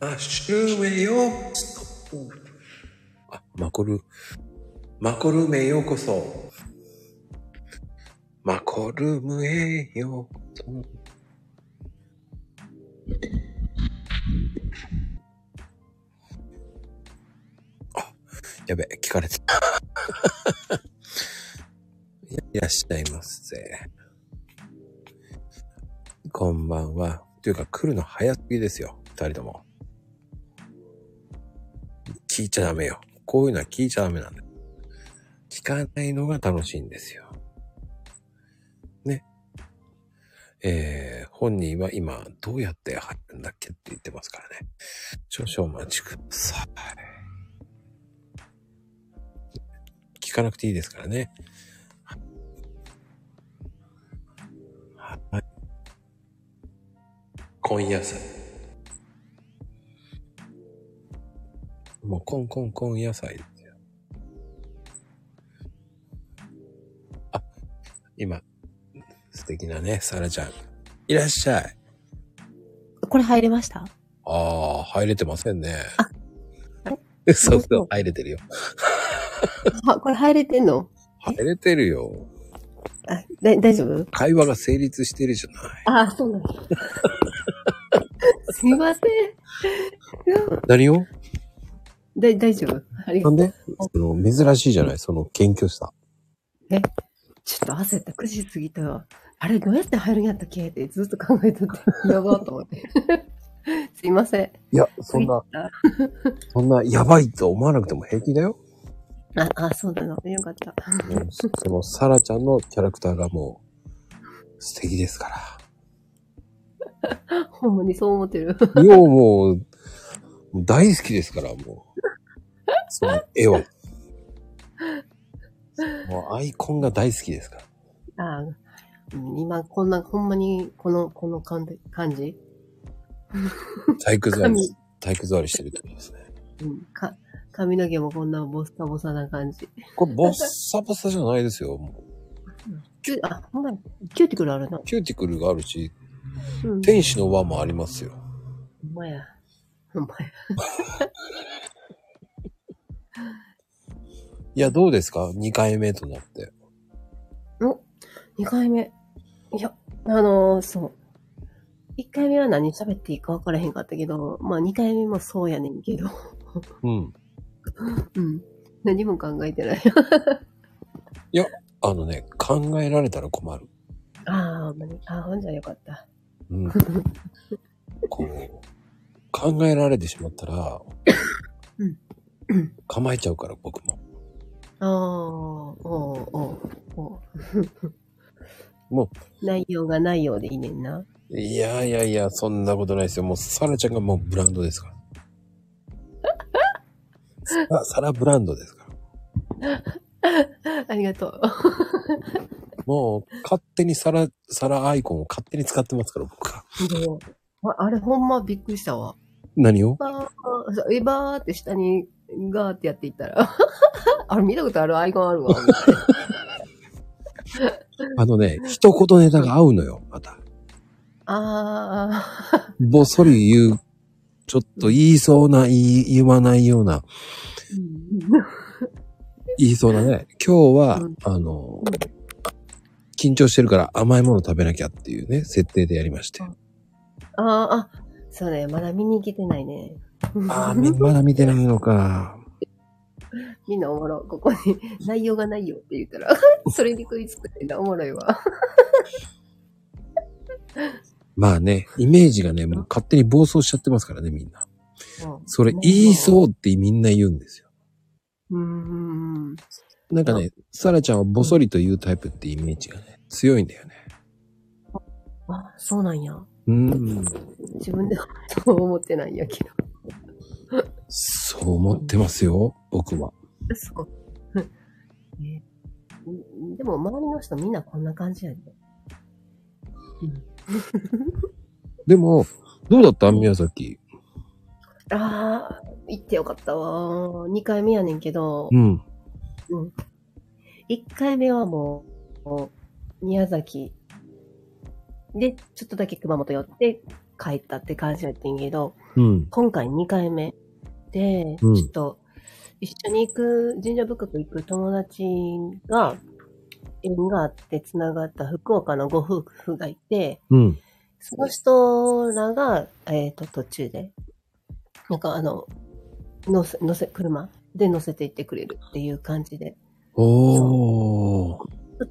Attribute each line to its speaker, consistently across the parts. Speaker 1: 足上よ、ストップ。あ、マコル、マコルメようこそ。マコルムへようこそ。あ、やべ、聞かれてた。 いらっしゃいませ。こんばんは。というか来るの早すぎですよ。二人とも。聞いちゃダメよ。こういうのは聞いちゃダメなんだよ。聞かないのが楽しいんですよ。ね。えー、本人は今どうやって入るんだっけって言ってますからね。少々お待ちください。聞かなくていいですからね。はい。今夜さもうコンコンコン野菜ですよ。あ、今、素敵なね、サラちゃん。いらっしゃい。
Speaker 2: これ入れました
Speaker 1: ああ、入れてませんね。
Speaker 2: ああれ
Speaker 1: そうそう、入れてるよ。
Speaker 2: あ、これ入れてんの
Speaker 1: 入れてるよ。
Speaker 2: あ、だ大丈夫
Speaker 1: 会話が成立してるじゃない。
Speaker 2: あ、そうなの。 すいません。
Speaker 1: 何を
Speaker 2: だ大丈夫ありが
Speaker 1: な
Speaker 2: と
Speaker 1: ん
Speaker 2: う。
Speaker 1: でその珍しいじゃないその謙虚さ。
Speaker 2: ちょっと焦った。9時過ぎたわ。あれ、どうやって入るんやったっけってずっと考えとって。やばーと思って。 すいません。
Speaker 1: いや、そんな、そんな、やばいと思わなくても平気だよ。
Speaker 2: あ、あ、そうだな。よかった。
Speaker 1: うんその、サラちゃんのキャラクターがもう、素敵ですか
Speaker 2: ほんまにそう思ってる。
Speaker 1: ら。ようもう、大好きですから、もう。その絵は。もうアイコンが大好きですから。
Speaker 2: あうん今、こんな、ほんまに、この、この感じ、感じ
Speaker 1: 体育座り、体育座りしてるってことですね。
Speaker 2: うん。か、髪の毛もこんなボッサボサな感じ。
Speaker 1: これ、ボッサボサじゃないですよ。も
Speaker 2: キュあ、ほんまやキューティクルあるな
Speaker 1: う。キューティクルがあるし、
Speaker 2: うん。
Speaker 1: 天使の輪もありますよ。
Speaker 2: ほんまや。ほんまや。
Speaker 1: いや、どうですか ?2 回目となって。
Speaker 2: お、二回目。いや、あのーそう。一回目は何喋っていいか分からへんかったけど、まあ二回目もそうやねんけど、
Speaker 1: うん。
Speaker 2: うん。何も考えてない。
Speaker 1: あのね、考えられたら困る。
Speaker 2: ああ、ほんまに。ああ、ほんじゃよかった。
Speaker 1: うん。こう、考えられてしまったら
Speaker 2: うん、
Speaker 1: 構えちゃうから僕も。
Speaker 2: ああ、おうおうおう
Speaker 1: も
Speaker 2: 内容が内容でいいねんな。
Speaker 1: いやいやいや、そんなことないですよ。もう、サラちゃんがもうブランドですから。サラサラブランドですから。
Speaker 2: ありがとう。
Speaker 1: もう、勝手にサラ、サラアイコンを勝手に使ってますから、僕が。
Speaker 2: でも ああれほんまびっくりしたわ。
Speaker 1: 何を
Speaker 2: バーそうえばーって下にガーってやっていったら、 あれ見たことあるアイコンある わ。
Speaker 1: あのね、一言ネタが合うのよ、また。
Speaker 2: ああ、
Speaker 1: ぼっそり言う、ちょっと言いそうな、言い言わないような、言いそうだね。今日は、
Speaker 2: うん
Speaker 1: あの、緊張してるから甘いもの食べなきゃっていうね、設定でやりまして。
Speaker 2: あああ、あ、そうね、まだ見に行けてないね。
Speaker 1: ああ、みまだ見てないのか。
Speaker 2: みんなおもろ、ここに 内容がないよって言ったら、 それに食いつくってなおもろいわ。
Speaker 1: まあね、イメージがね、もう勝手に暴走しちゃってますからね、みんな。それ言い
Speaker 2: うん。
Speaker 1: そうってみんな言うんですよ。
Speaker 2: うんうん。
Speaker 1: なんかね、サラちゃんはぼそりというタイプってイメージがね、強いんだよね。
Speaker 2: あ、そうなんや。
Speaker 1: うん。
Speaker 2: 自分では そう思ってないんやけど。
Speaker 1: そう思ってますよ、僕は。
Speaker 2: そう。 ねんでも周りの人みんなこんな感じやね。
Speaker 1: でも、どうだった宮崎。
Speaker 2: ああ、行ってよかったわー。2回目やねんけど、
Speaker 1: うん。
Speaker 2: 1回目はもう、もう宮崎で、ちょっとだけ熊本寄って、帰ったって感じやってんけど、
Speaker 1: うん。
Speaker 2: 今回2回目で、
Speaker 1: うん
Speaker 2: ちょっと、一緒に行く、神社仏閣行く友達が、縁があって繋がった福岡のご夫婦がいて、
Speaker 1: うん。
Speaker 2: その人らが、えっ、と、途中で、なんかあの、乗せ、乗せ、車で乗せて行ってくれるっていう感じで、
Speaker 1: おー。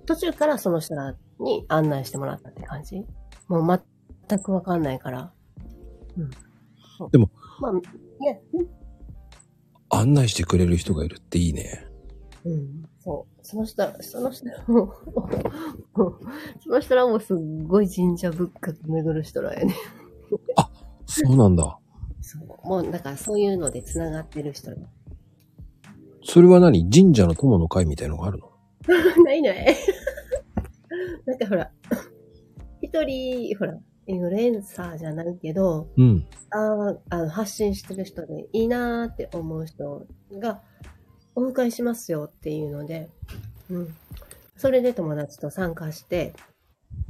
Speaker 2: 途中からその人らに案内してもらったって感じもう全くわかんないから。うん。そう
Speaker 1: でも、
Speaker 2: まあ、いや、
Speaker 1: 案内してくれる人がいるっていいね。
Speaker 2: うん、そう。その人、その人も その人らもすっごい神社仏閣巡る人らやね。
Speaker 1: そうなんだ。
Speaker 2: そう。もう、だからそういうので繋がってる人ら。
Speaker 1: それは何神社の友の会みたいのがあるの
Speaker 2: ないない。 なんかほら、一人、ほら、インフルエンサーじゃないけど、
Speaker 1: うん。
Speaker 2: あーあの発信してる人でいいなーって思う人が、お迎えしますよっていうので、うん。それで友達と参加して、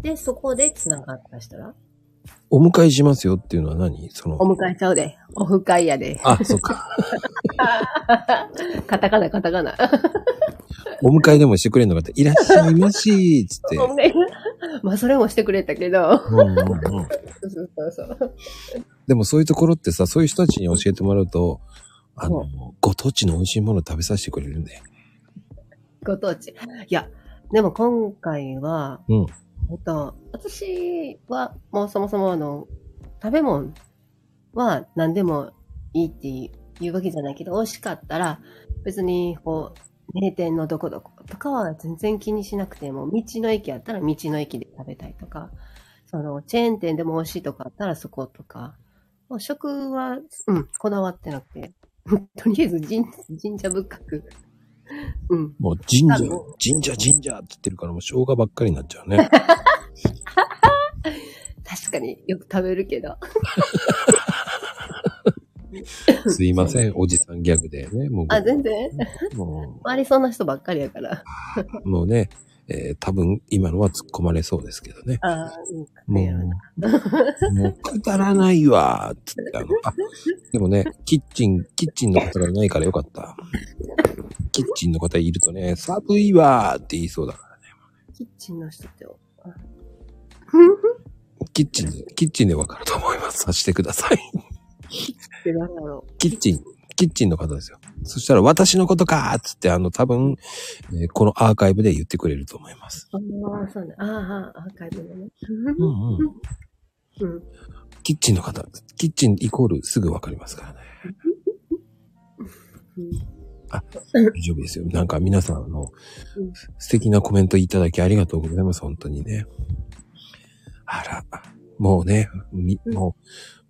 Speaker 2: で、そこで繋がった人ら
Speaker 1: お迎えしますよっていうのは何その。
Speaker 2: お、迎えちゃうで。オフ会や で
Speaker 1: あ、そっか。
Speaker 2: カタカナ、カタカナ。
Speaker 1: お迎えでもしてくれんのかって、いらっしゃいましーっつ って。
Speaker 2: おね。まあ、それもしてくれたけど。
Speaker 1: うんうんうん
Speaker 2: そうそうそう。
Speaker 1: でもそういうところってさ、そういう人たちに教えてもらうと、あ
Speaker 2: う
Speaker 1: の、ご当地の美味しいもの食べさせてくれるんだよ。
Speaker 2: ご当地。いや、でも今回は、
Speaker 1: うん
Speaker 2: えっと、私は、もうそもそもあの、食べ物は何でもいいっていうわけじゃないけど、美味しかったら、別に、こう、名店のどこどことかは全然気にしなくても、道の駅やったら道の駅で食べたいとか、その、チェーン店でも美味しいとかあったらそことか、もう食は、うん、こだわってなくて、 とりあえず神神社仏閣、うん、
Speaker 1: もう神社
Speaker 2: あもう、
Speaker 1: 神社、神社って言ってるからもう生姜ばっかりになっちゃうね。
Speaker 2: 確かによく食べるけど。
Speaker 1: すいません、おじさんギャグでね。もう
Speaker 2: あ、全然。
Speaker 1: も
Speaker 2: 周りそんな人ばっかりやから。
Speaker 1: うもうね、えー多分今のは突っ込まれそうですけどね。
Speaker 2: ああ、うんか
Speaker 1: も
Speaker 2: ね
Speaker 1: う、 もうくだらないわーっつってあの、あ、でもね、キッチン、キッチンの方がいないからよかった。キッチンの方いるとね、寒いわーって言いそうだから。
Speaker 2: キッチンの人って。あ
Speaker 1: キッチンで、キッチンでわかると思います。さしてください。
Speaker 2: ってなんだろ
Speaker 1: キッチン、キッチンの方ですよ。そしたら、私のことかーっつって、あの、多分、えーこのアーカイブで言ってくれると思います。
Speaker 2: う。ああ、そうね。ああ、アーカイブのね。
Speaker 1: うんうん。
Speaker 2: うん。
Speaker 1: キッチンの方、キッチンイコールすぐわかりますからね。大丈夫ですよ。なんか皆さん、あの
Speaker 2: うん、
Speaker 1: 素敵なコメントいただきありがとうございます。本当にね。あら、もうね、み、
Speaker 2: うん
Speaker 1: も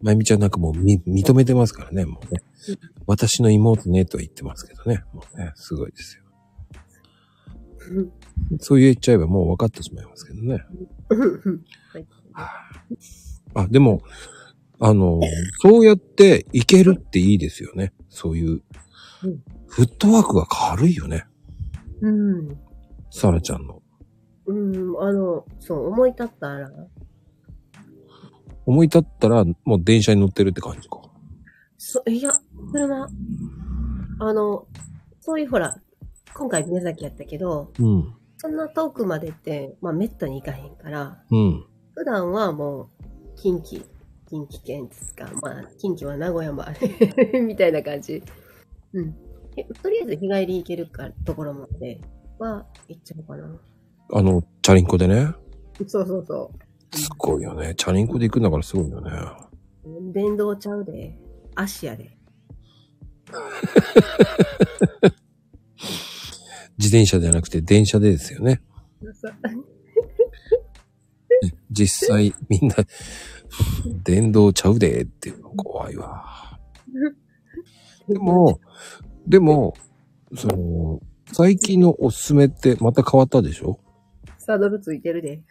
Speaker 1: う、まゆみちゃんなんかもうみ認めてますからね、もうね
Speaker 2: うん。
Speaker 1: 私の妹ね、とは言ってますけどね。もうね、すごいですよ。
Speaker 2: うん
Speaker 1: そう言っちゃえばもう分かってしまいますけどね。
Speaker 2: うん
Speaker 1: あ、でも、あの、そうやっていけるっていいですよね。そういう
Speaker 2: うん。
Speaker 1: フットワークが軽いよね。
Speaker 2: うん。
Speaker 1: サラちゃんの。
Speaker 2: うん。あの、そう、思い立ったら、
Speaker 1: 思い立ったら、もう電車に乗ってるって感じか。
Speaker 2: そ、いや、車、あの、そういうほら、今回宮崎やったけど、
Speaker 1: うん。
Speaker 2: そんな遠くまでって、まあ、めったに行かへんから、
Speaker 1: うん。
Speaker 2: 普段はもう、近畿、近畿圏ですか。まあ、近畿は名古屋までみたいな感じ。うん。えとりあえず日帰り行けるか、ところまでは行っちゃおうかな。
Speaker 1: あの、チャリンコでね。
Speaker 2: そうそうそ
Speaker 1: すごいよね。チャリンコで行くんだからすごいよね。
Speaker 2: う。電動ちゃうで、足や で。
Speaker 1: 自転車じゃなくて電車でですよね。実際、みんな、電動ちゃうでっていうの怖いわ。でも、でも、その、最近のおすすめってまた変わったでしょ
Speaker 2: サドルついてるで。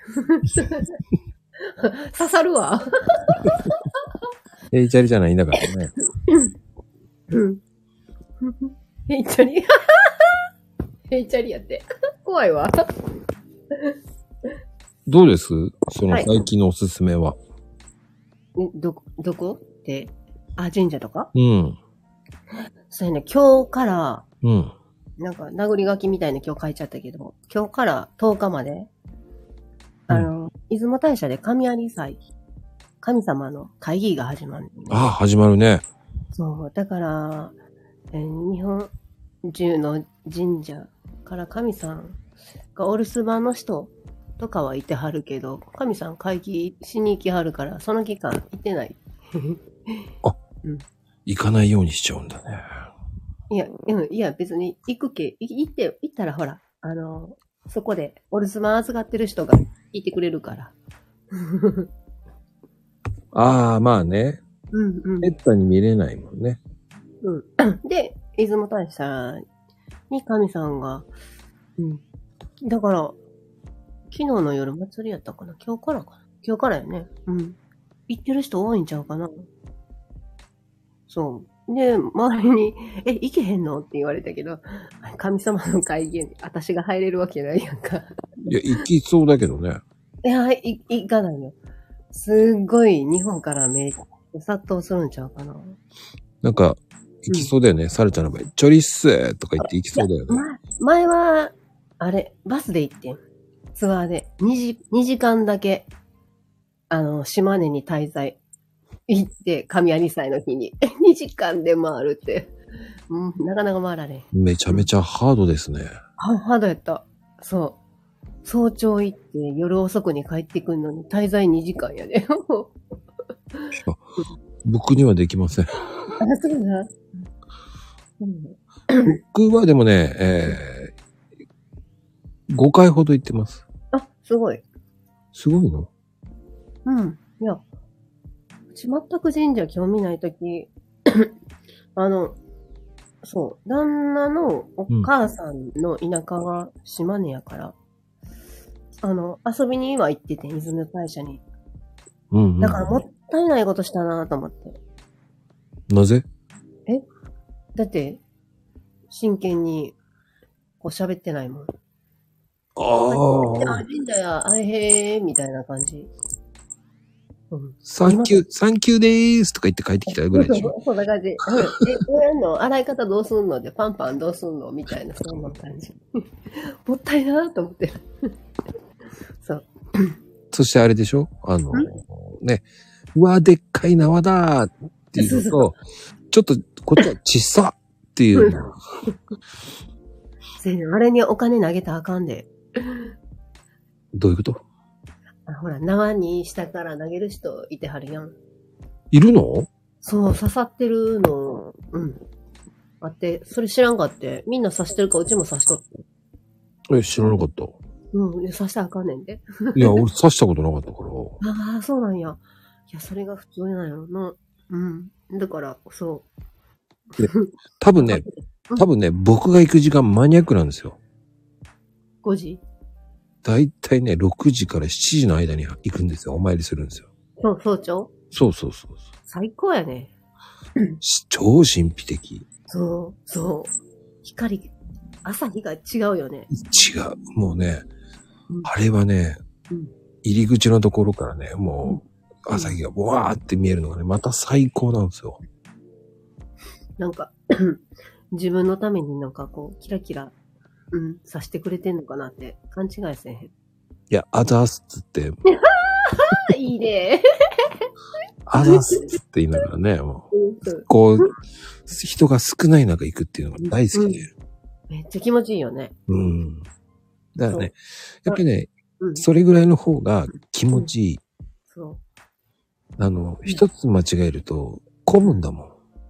Speaker 2: 刺さるわ。
Speaker 1: えいチャリじゃないんだからね。
Speaker 2: うん。ヘイチャ リヘイチャリやって。怖いわ。
Speaker 1: どうですその
Speaker 2: はい
Speaker 1: 最近のおすすめは。
Speaker 2: ねど、どこって、あ、神社とか
Speaker 1: うん。
Speaker 2: そうやね、今日から、
Speaker 1: うん。
Speaker 2: なんか、殴り書きみたいな今日書いちゃったけど、今日から10日まで、あの、出雲大社で神有祭、神様の会議が始まる、ね。
Speaker 1: ああ、始まるね。
Speaker 2: そう、だから、えー日本中の神社から神さんがお留守番の人とかはいてはるけど、神さん会議しに行きはるから、その期間行ってない。
Speaker 1: 行かないようにしちゃうんだね。
Speaker 2: いや、うん、いや、別に行くけ、い行って、行ったらほら、あの、そこでお留守番預かってる人がいてくれるから。
Speaker 1: ああ、まあね。
Speaker 2: うんうん
Speaker 1: めったに見れないもんね。
Speaker 2: で、出雲大社に神さんが、うん。だから、昨日の夜祭りやったかな今日からかな今日からやね。うん。行ってる人多いんちゃうかなそう。で、周りに、え、行けへんのって言われたけど、神様の会議に私が入れるわけないやんか。
Speaker 1: いや、行きそうだけどね。
Speaker 2: いや、い行かないよ。すっごい日本からめっちゃ殺到するんちゃうかな
Speaker 1: なんか、行きそうだよね。サルちゃんの場合、チョリッスーとか言って行きそうだよね。
Speaker 2: ま前は、あれ、バスで行ってん。ツアーで。2時、2時間だけ、あの、島根に滞在。行って、神谷2歳の日に。え、2時間で回るって。うん、なかなか回られん。
Speaker 1: めちゃめちゃハードですね。
Speaker 2: ハハードやった。そう。早朝行って、夜遅くに帰ってくるのに、滞在2時間やで。 あ、
Speaker 1: 僕にはできません。
Speaker 2: そうだ。うん
Speaker 1: 僕はでもね、えー、5回ほど行ってます。
Speaker 2: あ、すごい。
Speaker 1: すごいの
Speaker 2: うん。いや、うち全く神社興味ないとき、 あの、そう、旦那のお母さんの田舎が島根やから、あの、遊びには行ってて、出雲大社に。
Speaker 1: うん、うん。
Speaker 2: だからもったいないことしたなと思って。
Speaker 1: なぜ
Speaker 2: だって、真剣に、こう喋ってないもん。
Speaker 1: あ
Speaker 2: 神社
Speaker 1: あ。
Speaker 2: 神社や、あいへー、みたいな感じ。うん。
Speaker 1: サンキュー、サンキューでーすとか言って帰ってきたぐらいでしょ。
Speaker 2: そうそうそんな感じ。うん え、どうやんの洗い方どうすんので、パンパンどうすんのみたいな、そんな感じ。 もったいなと思って。そう。
Speaker 1: そしてあれでしょあの、ね、うわ、でっかい縄だーっていうのと、ちょっとこっちは小さっていうのが
Speaker 2: せやねんあれにお金投げたらあかんで。
Speaker 1: どういうこと
Speaker 2: あほら、縄に下から投げる人いてはるやん。
Speaker 1: いるの
Speaker 2: そう、刺さってるの、うん。あって、それ知らんかって。みんな刺してるか、うちも刺しとって。
Speaker 1: え、知らなかった。
Speaker 2: うん、いや刺したらあかんねんで。
Speaker 1: い や、俺刺したことなかったから。
Speaker 2: ああ、そうなんや。いや、それが普通なんやろな。うん。だから、そ
Speaker 1: 多分
Speaker 2: う。
Speaker 1: ね、多分ね、僕が行く時間マニアックなんですよ。
Speaker 2: 5時
Speaker 1: だいたいね、6時から7時の間に行くんですよ。お参りするんですよ。
Speaker 2: そう、早朝
Speaker 1: そうそうそうそ
Speaker 2: 最高やね。
Speaker 1: う。し超神秘的。
Speaker 2: そう、そう。光、朝日が違うよね。
Speaker 1: 違う。もうね
Speaker 2: うん、
Speaker 1: あれはね
Speaker 2: うん、
Speaker 1: 入り口のところからね、もう、朝日がわーって見えるのがね、また最高なんですよ。
Speaker 2: なんか、 自分のためになんかこう、キラキラ、うん、さしてくれてんのかなって、勘違いせえへん。
Speaker 1: いや、アザースっつって、
Speaker 2: あ、いいね。
Speaker 1: アザースっつって言いながらね、もう、
Speaker 2: うん
Speaker 1: こう、人が少ない中行くっていうのが大好きで。
Speaker 2: めっちゃ気持ちいいよね。
Speaker 1: うん。だからね、やっぱりね、
Speaker 2: うん。
Speaker 1: それぐらいの方が気持ちいい。
Speaker 2: そ
Speaker 1: あの、一つ間違えると、混むんだもん。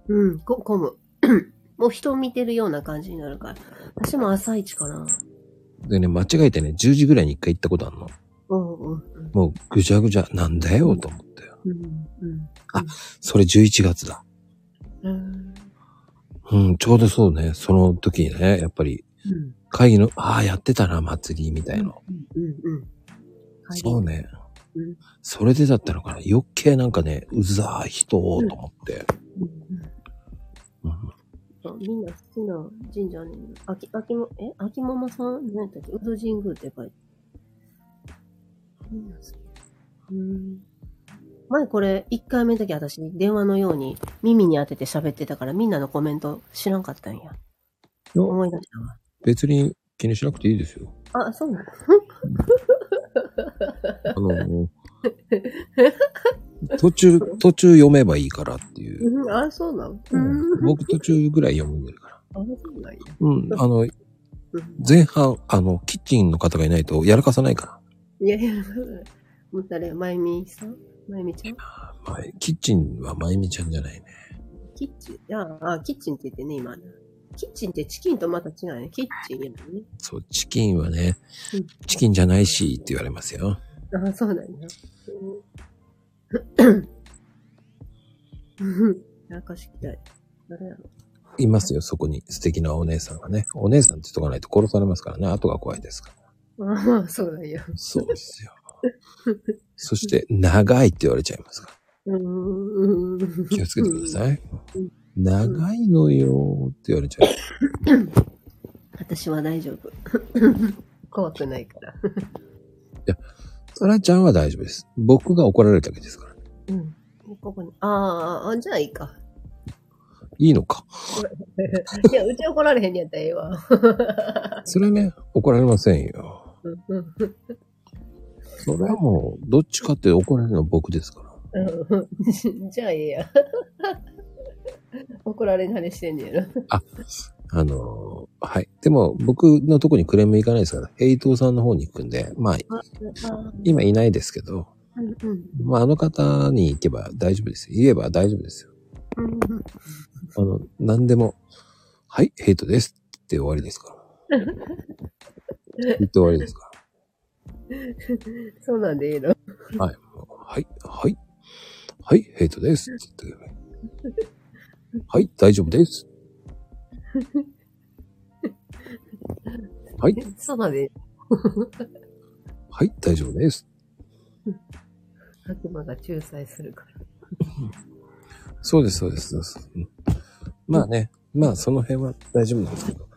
Speaker 2: う。うん、こ、混む。 もう人を見てるような感じになるから。私も朝一かな。
Speaker 1: でね、間違えてね、10時ぐらいに一回行ったことあるの。
Speaker 2: うん、うん、うん
Speaker 1: もうぐじゃぐじゃ、なんだよ、と思って。
Speaker 2: うん、うん
Speaker 1: それ11月だ。
Speaker 2: うん。
Speaker 1: うん、ちょうどそうね、その時にね、やっぱり
Speaker 2: うん。
Speaker 1: 会議の、ああ、やってたな、祭り、みたいな。
Speaker 2: うん、うん。
Speaker 1: そうね
Speaker 2: うん。
Speaker 1: それでだったのかな。余計なんかね、うざー人を、と思って。
Speaker 2: うん。うん
Speaker 1: うん
Speaker 2: そうみんな好きな神社に、あき、あきも、え、あきままさん何やったっけ宇都神宮って書いて。みんな好き。うーん。前これ、1回目の時私、電話のように耳に当てて喋ってたから、みんなのコメント知らんかったんや。
Speaker 1: や
Speaker 2: 思い出した
Speaker 1: 別に気にしなくていいですよ。
Speaker 2: わ。あ、そうなの
Speaker 1: あの、途中、途中読めばいいからっていう。
Speaker 2: うんあ、そうなのう。
Speaker 1: うんん、僕途中ぐらい読んでるから。
Speaker 2: あ、そうなんや。
Speaker 1: うん、あの、前半、あの、キッチンの方がいないとやらかさないか
Speaker 2: いやいや、もう誰まゆみさんまゆみちゃん
Speaker 1: ら。まあ、キッチンはまゆみちゃんじゃないね。
Speaker 2: キッチンいや、あ、キッチンって言ってね、今。キッチンってチキンとまた違うね。キッチンやのね。
Speaker 1: そう、チキンはね
Speaker 2: うん、
Speaker 1: チキンじゃないしって言われますよ。
Speaker 2: あ、そうなんや。やらかしきたい。誰やろ
Speaker 1: いますよ、そこに素敵なお姉さんがね。お姉さんって言っとかないと殺されますからね。後が怖いですから。
Speaker 2: ああ、そうなんや。
Speaker 1: そうです よ。そして、長いって言われちゃいますから。
Speaker 2: うーん。うん
Speaker 1: 気をつけてくだ
Speaker 2: い。
Speaker 1: さい。
Speaker 2: うん
Speaker 1: 長いのよーって言われちゃう。
Speaker 2: 私は大丈夫。怖くないから。
Speaker 1: そらちゃんは大丈夫です。僕が怒られるだけですから。
Speaker 2: うん。ここに。あーあ、じゃあいいか。
Speaker 1: いいのか。
Speaker 2: いや、うち怒られへんやったらええわ。
Speaker 1: それはね、怒られませんよ。
Speaker 2: うんうん
Speaker 1: それはもう、どっちかって怒られるのは僕ですから。
Speaker 2: うんじゃあええや。怒られ慣れしてんねやろ。
Speaker 1: あのーはい。でも、僕のとこにクレーム行かないですから、ヘイトーさんの方に行くんで、まあ、今いないですけど、
Speaker 2: うんうん
Speaker 1: まあ、あの方に行けば大丈夫ですよ。言えば大丈夫ですよ。
Speaker 2: うんうん
Speaker 1: あの、何でも、はい、ヘイトですって終わりです から。言って終わりですか
Speaker 2: そうなんでええの。
Speaker 1: ら。はい。はい、はい、はい、ヘイトですって言ってください。はい、大丈夫です。はい、
Speaker 2: そうなんでええ
Speaker 1: はい、大丈夫です。
Speaker 2: 悪魔が仲裁するか
Speaker 1: そうです、そうです。そうですうんまあね、まあその辺は大丈夫なんですけど。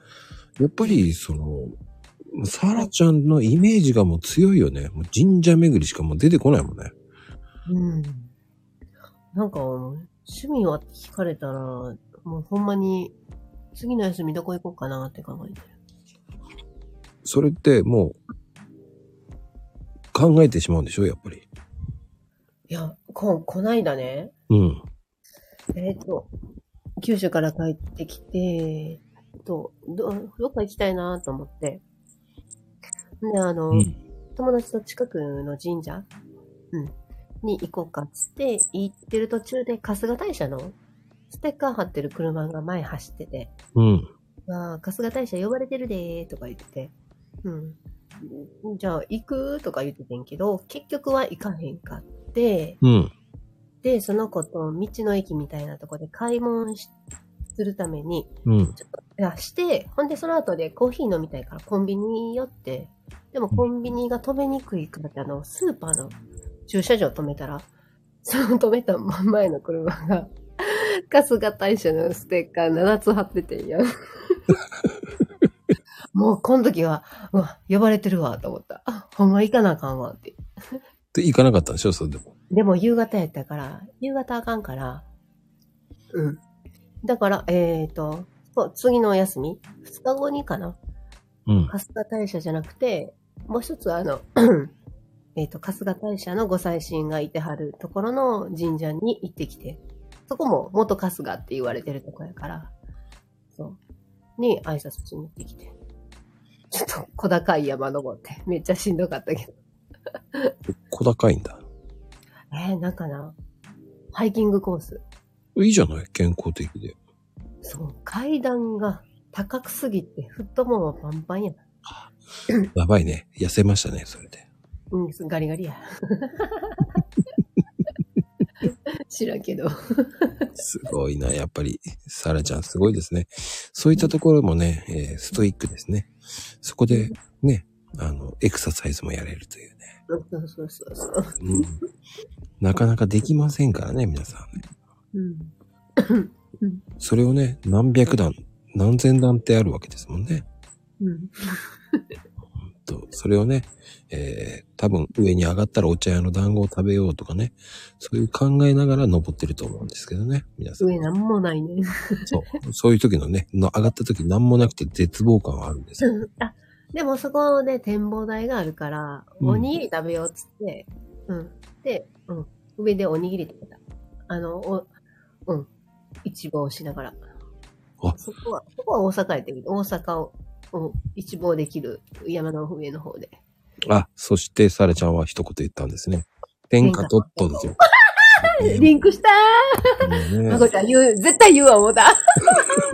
Speaker 1: やっぱり、その、サラちゃんのイメージがもう強いよね。もう神社巡りしかもう出てこないもんね。
Speaker 2: ら。うん。なんか、趣味は聞かれたら、もうほんまに、次の休みどこ行こうかなって考えてる。
Speaker 1: それってもう、考えてしまうんでしょやっぱり。
Speaker 2: いや、こ、こないだね。
Speaker 1: うん。
Speaker 2: えっ、と、九州から帰ってきて、えっと、ど、どっか行きたいなと思って。で、あの、
Speaker 1: うん。
Speaker 2: 友達と近くの神社うん。に行こうかっつって、行ってる途中で春日大社のステッカー貼ってる車が前走ってて、
Speaker 1: うん。
Speaker 2: ああ、春日大社呼ばれてるでーとか言ってて、うん。じゃあ行くとか言っててんけど、結局は行かへんかって、
Speaker 1: うん。
Speaker 2: で、その子と道の駅みたいなとこで買い物しするために、
Speaker 1: うん。
Speaker 2: いや、して、ほんでその後でコーヒー飲みたいからコンビニ寄って、でもコンビニが止めにくいからって、あの、スーパーの駐車場止めたら、その止めた真ん前の車が、春日大社のステッカー7つ貼ってて んや。もうこの時は、うわ、呼ばれてるわ、と思った。あ、ほんま行かなあかんわ、って。
Speaker 1: で、行かなかったんでしょそれでも。
Speaker 2: でも夕方やったから、夕方あかんから、うん。だから、えーと、そう次のお休み、2日後にかな。
Speaker 1: うん。
Speaker 2: 春日大社じゃなくて、もう一つあの、 えっと、春日大社のご祭神がいてはるところの神社に行ってきて、そこも元春日って言われてるとこやから、そう、に挨拶しに行ってきて。ちょっと小高い山登って、めっちゃしんどかったけど。
Speaker 1: 小高いんだ。
Speaker 2: えー、なんかな、ハイキングコース。
Speaker 1: いいじゃない健康的で。
Speaker 2: そう、階段が高くすぎて、フットももパンパンや。
Speaker 1: やばいね。痩せましたね、それで。
Speaker 2: うん、ガリガリや。 知らんけど。
Speaker 1: すごいな、やっぱり、サラちゃんすごいですね。そういったところもね、えーストイックですね。そこで、ね、あの、エクササイズもやれるというね。
Speaker 2: そうそうそうそう。
Speaker 1: うん、なかなかできませんからね、皆さんね。
Speaker 2: うん。
Speaker 1: それをね、何百段、何千段ってあるわけですもんね。
Speaker 2: うん。
Speaker 1: ほんとそれをね、えー、多分上に上がったらお茶屋の団子を食べようとかね、そういう考えながら登ってると思うんですけどね、皆さん。
Speaker 2: 上なんもないね。
Speaker 1: そう。そういう時のね、の上がった時何もなくて絶望感はあるんですよ。
Speaker 2: あ、でもそこで展望台があるから、
Speaker 1: うん
Speaker 2: おにぎり食べようっつって、うん。で、うん。上でおにぎり食べた。あの、お、うん。一望しながら。
Speaker 1: あ
Speaker 2: そこは、そこは大阪やってみて、大阪を、うん、一望できる山の上の方で。
Speaker 1: あ、そして、サラちゃんは一言言ったんですね。天下取っとですよ。
Speaker 2: リンクしたーま
Speaker 1: ね
Speaker 2: こちゃん言う、絶対言うわ、思った。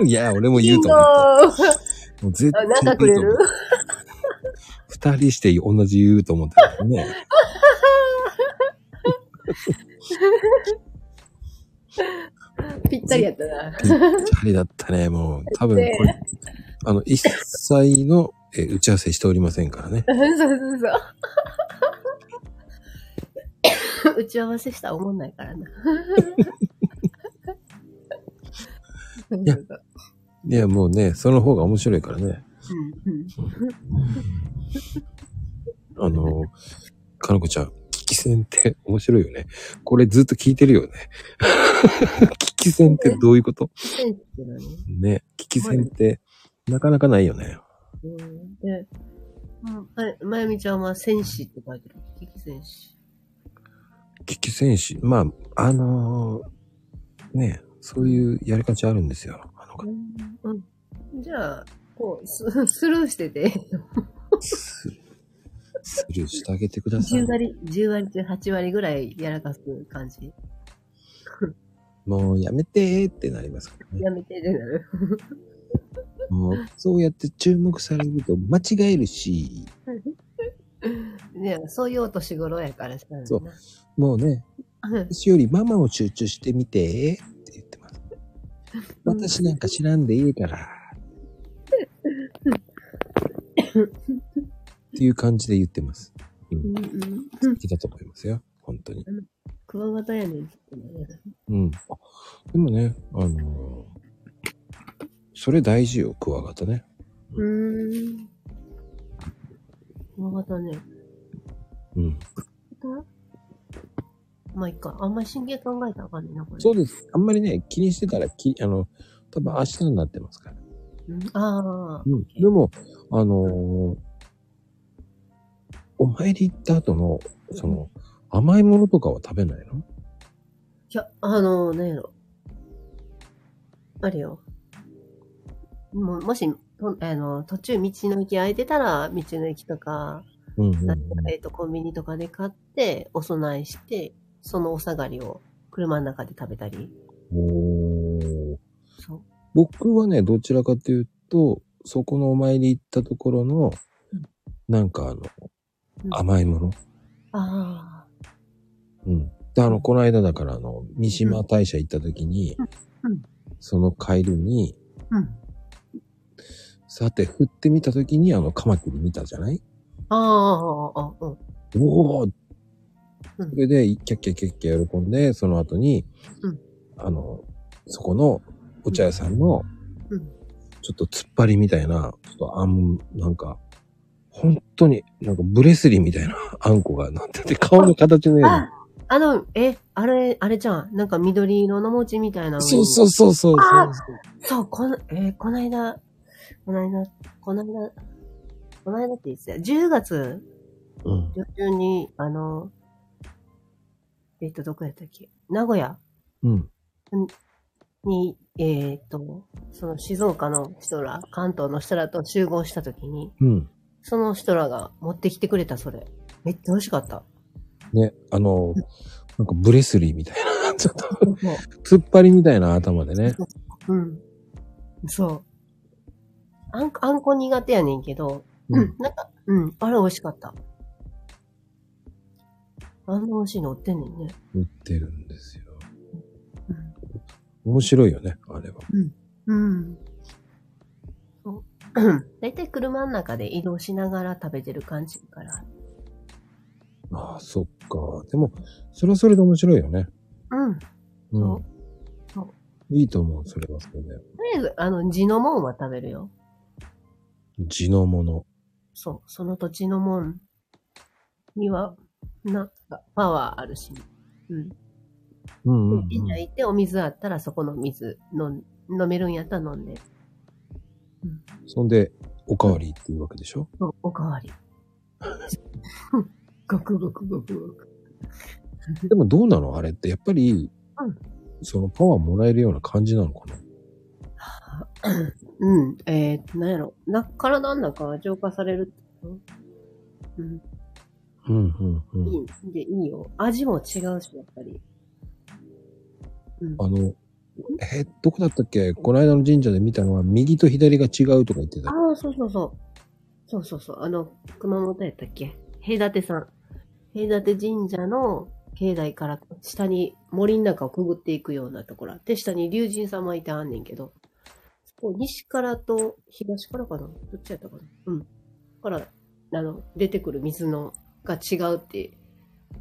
Speaker 1: いや、俺も言
Speaker 2: リ
Speaker 1: う
Speaker 2: ン
Speaker 1: と
Speaker 2: ゴ
Speaker 1: 思った。
Speaker 2: ー
Speaker 1: もう絶対
Speaker 2: なんかくれ
Speaker 1: 言うと
Speaker 2: る
Speaker 1: 思った二人して同じ言うと思ったけどね。
Speaker 2: ぴったりやったな。
Speaker 1: ぴったりだったね、もう。多分これ、あの、一切の、えー打ち合わせしておりませんからね。
Speaker 2: そうそうそう。 打ち合わせしたら思んないからな。そうそうそう
Speaker 1: いや、もうね、その方が面白いからね。
Speaker 2: うんうん
Speaker 1: あの、かのこちゃん、聞き戦って面白いよね。これずっと聞いてるよね。 聞き戦ってどういうこと
Speaker 2: センスってのはね
Speaker 1: ね、聞き戦って、なかなかないよね。
Speaker 2: うんで、うんまゆまゆみちゃんは戦士って書いてる。危機戦士。
Speaker 1: 聞き戦士、まあ、あのーね、そういうやり方あるんですよ。あの
Speaker 2: うん。じゃあ、こう、ススルーしてて、
Speaker 1: スルースルーしてあげてください
Speaker 2: 10。割、10割中8割ぐらいやらかす感じ。
Speaker 1: もうやめてーってなりますからね。
Speaker 2: やめてってなる。
Speaker 1: もうそうやって注目されると間違えるし、
Speaker 2: ねそういうお年頃やからしかないな。
Speaker 1: そうもうね、私よりママを集中してみてーって言ってます。私なんか知らんでいいから。っていう感じで言ってます。
Speaker 2: うんうん。
Speaker 1: 好きだと思いますよ。本当に。
Speaker 2: クワガタやねんって言ってね。
Speaker 1: うん。でもね、あのーそれ大事よ、クワガタね。
Speaker 2: うーん。クワガタね。
Speaker 1: うん。
Speaker 2: まあ、いっか。あんまり神経考えたらあかんねんな、これ。
Speaker 1: そうです。あんまりね、気にしてたら、き、あの、多分明日になってますから。
Speaker 2: うんああ。
Speaker 1: うん。でも、あのーお参り行った後の、その、甘いものとかは食べないの
Speaker 2: いや、あの、なんやろ。あるよ。もう、もし、とあの、途中道の駅空いてたら、道の駅とか、
Speaker 1: うんうん、うん。
Speaker 2: えっと、コンビニとかで買って、お供えして、そのお下がりを車の中で食べたり。
Speaker 1: おー
Speaker 2: そう。
Speaker 1: 僕はね、どちらかというと、そこのお参り行ったところの
Speaker 2: うん、
Speaker 1: なんかあの、
Speaker 2: うん
Speaker 1: 甘いもの。
Speaker 2: ああ。
Speaker 1: うん。で、あの、この間だから、あの、三島大社行った時に、
Speaker 2: うんうん
Speaker 1: その帰りに、
Speaker 2: うん。
Speaker 1: さて、振ってみた時に、あの、カマキリ見たじゃない
Speaker 2: ああ、ああ、うん。
Speaker 1: おお
Speaker 2: うん
Speaker 1: それで、キャッキャッキャッキャ喜んで、その後に、
Speaker 2: うん
Speaker 1: あの、そこのお茶屋さんの、
Speaker 2: うん
Speaker 1: ちょっと突っ張りみたいな、ちょっとあん、なんか、本当に、なんかブレスリーみたいなあんこがなってて、顔の形のよう
Speaker 2: あ
Speaker 1: な。、
Speaker 2: あの、え、あれ、あれじゃん。なんか緑色の餅みたいなのに。
Speaker 1: そうそうそうそうそ
Speaker 2: あ
Speaker 1: う。
Speaker 2: そう、この、えーこの間、この間、この間、この間っていつや、10月
Speaker 1: うん。
Speaker 2: 上旬に、あの、えっ、と、どこやったっけ名古屋
Speaker 1: うん。
Speaker 2: に、えっ、と、その静岡の人ら、関東の人らと集合した時に、
Speaker 1: うん。
Speaker 2: その人らが持ってきてくれた、それ。めっちゃ美味し かった。
Speaker 1: ね、あの、なんかブレスリーみたいな、 ちょっと、
Speaker 2: も
Speaker 1: 突っ張りみたいな頭でね。
Speaker 2: ううん。そう。あんこ、あんこ苦手やねんけど、うん。、なんか、うん。あれ美味しかった。あんな美味しいの売ってんねんね。
Speaker 1: 売ってるんですよ。面白いよね、あれは。
Speaker 2: うん。そう。 だいたい車の中で移動しながら食べてる感じだから。
Speaker 1: ああ、そっか。でも、それはそれで面白いよね。
Speaker 2: うん。
Speaker 1: う
Speaker 2: とそ
Speaker 1: ん
Speaker 2: うそ。
Speaker 1: いいと思う、それはそれで。
Speaker 2: りあえず、あの、地のもんは食べるよ。
Speaker 1: 地のもの。
Speaker 2: そう、その土地のもんには、なんか、パワーあるし、うん。
Speaker 1: うんうん、う。
Speaker 2: みんなん行ってお水あったらそこの水飲ん飲めるんやったら飲んで。うん。
Speaker 1: そんで、おかわりっていうわけでしょ
Speaker 2: おおかわ り。ごくごくごくごく。
Speaker 1: でもどうなのあれって、やっぱり、
Speaker 2: うん
Speaker 1: そのパワーもらえるような感じなのかな
Speaker 2: うん。えー、なんやろ。な、体の中は浄化されるってことうん。
Speaker 1: うんうんう
Speaker 2: い
Speaker 1: ん。
Speaker 2: い、で、いいよ。味も違うし、やっぱり。うん。
Speaker 1: あの、え、どこだったっけこの間の神社で見たのは、右と左が違うとか言ってた。
Speaker 2: ああ、そうそうそう。そうそうそう。あの、熊本やったっけ平立さん。平立神社の境内から下に森の中をくぐっていくようなところあって、下に竜神様いてあんねんけど、そこ西からと東からかなどっちやったかなうん。から、あの、出てくる水のが違うって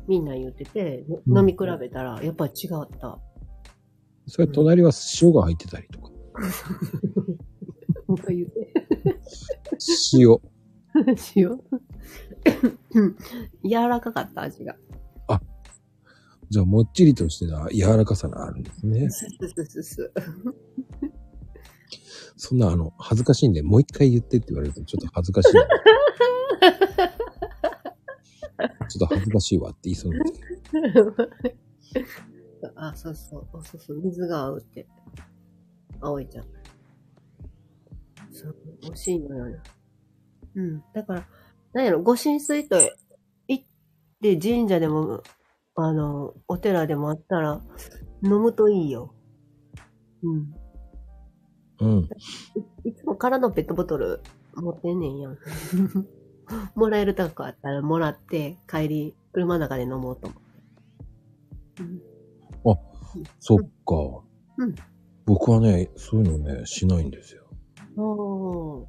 Speaker 2: みんな言ってて、の
Speaker 1: うん
Speaker 2: 飲み比べたらやっぱり違った。
Speaker 1: それ隣は塩が入ってたりとか。
Speaker 2: もう一回言って。
Speaker 1: 塩。
Speaker 2: 塩。 柔らかかった味が。
Speaker 1: じゃあ、もっちりとしてた柔らかさがあるんですね。
Speaker 2: すすすすす。
Speaker 1: そんな、あの、恥ずかしいんで、もう一回言ってって言われると、ちょっと恥ずかしい。ちょっと恥ずかしいわって言いそうなんですけど
Speaker 2: あ、そうそう、おそうそう、水が合うって。葵ちゃん。そう、美味しいのよ。うん。だから、なんやろ、ご神水と行って神社でも、あの、お寺でもあったら、飲むといいよ。うん。
Speaker 1: うん。
Speaker 2: いいつも空のペットボトル持ってんねんやん。 もらえるとこあったらもらって、帰り、車の中で飲もうと思って。うん
Speaker 1: そっか。
Speaker 2: うん
Speaker 1: 僕はね、そういうのね、しないんですよ。
Speaker 2: おー。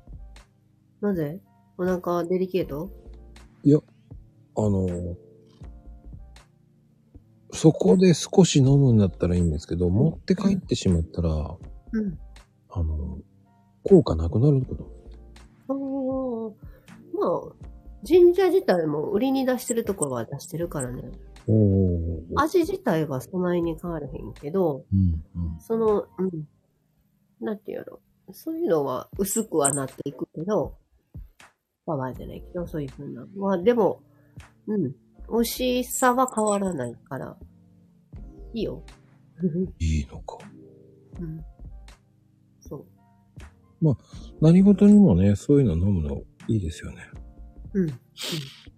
Speaker 2: なぜお腹デリケート
Speaker 1: あの、そこで少し飲むんだったらいいんですけど、持って帰ってしまったら、
Speaker 2: うん。
Speaker 1: あの、効果なくなること。
Speaker 2: おー。まあ、神社自体も売りに出してるところは出してるからね。
Speaker 1: おお。
Speaker 2: 味自体はそないに変わらへんけど、
Speaker 1: うんうん。
Speaker 2: その、うん。なんていうやろ。そういうのは薄くはなっていくけど、パワーじゃないけど、そういうふうな。まあでも、うん。美味しさは変わらないから、いい よ。
Speaker 1: いいのか。
Speaker 2: うん。そう。
Speaker 1: 何事にもね、そういうの飲むのいいですよね。
Speaker 2: うん。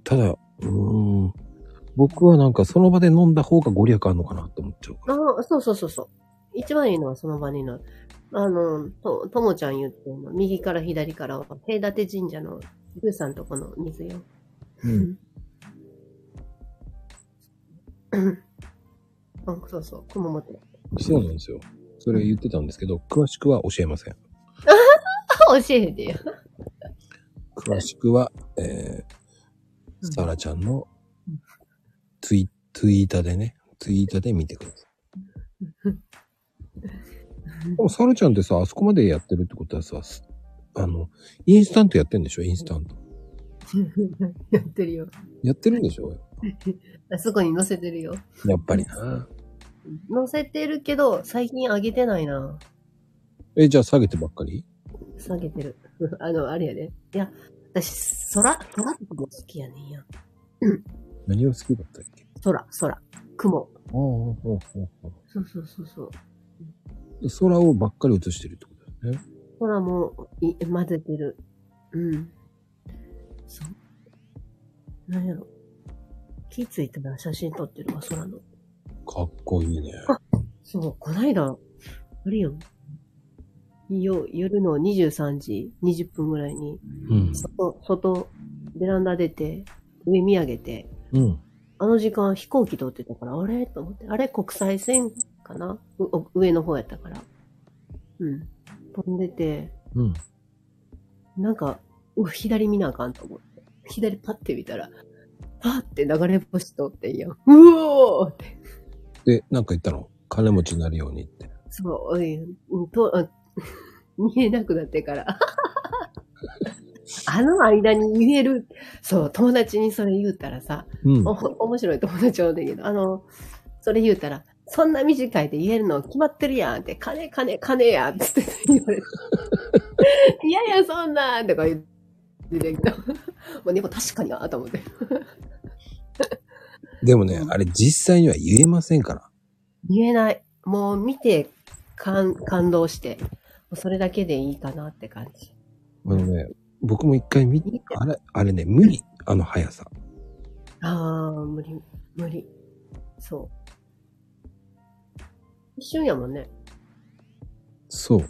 Speaker 1: ただ、うーん。僕はなんかその場で飲んだ方がご利益あるのかなって思っちゃうから。
Speaker 2: あそうそうそうそう。一番いいのはその場にの、あの、と、ともちゃん言ってんの、右から左からは、平立神社の、ルーさんとこの水よ。
Speaker 1: うん。
Speaker 2: あ、そうそう、熊本。
Speaker 1: そうなんですよ。それ言ってたんですけど、詳しくは教えません。
Speaker 2: あ、 教えへんでよ。
Speaker 1: 詳しくは、えー、サラちゃんのツイ、ツイータでね、ツイータで見てください。でもサラちゃんってさ、あそこまでやってるってことはさ、すあの、インスタントやってんでしょインスタント。
Speaker 2: やってるよ。
Speaker 1: やってるんでしょ
Speaker 2: あそこに載せてるよ。
Speaker 1: やっぱりな。
Speaker 2: 載せてるけど、最近上げてないな。
Speaker 1: え、じゃあ下げてばっかり
Speaker 2: 下げてる。 あの、あれやで。いや、私、空、空とかも好きやねんや。
Speaker 1: 何が好きだったっけ
Speaker 2: 空、空、雲。
Speaker 1: ああ、ああ、あ
Speaker 2: そうそうそうそ
Speaker 1: あ。
Speaker 2: う。
Speaker 1: 空をばっかり映してるってことだよね。
Speaker 2: 空もい混ぜてる。うん。そう。なんやろ。気ついたら写真撮ってるわ、空の。
Speaker 1: かっこいいね。
Speaker 2: そう、こないだ、あれやん。よ、夜の23時20分ぐらいに、
Speaker 1: うん。
Speaker 2: 外、外、ベランダ出て、上見上げて、
Speaker 1: うん。
Speaker 2: あの時間飛行機通ってたから、あれと思って、あれ国際線かなうお上の方やったから。うん。飛んでて、
Speaker 1: うん。
Speaker 2: なんか、うわ左見なあかんと思って。左パッて見たら、パーって流れ星通ってんやん。うおーって。
Speaker 1: で、なんか言ったの金持ちになるようにって。
Speaker 2: そう、おい、うんと、あ見えなくなってから。あの間に言える、そう、友達にそれ言うたらさ、
Speaker 1: うん
Speaker 2: お。面白い友達おんねんけど、あの、それ言うたら、そんな短いで言えるの決まってるやんって、金、金、金やんって 言われて。いやいや、そんなんとか言ってたけど、もうでも確かになと思って。
Speaker 1: でもね、あれ実際には言えませんから。
Speaker 2: 言えない。もう見て感、感動して、もうそれだけでいいかなって感じ。
Speaker 1: あのね、僕も一回見
Speaker 2: 見て、
Speaker 1: あれ、あれね、無理。あの速さ。
Speaker 2: ああ、無理、無理。そう。一瞬やもんね。
Speaker 1: そう。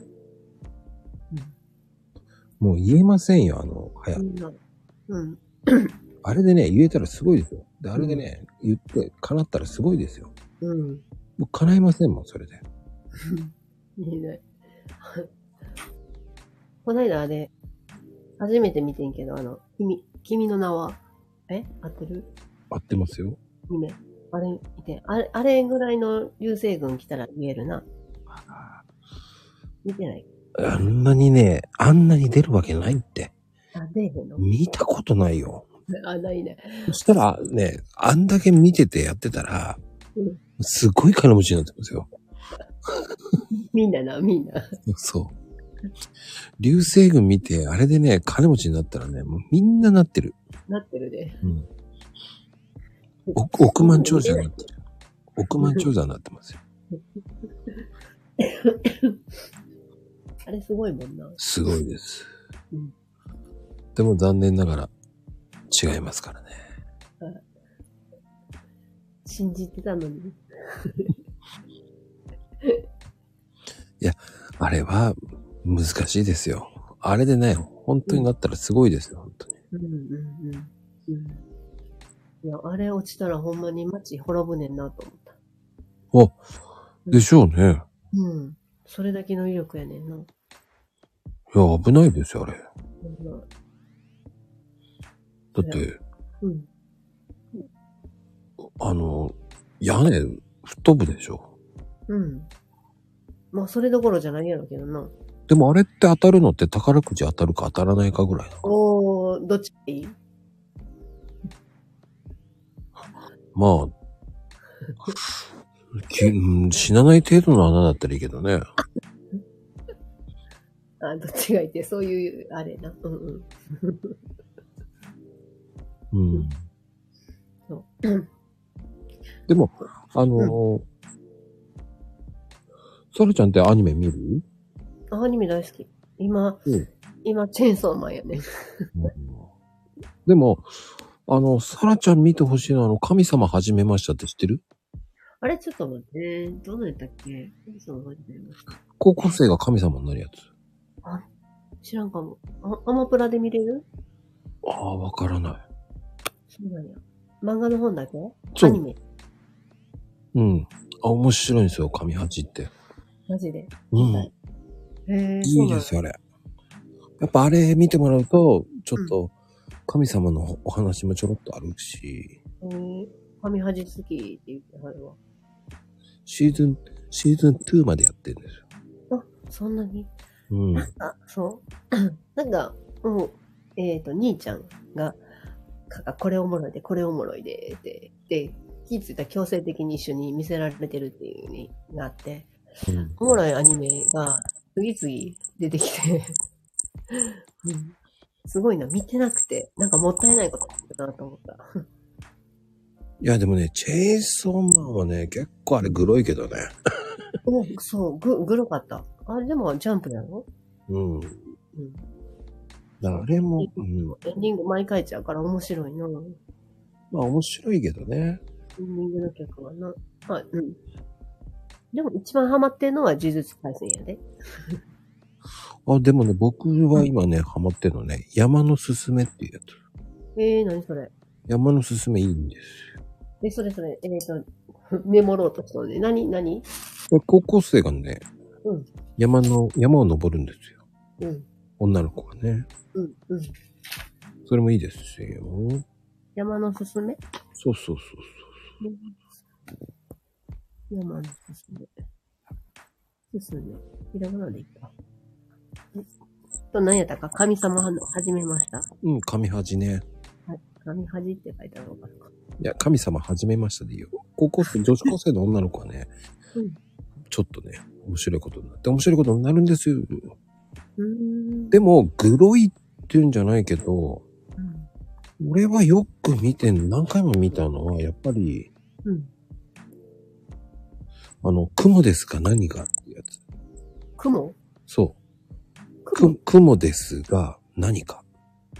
Speaker 1: もう言えませんよ、あの速さ
Speaker 2: みんな。うん。
Speaker 1: あれでね、言えたらすごいですよ。で、あれでね、言って、叶ったらすごいですよ。
Speaker 2: うん。
Speaker 1: もう叶いませんもん、それで。
Speaker 2: 見えない。こないだあれ、初めて見てんけど、あの、君、君の名は、え合ってる
Speaker 1: 合ってますよ。
Speaker 2: 夢。あれ見て、あれ、あれぐらいの流星群来たら見えるな。見てない。
Speaker 1: あんなにね、あんなに出るわけないって。
Speaker 2: あ、出えへんの
Speaker 1: 見たことないよ。
Speaker 2: あ、ないね。
Speaker 1: そしたらね、あんだけ見ててやってたら
Speaker 2: うん、
Speaker 1: すごい金持ちになってますよ。
Speaker 2: みんなな、みんな。
Speaker 1: そう。流星群見て、あれでね、金持ちになったらね、もうみんななってる。
Speaker 2: なってるで。
Speaker 1: うん。億億万長者になってる。億万長者になってますよ。
Speaker 2: あれすごいもんな。
Speaker 1: すごいです
Speaker 2: うん。
Speaker 1: でも残念ながら、違いますからね。
Speaker 2: 信じてたのに。
Speaker 1: あれは難しいですよ。あれでね、本当になったらすごいですよ、本当に。
Speaker 2: うんうんうん。うん。いや、あれ落ちたらほんまに街滅ぶねんなと思った。
Speaker 1: お、でしょうね。
Speaker 2: うん。それだけの威力やねんな。
Speaker 1: いや、危ないですよ、あれ。だ
Speaker 2: ほんま
Speaker 1: って、
Speaker 2: うん。
Speaker 1: あの、屋根、吹っ飛ぶでしょ。
Speaker 2: うん。まあ、それどころじゃないやろうけどな。
Speaker 1: でもあれって当たるのって宝くじ当たるか当たらないかぐらいな。
Speaker 2: おー、どっちがいい
Speaker 1: まあ、きうん死なない程度の穴だったらいいけどね。
Speaker 2: あ、どっちがいいって、そういう、あれな。うんうん。
Speaker 1: うん
Speaker 2: そ。
Speaker 1: でも、あのー、サラちゃんってアニメ見る、
Speaker 2: あアニメ大好き。今、
Speaker 1: うん
Speaker 2: 今、チェーンソーマンやね。
Speaker 1: でも、あの、サラちゃん見てほしいのは、あの、神様始めましたって知ってる
Speaker 2: あれ、ちょっと待って。どうなんやったっけそう覚えてない
Speaker 1: 高校生が神様になるやつ。
Speaker 2: 知らんかも。あアマプラで見れる
Speaker 1: ああ、わからない。
Speaker 2: そうなんや。漫画の本だけ
Speaker 1: そ
Speaker 2: アニ
Speaker 1: う。
Speaker 2: メ。
Speaker 1: うん。あ、面白いんですよ、神八って。
Speaker 2: マジで。
Speaker 1: うん。
Speaker 2: はいへえ。
Speaker 1: いですよ、あれ。やっぱあれ見てもらうと、ちょっと、神様のお話もちょろっとあるし、
Speaker 2: そうなんや。へえ神はじ好きって言ってはるわ。
Speaker 1: シーズン、シーズン2までやってるんですよ。
Speaker 2: そんなに
Speaker 1: うん。
Speaker 2: あ、そう。 なんか、もう、えっ、と、兄ちゃんが、かこれおもろいで、これおもろいで、って、で、気づいたら強制的に一緒に見せられてるっていうになって、
Speaker 1: うん
Speaker 2: おもろいアニメが次々出てきて、うん、すごいな、見てなくて、なんかもったいないことだったなと思った。
Speaker 1: いや、でもね、チェイソーマンはね、結構あれグロいけどね。
Speaker 2: おそう、ぐ、ぐろかった。あれでもジャンプやろ
Speaker 1: うん。
Speaker 2: うん。
Speaker 1: だからあれも、うん、
Speaker 2: エンディング毎回ちゃうから面白いな。エ
Speaker 1: まあ面白いけどね。
Speaker 2: ンディングの曲はな。あ、うん。でも一番ハマってんのは呪術廻戦やで。
Speaker 1: あ、でもね、僕は今ね、ハマってるのね、山のすすめっていうやつ。
Speaker 2: えー、何それ。
Speaker 1: 山のすすめいいんです
Speaker 2: え、それそれ、えー、と、 メモろうとしたので、何何
Speaker 1: よ。高校生がね、
Speaker 2: うん
Speaker 1: 山の、山を登るんですよ。
Speaker 2: うん、
Speaker 1: 女の子がね。
Speaker 2: うん、うん。
Speaker 1: それもいいですよ。
Speaker 2: 山のすすめ
Speaker 1: そうそうそうそう。
Speaker 2: 山のすすめ。すすめ。ひらがなでいいか。と何やったか、神様の始めました。
Speaker 1: うん、神恥ね。
Speaker 2: 神恥って書いてあるのかな。
Speaker 1: いや、神様始めましたでいいよ。高校生、女子高生の女の子はね、
Speaker 2: うん
Speaker 1: ちょっとね、面白いことになって、面白いことになるんですよ。
Speaker 2: うーん。
Speaker 1: でも、グロいっていうんじゃないけど、
Speaker 2: うん
Speaker 1: 俺はよく見てん、何回も見たのは、やっぱり、
Speaker 2: うん。
Speaker 1: あの、雲ですか何がっていうやつ。
Speaker 2: 雲
Speaker 1: そう。
Speaker 2: 雲
Speaker 1: く雲ですが何か。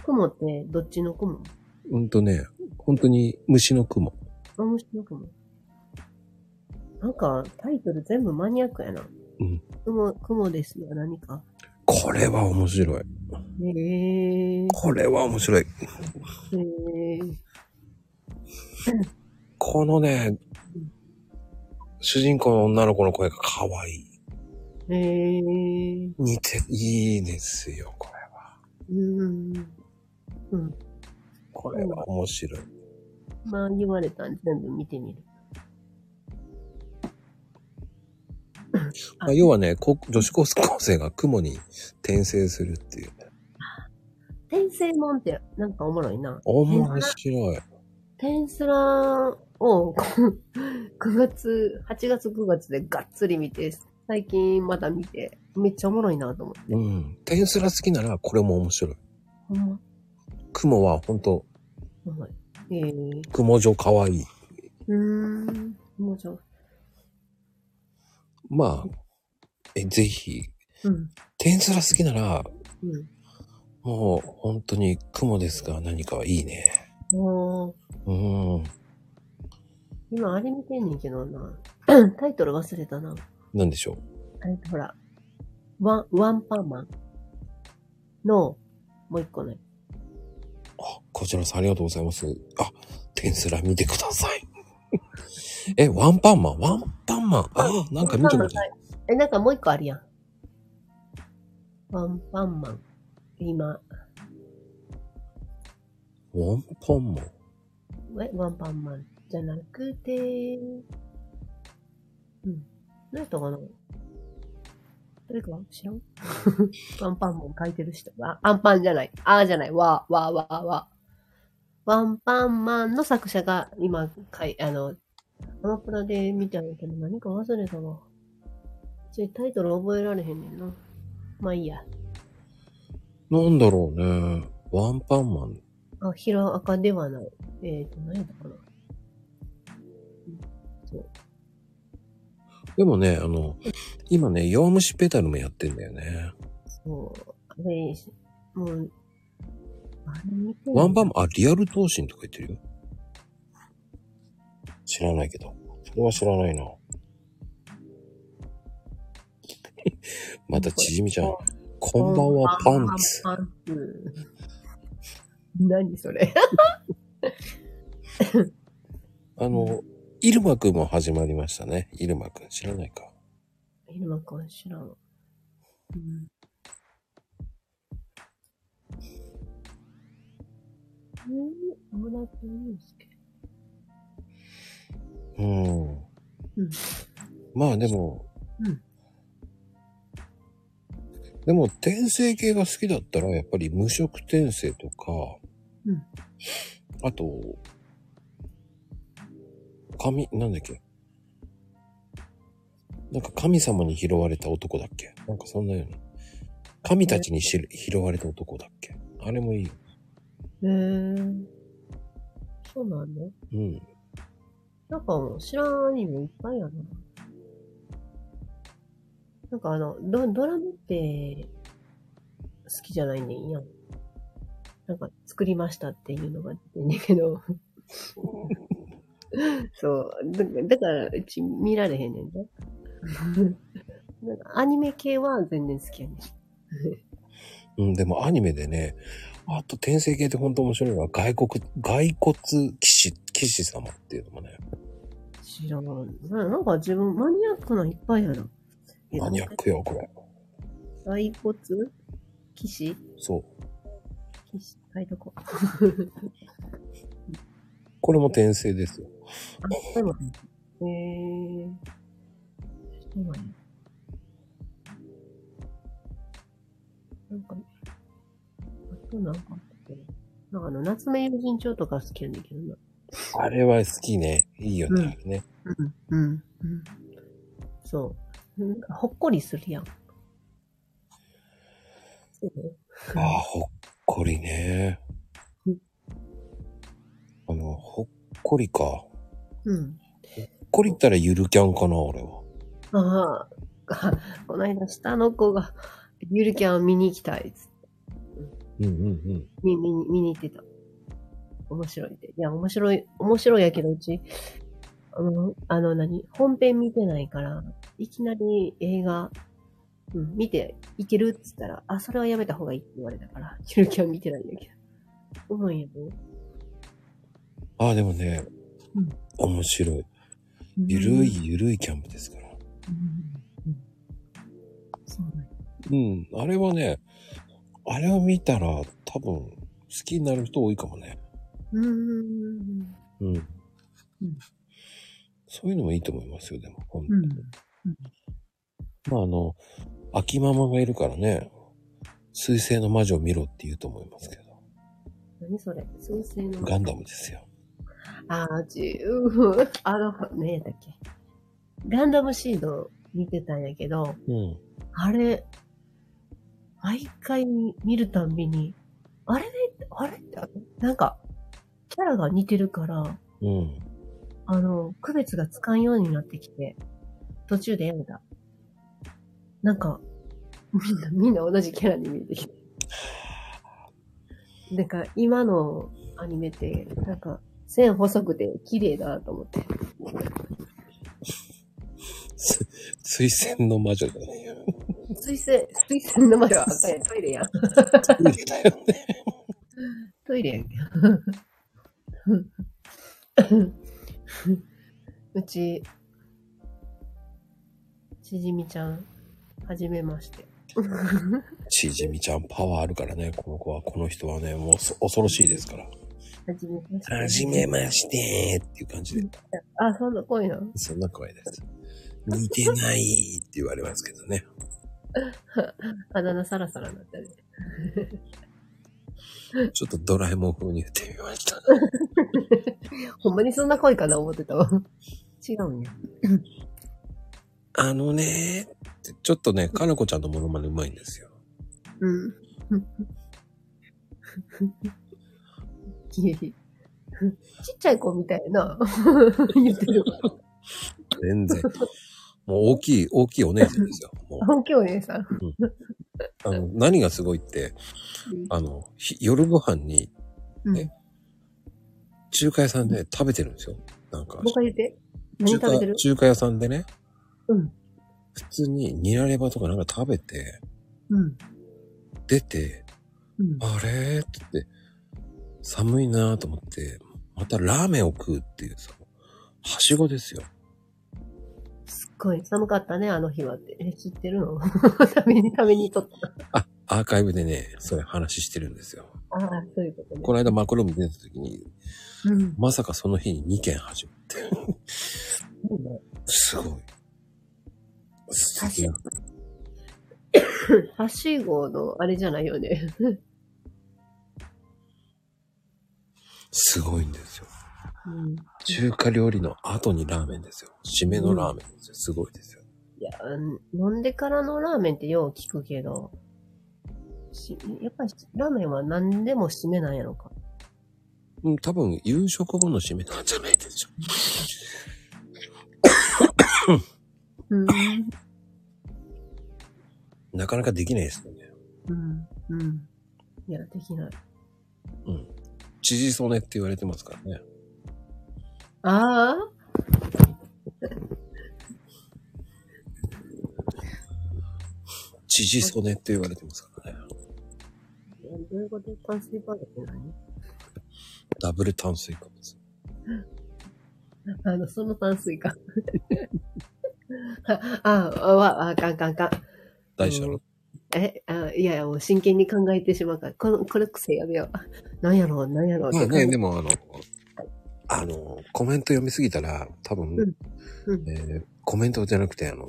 Speaker 2: 雲ってどっちの雲
Speaker 1: うんとね、本当に虫の雲。
Speaker 2: 面白い雲。なんか、タイトル全部マニアックやな。
Speaker 1: うん。
Speaker 2: 雲、雲ですよ、何か。
Speaker 1: これは面白い。
Speaker 2: へえー。
Speaker 1: これは面白い。
Speaker 2: へえー。
Speaker 1: このね、主人公の女の子の声が可愛い。
Speaker 2: へえー。
Speaker 1: 似て、いいですよ、これは。
Speaker 2: うん。うん。
Speaker 1: これは面白い。
Speaker 2: まあ、言われたんで全部見てみる。
Speaker 1: まあ、要はね、こ女子高生が雲に転生するっていう。
Speaker 2: 転生もんってなんかおもろいな。
Speaker 1: 面白い。
Speaker 2: テンスラをこう9月、8月9月でがっつり見て、最近まだ見て、めっちゃおもろいなと思って。
Speaker 1: うん。転スラ好きならこれも面白い。
Speaker 2: ほんま。
Speaker 1: 雲は本当
Speaker 2: ほんま。えー、
Speaker 1: 雲女可愛い。
Speaker 2: うーん。もうちょ。
Speaker 1: まあ、え、ぜひ、
Speaker 2: うん。
Speaker 1: 転スラ好きなら、
Speaker 2: うん。
Speaker 1: もう本当に雲ですが何かはいいね。
Speaker 2: もう、
Speaker 1: うん。
Speaker 2: 今あれ見てんねんけど な。タイトル忘れたな。
Speaker 1: なんでしょう。
Speaker 2: あれほら、ワン、ワンパンマンの、もう一個ね。
Speaker 1: あ、こちらさんありがとうございます。あ、テンスラ見てください。 え、ワンパンマン、ワンパンマン。あ、なんか見てみたい。
Speaker 2: え、なんかもう一個あるやん。ワンパンマン。今、
Speaker 1: ワンパンマン。
Speaker 2: え、ワンパンマンじゃなくて、うん。何やったかな誰か知らん ワンパンマン書いてる人。あ、アンパンじゃない。あーじゃない。わー、わー、わー、わー。ワンパンマンの作者が今、かい、あの、アマプラで見たんやけど、何か忘れたわ。ちょ、タイトル覚えられへんねんな。まあいいや。
Speaker 1: なんだろうね。ワンパンマン。
Speaker 2: あ、ヒロアカではない。えっ、ー、と、何やったかな。
Speaker 1: でもね、あの、今ね、弱虫ペダルもやってんだよね。
Speaker 2: そう、あれ、もう、あれ見て
Speaker 1: ワンパンマン、あ、リアル闘神とか言ってるよ。知らないけど。それは知らないな。 またちじみちゃん。こんばんは、パンツ。
Speaker 2: パンツ。 何それ。
Speaker 1: あの、イルマくんも始まりましたね。イルマくん知らないか。
Speaker 2: 昼間か知らん。うん。うん、村木祐介。
Speaker 1: うん。
Speaker 2: うん
Speaker 1: まあでも、
Speaker 2: うん
Speaker 1: でも転生系が好きだったら、やっぱり無色転生とか、
Speaker 2: うん
Speaker 1: あと、神、なんだっけなんか神様に拾われた男だっけなんかそんなような。神たちにし拾われた男だっけあれもいいよ。
Speaker 2: へえー。そうなんだ。
Speaker 1: うん。
Speaker 2: なんかもう知らんアニメいっぱいやな。なんかあの、ドドラマって好きじゃないねんやん。なんか作りましたっていうのが出てんねんけ ど。そう。だだから、うち見られへんねんね。なんかアニメ系は全然好きやねん。
Speaker 1: うん、でもアニメでね、あと転生系って本当面白いのは、外国、骸骨騎士、騎士様っていうのもね、
Speaker 2: 知らん。ななんか自分マニアックなんいっぱいやな。
Speaker 1: マニアックよ、これ。
Speaker 2: 骸骨騎士
Speaker 1: そう。
Speaker 2: 騎士書いとこう。
Speaker 1: これも転生ですよ。
Speaker 2: あ、そうなんだへえ。そうなんやなんか、となんかあったっけなんかあの、夏目友人帳とか好きやねんけどな。
Speaker 1: あれは好きね。いいよね、
Speaker 2: うん
Speaker 1: あれね。
Speaker 2: うん。うん。そう。なんかほっこりするやん。そう
Speaker 1: ああ、ほっこりね
Speaker 2: うん。
Speaker 1: あの、ほっこりか。ほ
Speaker 2: うん。
Speaker 1: っこりったらゆるキャンかな、俺は。
Speaker 2: ああ、この間下の子が、ゆるキャン見に行きたいっつって
Speaker 1: うんうんうん。
Speaker 2: 見見に見に行ってた。面白いって。いや、面白い、面白いやけど、うち、あの、あの何、本編見てないから、いきなり映画、うん、見ていけるって言ったら、あ、それはやめた方がいいって言われたから、ゆるキャン見てないんだけど。思うんやろ
Speaker 1: ああ、でもね、
Speaker 2: うん
Speaker 1: 面白い。ゆる。いゆるいキャンプですから。
Speaker 2: うんうんそうなんや
Speaker 1: うん、あれはね、あれを見たら多分好きになる人多いかもね。
Speaker 2: うーん。
Speaker 1: うん。
Speaker 2: ん
Speaker 1: そういうのもいいと思いますよ、でも。ほん
Speaker 2: うん。
Speaker 1: まあ、あの、秋ママがいるからね、水星の魔女を見ろって言うと思いますけど。
Speaker 2: 何それ水星の。
Speaker 1: ガンダムですよ。
Speaker 2: あー、じゅう、あの、何やったっけ。ガンダムシード見てたんやけど、
Speaker 1: うん。
Speaker 2: あれ、毎回見るたんびに、あれあれって、なんか、キャラが似てるから、
Speaker 1: うん。
Speaker 2: あの、区別がつかんようになってきて、途中でやめた。なんか、 みんな、みんな同じキャラに見えてきて。なんか、今のアニメって、なんか、線細くて綺麗だなと思って。
Speaker 1: す水星の魔女 だね。
Speaker 2: 水星、 水星の前は、赤やトイレやん。
Speaker 1: だよね。
Speaker 2: トイレやん。 うち、ちじみちゃん、はじめまして。
Speaker 1: ちじみちゃんパワーあるからね、この子は、この人はね、もうそ恐ろしいですから。
Speaker 2: はじめまして。
Speaker 1: はじめましてーっていう感じで、
Speaker 2: あ、そんな声なの
Speaker 1: そんな声です。似てないって言われますけどね。
Speaker 2: あだ名サラサラになったね。
Speaker 1: ちょっとドラえもん風に言ってみました。
Speaker 2: ほんまにそんな声かな思ってたわ。違うんや。
Speaker 1: あのねーって、ちょっとね、かなこちゃんのモノマネうまいんですよ。
Speaker 2: うん。いえいえちっちゃい子みたいな。 言ってるわ。
Speaker 1: 全然。もう大きい、大きいお姉さんですよ。もう
Speaker 2: 本気お姉さん。
Speaker 1: あの何がすごいって、あの、ひ夜ご飯に
Speaker 2: うん。
Speaker 1: え中華屋さんで食べてるんですよ。なんか
Speaker 2: もう、一回言って。何
Speaker 1: 中
Speaker 2: 食べてる
Speaker 1: 華中華屋さんでね、
Speaker 2: うん。
Speaker 1: 普通にニラレバとかなんか食べて、
Speaker 2: うん。
Speaker 1: 出て、
Speaker 2: うん。
Speaker 1: あれーって言って、寒いなーと思って、またラーメンを食うっていうさ、はしごですよ。
Speaker 2: すっごい寒かったね、あの日はって。え、知ってるの 食べに、食べにとった。
Speaker 1: あ、アーカイブでね、それ話してるんですよ。
Speaker 2: ああ、そういうことね。
Speaker 1: この間マクローム出た時に、
Speaker 2: うん。
Speaker 1: まさかその日に2件始まって。すごい。素敵な。
Speaker 2: はしごの、あれじゃないよね。
Speaker 1: すごいんですよ。
Speaker 2: うん。
Speaker 1: 中華料理の後にラーメンですよ。締めのラーメンですよ。すごいですよ。
Speaker 2: いや、うん飲んでからのラーメンってよう聞くけど、しやっぱりラーメンは何でも締めなんやろか。
Speaker 1: うん、多分夕食後の締めなんじゃないでしょうか。
Speaker 2: うん。
Speaker 1: なかなかできないですよね。
Speaker 2: うん。うん。いや、できない。
Speaker 1: うん。チヂソネって言われてますからね。
Speaker 2: ああ
Speaker 1: チヂソネって言われてますからね。
Speaker 2: どういうこと炭水化物って何
Speaker 1: ダブル炭水化物。
Speaker 2: あの、その炭水化。あ、 あ、あわ、あ、あかんかんかん。
Speaker 1: 大事だろ。
Speaker 2: え、あいやいや、もう真剣に考えてしまうから、この、これ癖やめよう。なんやろう、なんやろうっ
Speaker 1: まあ
Speaker 2: て。
Speaker 1: ね、でもあの、あの、コメント読みすぎたら、多分、
Speaker 2: うんうん
Speaker 1: えーコメントじゃなくて、あの、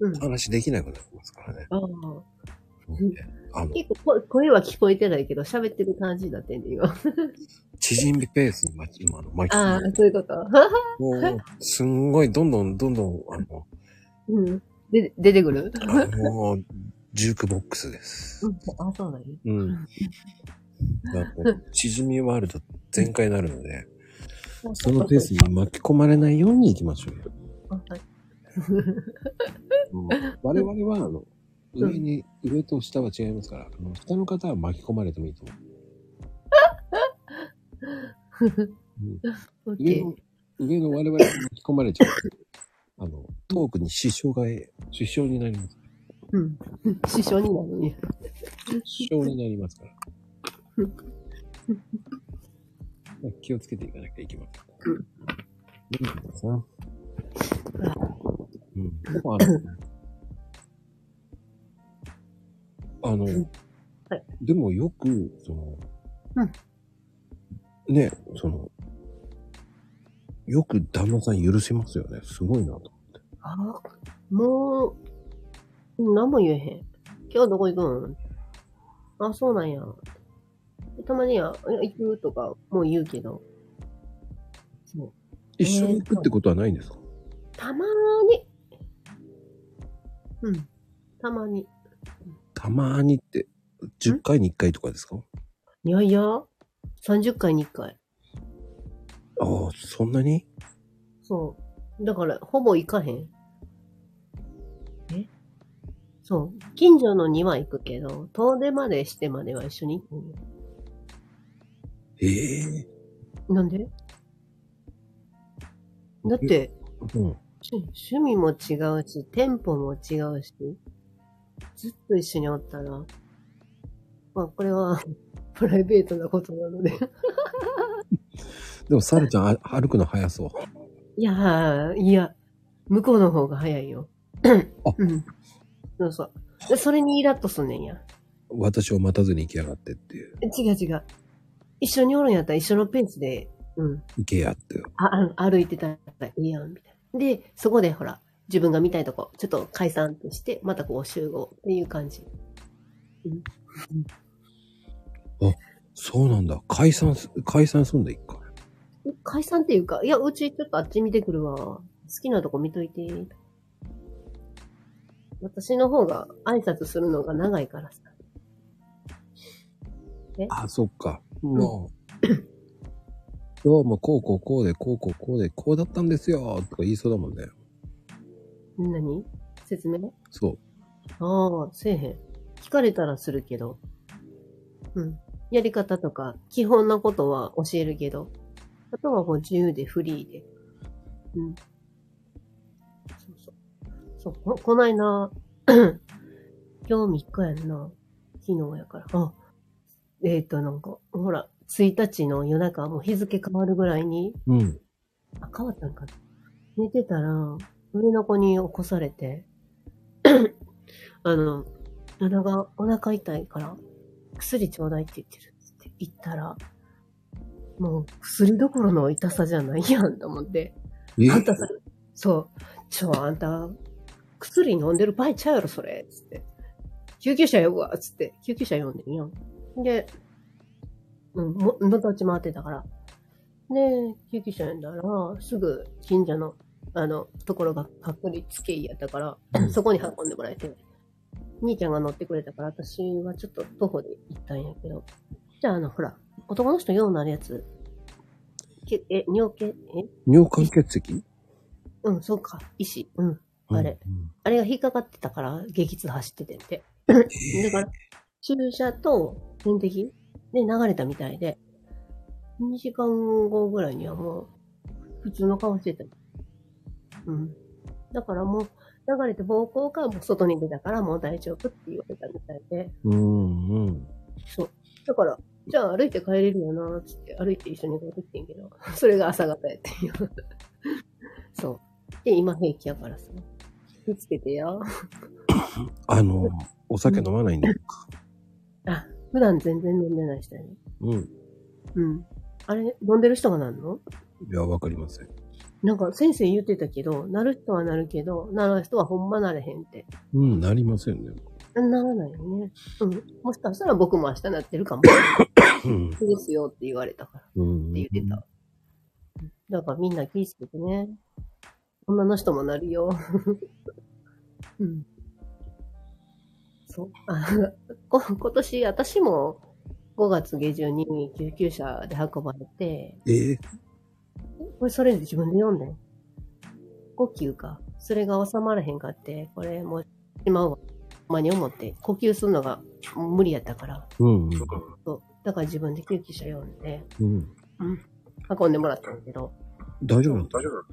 Speaker 2: うん。
Speaker 1: お話できなくなりますからね。
Speaker 2: ああ、
Speaker 1: うん
Speaker 2: ん
Speaker 1: あの、
Speaker 2: 結構声声は聞こえてないけど、喋ってる感じになってんね、今。
Speaker 1: 縮みペースに巻き、今あの、巻き
Speaker 2: あ
Speaker 1: 込
Speaker 2: あ
Speaker 1: ん、で、
Speaker 2: そういうこと。
Speaker 1: もう、すんごい、どんどん、どんどん、あの、
Speaker 2: うん。で、出てくる
Speaker 1: あの、ジュークボックスです。
Speaker 2: あ、そうなんや。
Speaker 1: うん。だから縮みワールド全開になるので、そのペースに巻き込まれないように行きましょうよ。
Speaker 2: あはい
Speaker 1: うん我々は、あの、上に、上と下は違いますから、あの下の方は巻き込まれてもいいと思
Speaker 2: オッ
Speaker 1: う。
Speaker 2: ケ
Speaker 1: 上
Speaker 2: ー
Speaker 1: の、上の我々が巻き込まれちゃうと。あの、トークに支障が、支障になります。
Speaker 2: うん。 師匠になるんや。
Speaker 1: 支障になりますから
Speaker 2: うん。
Speaker 1: まあ気をつけていかなきゃいけません。
Speaker 2: う
Speaker 1: う
Speaker 2: ん
Speaker 1: ん。うん。でもあの、あの、
Speaker 2: んはい
Speaker 1: でもよく、その、
Speaker 2: うん
Speaker 1: ね、その、よく旦那さん許せますよね。すごいなと。
Speaker 2: あもう、何も言えへん。今日どこ行くんあ、そうなんや。たまにや、いや行くとか、もう言うけど。そう。
Speaker 1: 一緒に行くってことはないんですか、
Speaker 2: たまに。うん。たまに。
Speaker 1: たまーにって、10回に1回とかですか
Speaker 2: いやいや、30回に1回。
Speaker 1: ああ、そんなに
Speaker 2: そう。だから、ほぼ行かへん。えそう。近所のには行くけど、遠出までしてまでは一緒に行くんよ
Speaker 1: ええ
Speaker 2: なんでだって、
Speaker 1: うん。
Speaker 2: 趣趣味も違うし、テンポも違うし、ずっと一緒におったら、まあこれは プライベートなことなので。
Speaker 1: でも、サルちゃん、あ歩くの速そう。
Speaker 2: いやー、いや、向こうの方が早いよ。うん。そうそう。でそれにイラッとすんねんや。
Speaker 1: 私を待たずに行きやがってっていう。
Speaker 2: 違う違う。一緒におるんやったら一緒のペースで、うん。
Speaker 1: 行けやって。
Speaker 2: あ、あ歩いてたらいいやん、みたいな。で、そこでほら、自分が見たいとこ、ちょっと解散ってして、またこう集合っていう感じ。
Speaker 1: そうなんだ。解散す、解散すんだ、一回。
Speaker 2: 解散っていうか、いや、うちちょっとあっち見てくるわ。好きなとこ見といて。私の方が挨拶するのが長いからさ。
Speaker 1: あ、そっか。もう、 今日もこうこうこうで、こうこうこうで、こうだったんですよ、とか言いそうだもんね。
Speaker 2: 何説明
Speaker 1: そう。
Speaker 2: ああ、せえへん。聞かれたらするけど。うん。やり方とか、基本なことは教えるけど。あとはもう自由でフリーで。うん。そうそう。そう、ここないな。 今日3日やんな。昨日やから。あ、えっ、と、なんか、ほら、1日の夜中、もう日付変わるぐらいに、
Speaker 1: うん。
Speaker 2: あ、変わったんかな。寝てたら、上の子に起こされて、あの、七がお腹痛いから、薬ちょうだいって言ってるって言ったら、もう薬どころの痛さじゃないやんと思って。
Speaker 1: え
Speaker 2: あんた、そう、ちょ、あんた、薬飲んでる場合ちゃうやろ、それ、つって。救急車呼ぶわ、つって。救急車呼んでんやん。で、うん、も、のたち回ってたから。で、救急車呼んだら、すぐ近所の、あの、ところがパクリつけいやったから、そこに運んでもらえて。兄ちゃんが乗ってくれたから、私はちょっと徒歩で行ったんやけど。じゃあ、あの、ほら、男の人用になるやつ。けえ、尿系、え
Speaker 1: 尿管結石
Speaker 2: うん、そうか。医師。うん。あれ。
Speaker 1: うん
Speaker 2: あれが引っかかってたから、激痛走っててんて。だから、注射と点滴で流れたみたいで、2時間後ぐらいにはもう、普通の顔してた。うん。だからもう、流れて膀胱がもう外に出たからもう大丈夫って言われたみたいで、
Speaker 1: うん、うん。
Speaker 2: だから、じゃあ歩いて帰れるよな、つって歩いて一緒に帰ってきてんけど、 それが朝方やってんよ。 そう。で、今平気やからさ。気をつけてよ。
Speaker 1: あの、お酒飲まないんだ。
Speaker 2: あ、普段全然飲んでない人やね。
Speaker 1: うん。
Speaker 2: うん。あれ、飲んでる人がなんの
Speaker 1: いや、わかりません。
Speaker 2: なんか先生言ってたけど、なる人はなるけど、ならん人はほんまなれへんって。
Speaker 1: うん、なりませんね。
Speaker 2: ならないよね。うん。もしかしたら僕も明日なってるかも。
Speaker 1: うん。
Speaker 2: そうですよって言われたから。
Speaker 1: うん
Speaker 2: って言ってた。だからみんな気ぃつけてね。女の人もなるよ。うん。 そう。あこ今年、私も5月下旬に救急車で運ばれて、
Speaker 1: ええ
Speaker 2: これそれで自分で読んでん。呼吸か。それが収まらへんかって、これもうしまうわ。ほんまに思って、呼吸するのが無理やったから。
Speaker 1: うん。
Speaker 2: そう。だから自分で救急車呼んで、
Speaker 1: うん。
Speaker 2: 運んでもらったんだけど、
Speaker 1: 大丈夫なんだ。
Speaker 3: 大丈夫なん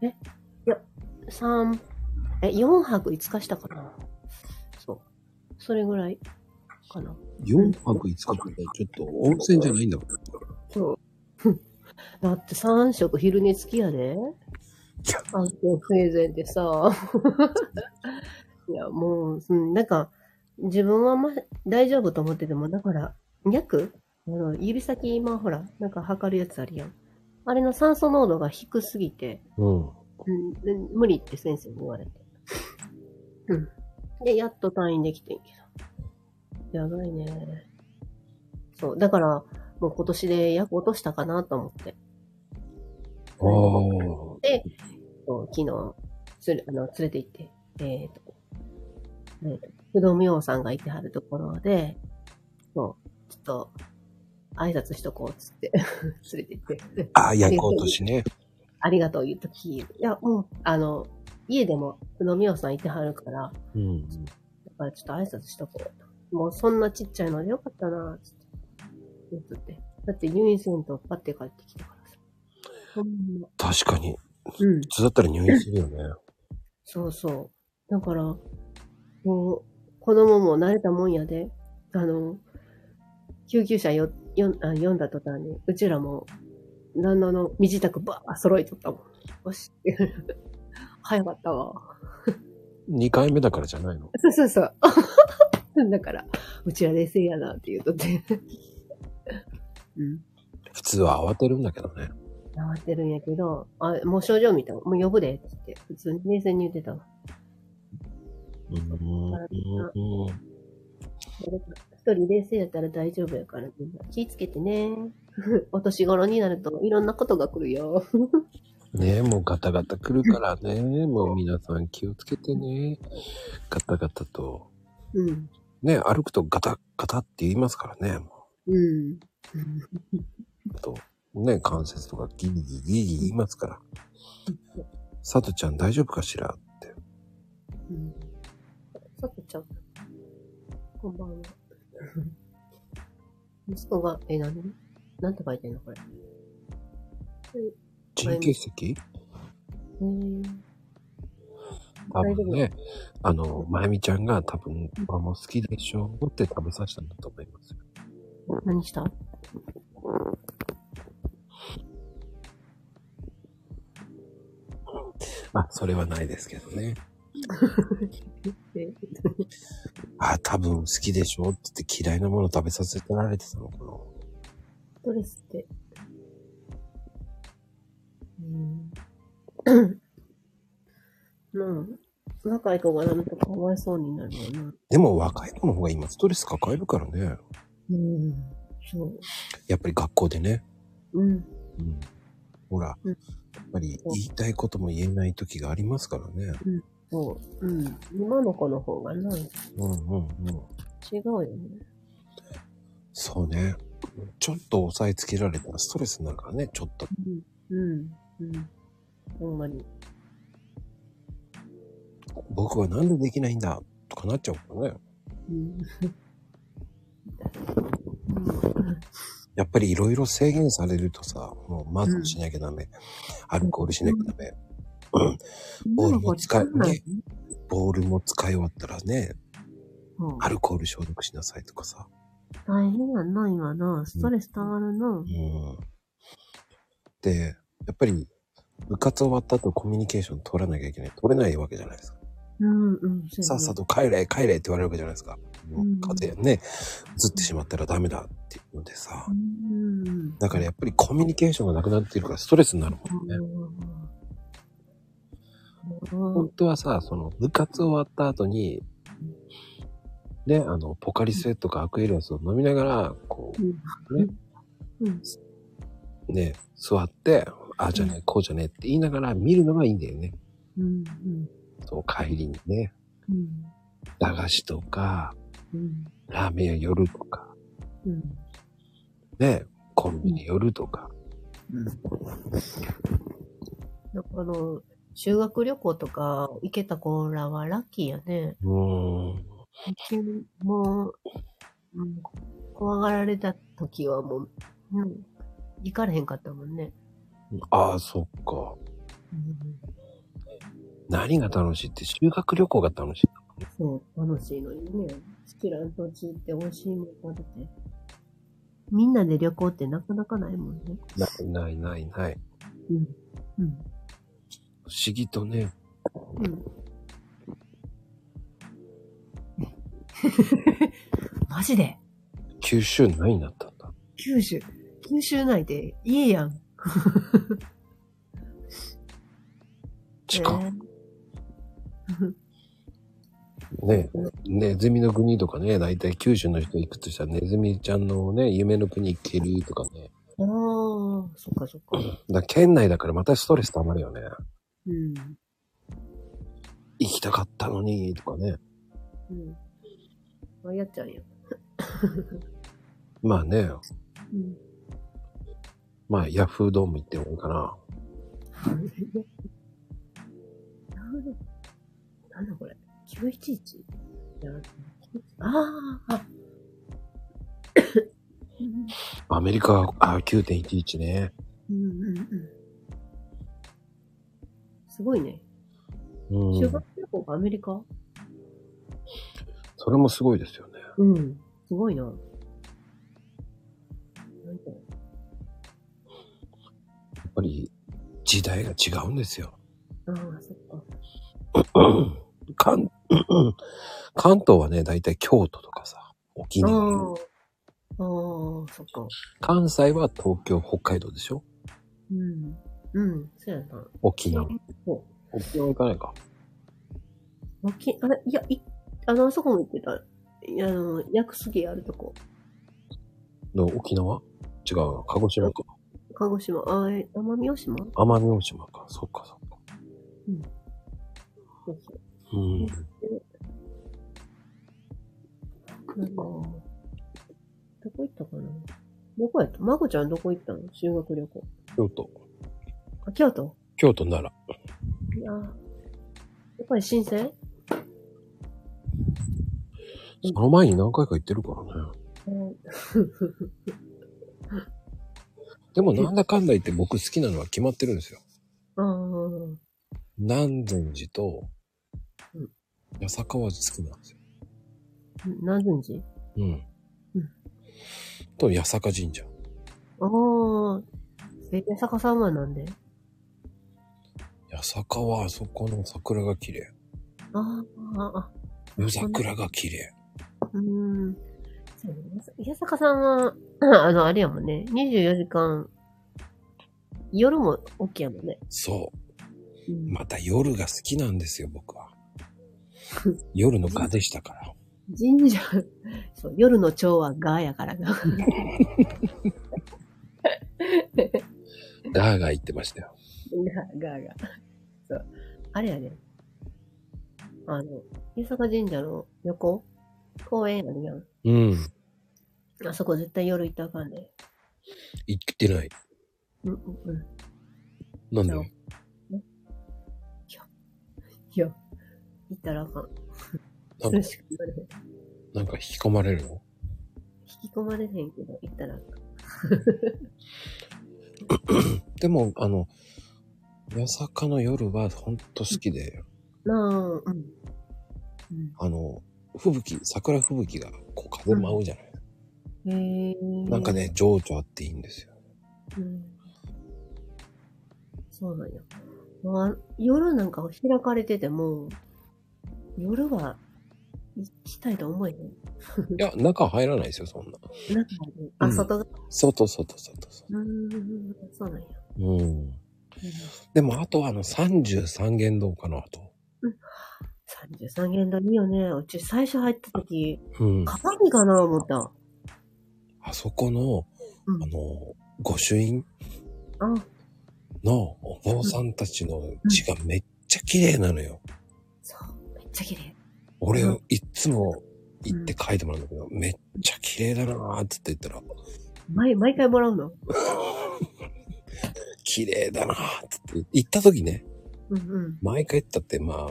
Speaker 3: だ
Speaker 2: 三え、4泊5日したかなそう。それぐらいかな。
Speaker 1: 4泊5日間でちょっと温泉じゃないんだから。
Speaker 2: そう。 だって3食昼寝付きやで。あの、生前でさ。 いや、もう、うん、なんか、自分はま、大丈夫と思ってても、だから、脈あの、指先今ほら、なんか測るやつあるやん。あれの酸素濃度が低すぎて、
Speaker 1: うん。
Speaker 2: うんで、無理って先生に言われて。うん。で、やっと退院できてんけど。やばいね。そう。だから、もう今年で役落としたかなと思って。
Speaker 1: あ
Speaker 2: そう昨日、つれ、あの、連れて行って、えっ、と、えーと、不動明王さんがいてはるところで、そう、ちょっと、挨拶しとこうっつって、 連れて行って、
Speaker 1: あ。ああ、焼こうとしね。
Speaker 2: ありがとう言うとき、いや、もう、あの、家でも、不動明王さんいてはるから、
Speaker 1: うん。
Speaker 2: だからちょっと挨拶しとこう。もうそんなちっちゃいのでよかったなぁ、つって。言っとって。だって入院せんとパッて帰ってきたからさ。ほんま。
Speaker 1: 確かに。
Speaker 2: うん
Speaker 1: 普。通だったら入院するよね。
Speaker 2: そうそう。だから、もう、子供も慣れたもんやで、あの、救急車よ、よんあ読んだ途端に、うちらも、旦那の身支度ばー揃えとったもん。よし。早かったわ。
Speaker 1: 2回目だからじゃないの。
Speaker 2: そうそうそう。だから、うちら冷静やなって言うとって。うん。
Speaker 1: 普通は慌てるんだけどね。
Speaker 2: 慌てるんやけど、あ、もう症状見た。もう呼ぶでって言って、普通に冷静に言ってたわ。
Speaker 1: うん。うん
Speaker 2: 一人冷静やったら大丈夫やから、みんな気ぃつけてね。お年頃になるといろんなことが来るよ。
Speaker 1: ねえ、もうガタガタ来るからね。もう皆さん気をつけてね。ガタガタと。
Speaker 2: うん。
Speaker 1: ね歩くとガタガタって言いますからね。も
Speaker 2: うん。
Speaker 1: うあと、ね関節とかギリギリギリギリ言いますから。さとちゃん大丈夫かしらって。
Speaker 2: うん。さとちゃん。こんばんは。息子が、え、何なんて書いてんのこれ。
Speaker 1: 人形石
Speaker 2: えー、
Speaker 1: 多分ね、あの、まゆみちゃんが多分、ママ好きでしょって食べさせたんだと思いますよ。
Speaker 2: 何した
Speaker 1: あ、それはないですけどね。
Speaker 2: え
Speaker 1: あ、多分好きでしょって言って嫌いなもの食べさせてられてたのかな。
Speaker 2: ドレスって。うん。 まあ、若い子がなるとかわいそうになるよな。
Speaker 1: でも若い子の方が今ストレス抱えるからね。
Speaker 2: うん。そう。
Speaker 1: やっぱり学校でね。
Speaker 2: う
Speaker 1: う
Speaker 2: ん。
Speaker 1: ん。ほら、
Speaker 2: うん
Speaker 1: やっぱり言いたいことも言えない時がありますからね。
Speaker 2: そう。うん。今の子の方がな、違
Speaker 1: うんうんうん。
Speaker 2: うよね。
Speaker 1: そうね。ちょっと抑えつけられたらストレスになるからね、ちょっと。
Speaker 2: うん。うん。ほんまに。
Speaker 1: 僕はなんでできないんだとかなっちゃうからね。
Speaker 2: うん。
Speaker 1: やっぱりいろいろ制限されるとさ、もうマスクしなきゃダメ、アルコールしなきゃダメ、ボールも使えねボールも使い終わったらね、
Speaker 2: そう
Speaker 1: アルコール消毒しなさいとかさ。
Speaker 2: 大変やんな、今な。ストレス溜まるな。
Speaker 1: うん。で、やっぱり部活終わった後コミュニケーション取らなきゃいけない。取れないわけじゃないですか。
Speaker 2: うん、うん。そうやな
Speaker 1: さっさと帰れ、帰れって言われるわけじゃないですか。もう
Speaker 2: うん
Speaker 1: 風邪ね、移ってしまったらダメだっていうのでさ
Speaker 2: う。ん。
Speaker 1: だからやっぱりコミュニケーションがなくなっているからストレスになるもんね。
Speaker 2: うん
Speaker 1: 本当はさ、その部活終わった後に、ね、あの、ポカリスエットかアクエリアスを飲みながら、こ
Speaker 2: うん。
Speaker 1: う、ね、座って、ああじゃねえ、こうじゃねえって言いながら見るのがいいんだよね。
Speaker 2: うん。
Speaker 1: そう、帰りにね、
Speaker 2: うん。
Speaker 1: 駄菓子とか、
Speaker 2: うん。
Speaker 1: ラーメン屋寄るとか、
Speaker 2: うん。
Speaker 1: ね、コンビニ寄るとか。
Speaker 2: だから、修学旅行とか行けた子らはラッキーやね。
Speaker 1: うーん。
Speaker 2: もう、うん、怖がられた時はもう、うん、行かれへんかったもんね。
Speaker 1: ああ、そっか。何が楽しいって修学旅行が楽しい。
Speaker 2: そう、楽しいのにね。好きな土地って美味しいもん食べて。みんなで旅行ってなかなかないもんね。
Speaker 1: ないないないない。
Speaker 2: うん。うん。
Speaker 1: 不思議とね、
Speaker 2: うん。マジで
Speaker 1: 九州何になったんだ。
Speaker 2: 九州、九州内で家やん。
Speaker 1: 近っ
Speaker 2: え
Speaker 1: ねネズミの国とかね、だいたい九州の人行くとしたらネズミちゃんのね、夢の国行けるとかね。
Speaker 2: ー、ああ、そっかそっか。
Speaker 1: だから県内だからまたストレス溜まるよね。
Speaker 2: うん。
Speaker 1: 行きたかったのに、とかね。
Speaker 2: うん。あやっちゃうやん。
Speaker 1: まあね、
Speaker 2: うん。
Speaker 1: まあヤフードーム行ってもいいかな。
Speaker 2: なんだなんだこれ ?911? やああ、あうん
Speaker 1: アメリカは、あ、9.11ね。
Speaker 2: うんうんうん。すごいね。
Speaker 1: う
Speaker 2: 修
Speaker 1: ん
Speaker 2: 学。旅行がアメリカ
Speaker 1: それもすごいですよね。
Speaker 2: うん。すごいな。なんか、
Speaker 1: やっぱり時代が違うんですよ。
Speaker 2: ああ、そっか。
Speaker 1: 関関東はね、大体京都とかさ、沖
Speaker 2: あ
Speaker 1: 縄。
Speaker 2: あ、ああ、そっか。
Speaker 1: 関西は東京、北海道でしょ
Speaker 2: うん。うん、そうやな。
Speaker 1: 沖縄。
Speaker 2: そ
Speaker 1: 沖縄行かないか。
Speaker 2: う。沖、あれ、いや、い、あの、あそこも行ってた。いやあの、屋久杉あるとこ。
Speaker 1: の沖縄違うな。鹿児島か。
Speaker 2: 鹿児島、ああ、え奄美大島
Speaker 1: 奄美大島か。そっかそっか。
Speaker 2: そうそう。
Speaker 1: うん。
Speaker 2: なんか、どこ行ったかなどこやったまこちゃんどこ行ったの修学旅行。
Speaker 1: 京都。
Speaker 2: あ、京都
Speaker 1: 京都なら。
Speaker 2: いやーやっぱり新鮮
Speaker 1: その前に何回か行ってるからね。
Speaker 2: うん
Speaker 1: でもなんだかんだ言って僕好きなのは決まってるんですよ。
Speaker 2: あー。
Speaker 1: 南禅寺と
Speaker 2: うん、
Speaker 1: 八坂川寺好きなんですよ。
Speaker 2: 何寸寺
Speaker 1: うん。
Speaker 2: うん
Speaker 1: と、八坂神社。
Speaker 2: ああ。え、八坂さんはなんで
Speaker 1: 八坂はあそこの桜が綺麗。
Speaker 2: あーあ、
Speaker 1: 夜桜が綺麗。
Speaker 2: あ、うーん。そうね八坂さんは、 あの、あれやもんね。24時間、夜も OK やもんね。
Speaker 1: そう。
Speaker 2: うん
Speaker 1: また夜が好きなんですよ、僕は。夜の蛾でしたから。
Speaker 2: 神社、そう、夜の蝶はガーやからな。
Speaker 1: ガーガー言ってましたよ。
Speaker 2: ガーが。そう。あれやね。あの、八坂神社の横公園あるやん。
Speaker 1: うん。
Speaker 2: あそこ絶対夜行ったらあかんで、
Speaker 1: 言ってない。
Speaker 2: うんうんうん。
Speaker 1: なんで
Speaker 2: そういや、行ったらあかん。
Speaker 1: なん
Speaker 2: そ
Speaker 1: か
Speaker 2: れしか言われへん。
Speaker 1: なんか引き込まれるの
Speaker 2: 引き込まれへんけど、行ったらあかん。
Speaker 1: でも、あの、八坂の夜はほんと好きで、
Speaker 2: なあ、うん。うん
Speaker 1: あの、吹雪、桜吹雪がこう風舞うじゃない。
Speaker 2: へー
Speaker 1: なんか。ね、情緒あっていいんですよ。
Speaker 2: うん。そうなんや。まあ、夜なんか開かれてても、夜は行きたいと思えへん。
Speaker 1: いや、中入らないですよ、そんな。
Speaker 2: なんかね、あ、
Speaker 1: うん
Speaker 2: 外が。
Speaker 1: 外、外、外、外。
Speaker 2: うん、そうなんや。
Speaker 1: うん。でも、あとはあの、33元堂かなと。
Speaker 2: 33元だいいよね。うち最初入った時、
Speaker 1: うん。
Speaker 2: 鏡かな思った。
Speaker 1: あそこの、
Speaker 2: うん
Speaker 1: あの、御朱印
Speaker 2: あ、
Speaker 1: のお坊さんたちの字がめっちゃ綺麗なのよ。
Speaker 2: そう。めっちゃ綺麗。
Speaker 1: 俺
Speaker 2: うん、
Speaker 1: いっつも行って書いてもらうんだけど、めっちゃ綺麗だなーっつって言ったら、
Speaker 2: 毎、毎回もらうの
Speaker 1: 綺麗だなーっつって、行った時ね、
Speaker 2: うんうん。
Speaker 1: 毎回行ったって、まあ、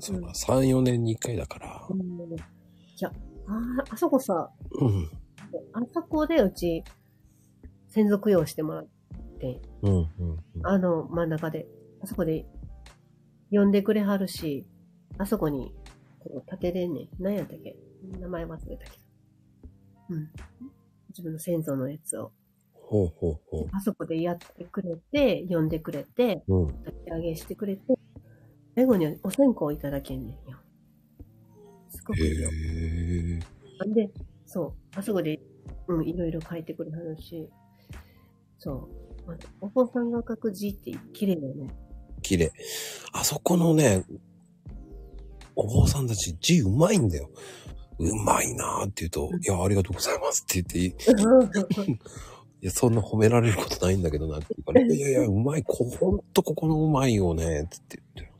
Speaker 1: そんな3、4年に1回だから
Speaker 2: う、んいや、あー、あそこさ、
Speaker 1: うん、
Speaker 2: あそこでうち、専属用してもらって、
Speaker 1: うん、うんうん。
Speaker 2: あの真ん中で、あそこで呼んでくれはるし、あそこに、こう、建てれんねん。何やったっけ名前忘れたけど。うん。自分の先祖のやつを、
Speaker 1: ほうほうほ
Speaker 2: あそこでやってくれて、呼んでくれて、
Speaker 1: う。うん。
Speaker 2: 立ち上げしてくれて、最後にお線香をいただけんねんよ。すごくいいよ。
Speaker 1: へえ。
Speaker 2: で、そう、あそこで、うん、いろいろ書いてくれはるし、そう、まお坊さんが書く字って綺麗だよね。
Speaker 1: 綺麗。あそこのね、お坊さんたち字うまいんだよ。うまいなーって言うと、いや、ありがとうございますって言って、いや、そんな褒められることないんだけどなって言うから、いやいやいや、うまい、こ、ほんとここのうまいよね、って言ってる。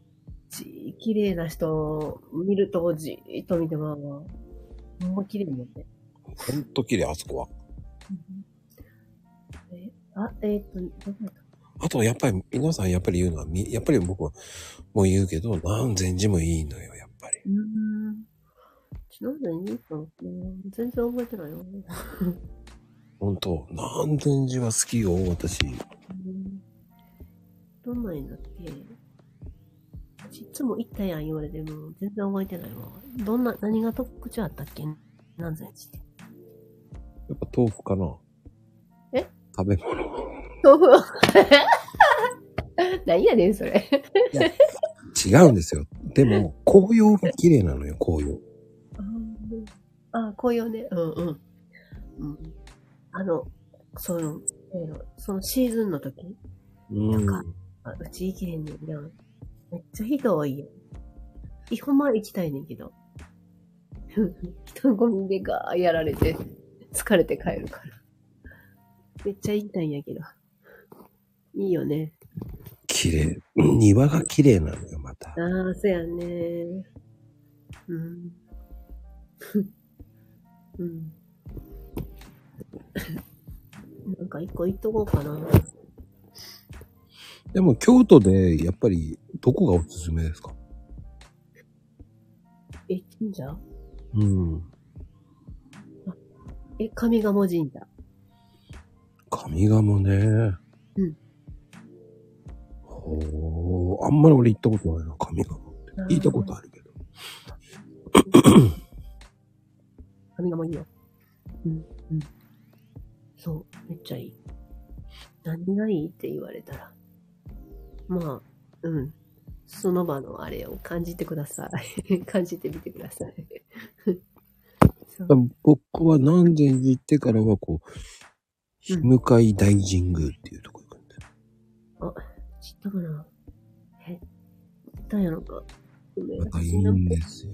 Speaker 2: 字、綺麗な人を見るとじーっと見てまうわ。ほんま綺麗だもんね。
Speaker 1: ほんと綺麗、あそこは。
Speaker 2: え、あ、えーっと、どこやった
Speaker 1: あと、やっぱり、皆さんやっぱり言うのは、みやっぱり僕は、もう言うけど、何千字もいいのよ、やっぱり。
Speaker 2: うーん。ちなんで見たの全然覚えてないよ。
Speaker 1: ほんと、何千字は好きよ、私。
Speaker 2: うんどんなんやったっけ私いつも行ったやん言われても全然覚えてないわ。どんな、何が特徴あったっけ何千字って。
Speaker 1: やっぱ豆腐かな
Speaker 2: え
Speaker 1: 食べ物。
Speaker 2: 豆腐 何やねん、それ。
Speaker 1: 違うんですよ。でも、紅葉が綺麗なのよ、紅葉。
Speaker 2: あ、紅葉ね。うんうん。うん、あの、その、えーそのシーズンの時、
Speaker 1: うん
Speaker 2: かあうち行けへんねんな。めっちゃ人多いよ。いほんまは行きたいねんけど。 人混みでガーやられて、疲れて帰るから。めっちゃ行きたいんやけど。いいよね。
Speaker 1: 綺麗。庭が綺麗なのよ、また
Speaker 2: あ。あ、そうやね。うん。 うん。 なんか一個行っとこうかな。
Speaker 1: でも、京都で、やっぱり、どこがおすすめですか
Speaker 2: え、神社
Speaker 1: うん。
Speaker 2: え、上賀茂神社。
Speaker 1: 上賀茂ね。
Speaker 2: うん。
Speaker 1: ほー。あんまり俺行ったことないな、上賀茂って。聞いたことあるけど。
Speaker 2: 髪がもいいよ。うん、うん。そう、めっちゃいい。何がいいって言われたら。まあ、うん。その場のあれを感じてください。 感じてみてください。 そう
Speaker 1: 僕は南禅寺行ってからは、こう、日
Speaker 2: うん
Speaker 1: 向大神宮っていうとこ行くんだよ。
Speaker 2: 知ったかなえ、知ったんやろか。ごめん
Speaker 1: またいいんですよ。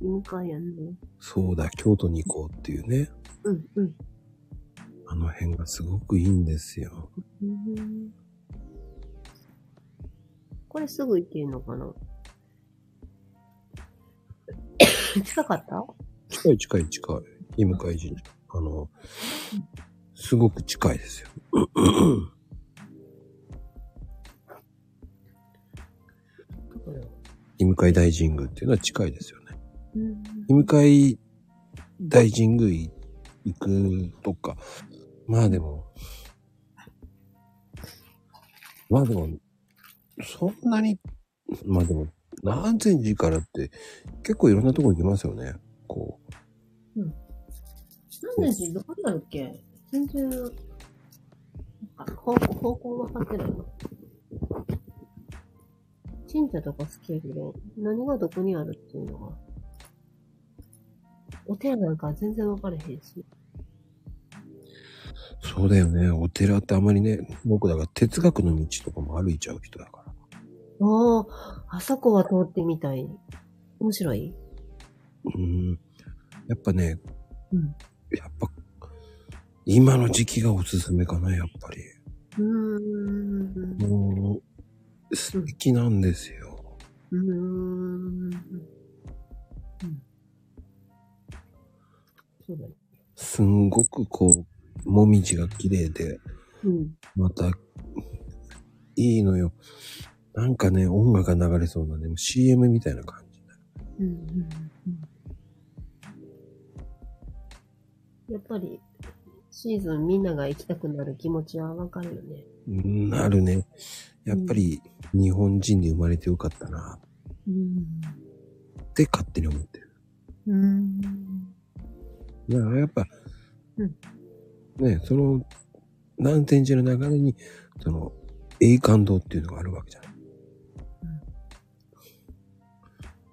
Speaker 2: 今かやんね。
Speaker 1: そうだ、京都に行こうっていうね。
Speaker 2: うん、うん。
Speaker 1: あの辺がすごくいいんですよ。
Speaker 2: うんこれすぐ行けんのか な近かった
Speaker 1: 近い近い近い。日向神社。あの、すごく近いですよ。日向大神宮っていうのは近いですよね。
Speaker 2: うん
Speaker 1: 日向大神宮行くとか、まあでも、まあでも、そんなに、まあでも、何千時からって結構いろんなとこ行きますよね。こう、
Speaker 2: なんでし、どこだっけ全然、なんか方向、方向分かってないの。神社とか好きやけど、何がどこにあるっていうのが。お寺なんか全然分かれへんし。
Speaker 1: そうだよね。お寺ってあまりね、僕だから哲学の道とかも歩いちゃう人だから。
Speaker 2: ああ、あそこは通ってみたい。面白い
Speaker 1: うん。やっぱね、
Speaker 2: うん。
Speaker 1: やっぱ、今の時期がおすすめかな、やっぱり。
Speaker 2: うーん。
Speaker 1: もう、素敵なんですよ。
Speaker 2: うーん。そうだね。
Speaker 1: すんごくこう、もみじが綺麗で、
Speaker 2: うん。
Speaker 1: また、いいのよ。なんかね、音楽が流れそうなね、もう CM みたいな感じ。
Speaker 2: うんうんうんやっぱり、シーズンみんなが行きたくなる気持ちはわかるよね。
Speaker 1: うんなるね。やっぱり、日本人に生まれてよかったな、
Speaker 2: うん。
Speaker 1: って勝手に思ってる。
Speaker 2: うん。
Speaker 1: だからやっぱ、
Speaker 2: うん
Speaker 1: ね、その、南天寺の流れに、その、栄感動っていうのがあるわけじゃない。
Speaker 2: ん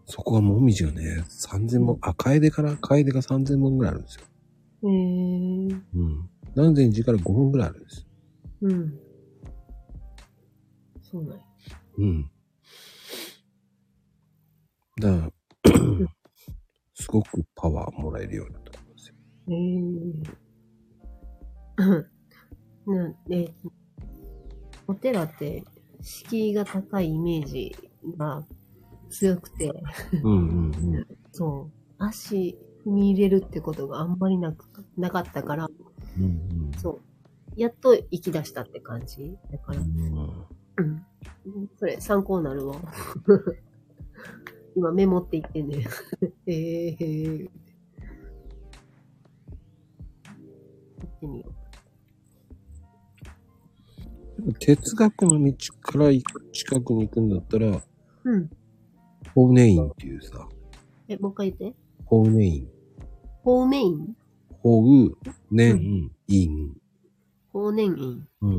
Speaker 1: そこはもみじがね、3000本、あ、楓から、楓が3000本ぐらいあるんですよ。
Speaker 2: へえー。
Speaker 1: うん。南天寺から5本ぐらいあるんです。
Speaker 2: うん。そうなんや。
Speaker 1: うん。だから、すごくパワーもらえるようなところですよ。
Speaker 2: ええなで、お寺って敷居が高いイメージが強くて、
Speaker 1: うんうんうん。
Speaker 2: そう、足踏み入れるってことがあんまりなくなかったから、
Speaker 1: うんうん
Speaker 2: そう、やっと生き出したって感じだから、
Speaker 1: うん
Speaker 2: うん。それ参考になるわ。 今メモって言ってん ね。ええー。行ってみよう。
Speaker 1: 哲学の道から行く近くに行くんだったら、
Speaker 2: うん。
Speaker 1: 法然院っていうさ、
Speaker 2: え、もう一回言って。
Speaker 1: 法然院。
Speaker 2: 法面院
Speaker 1: 法然院。
Speaker 2: 法年院。
Speaker 1: うん。
Speaker 2: う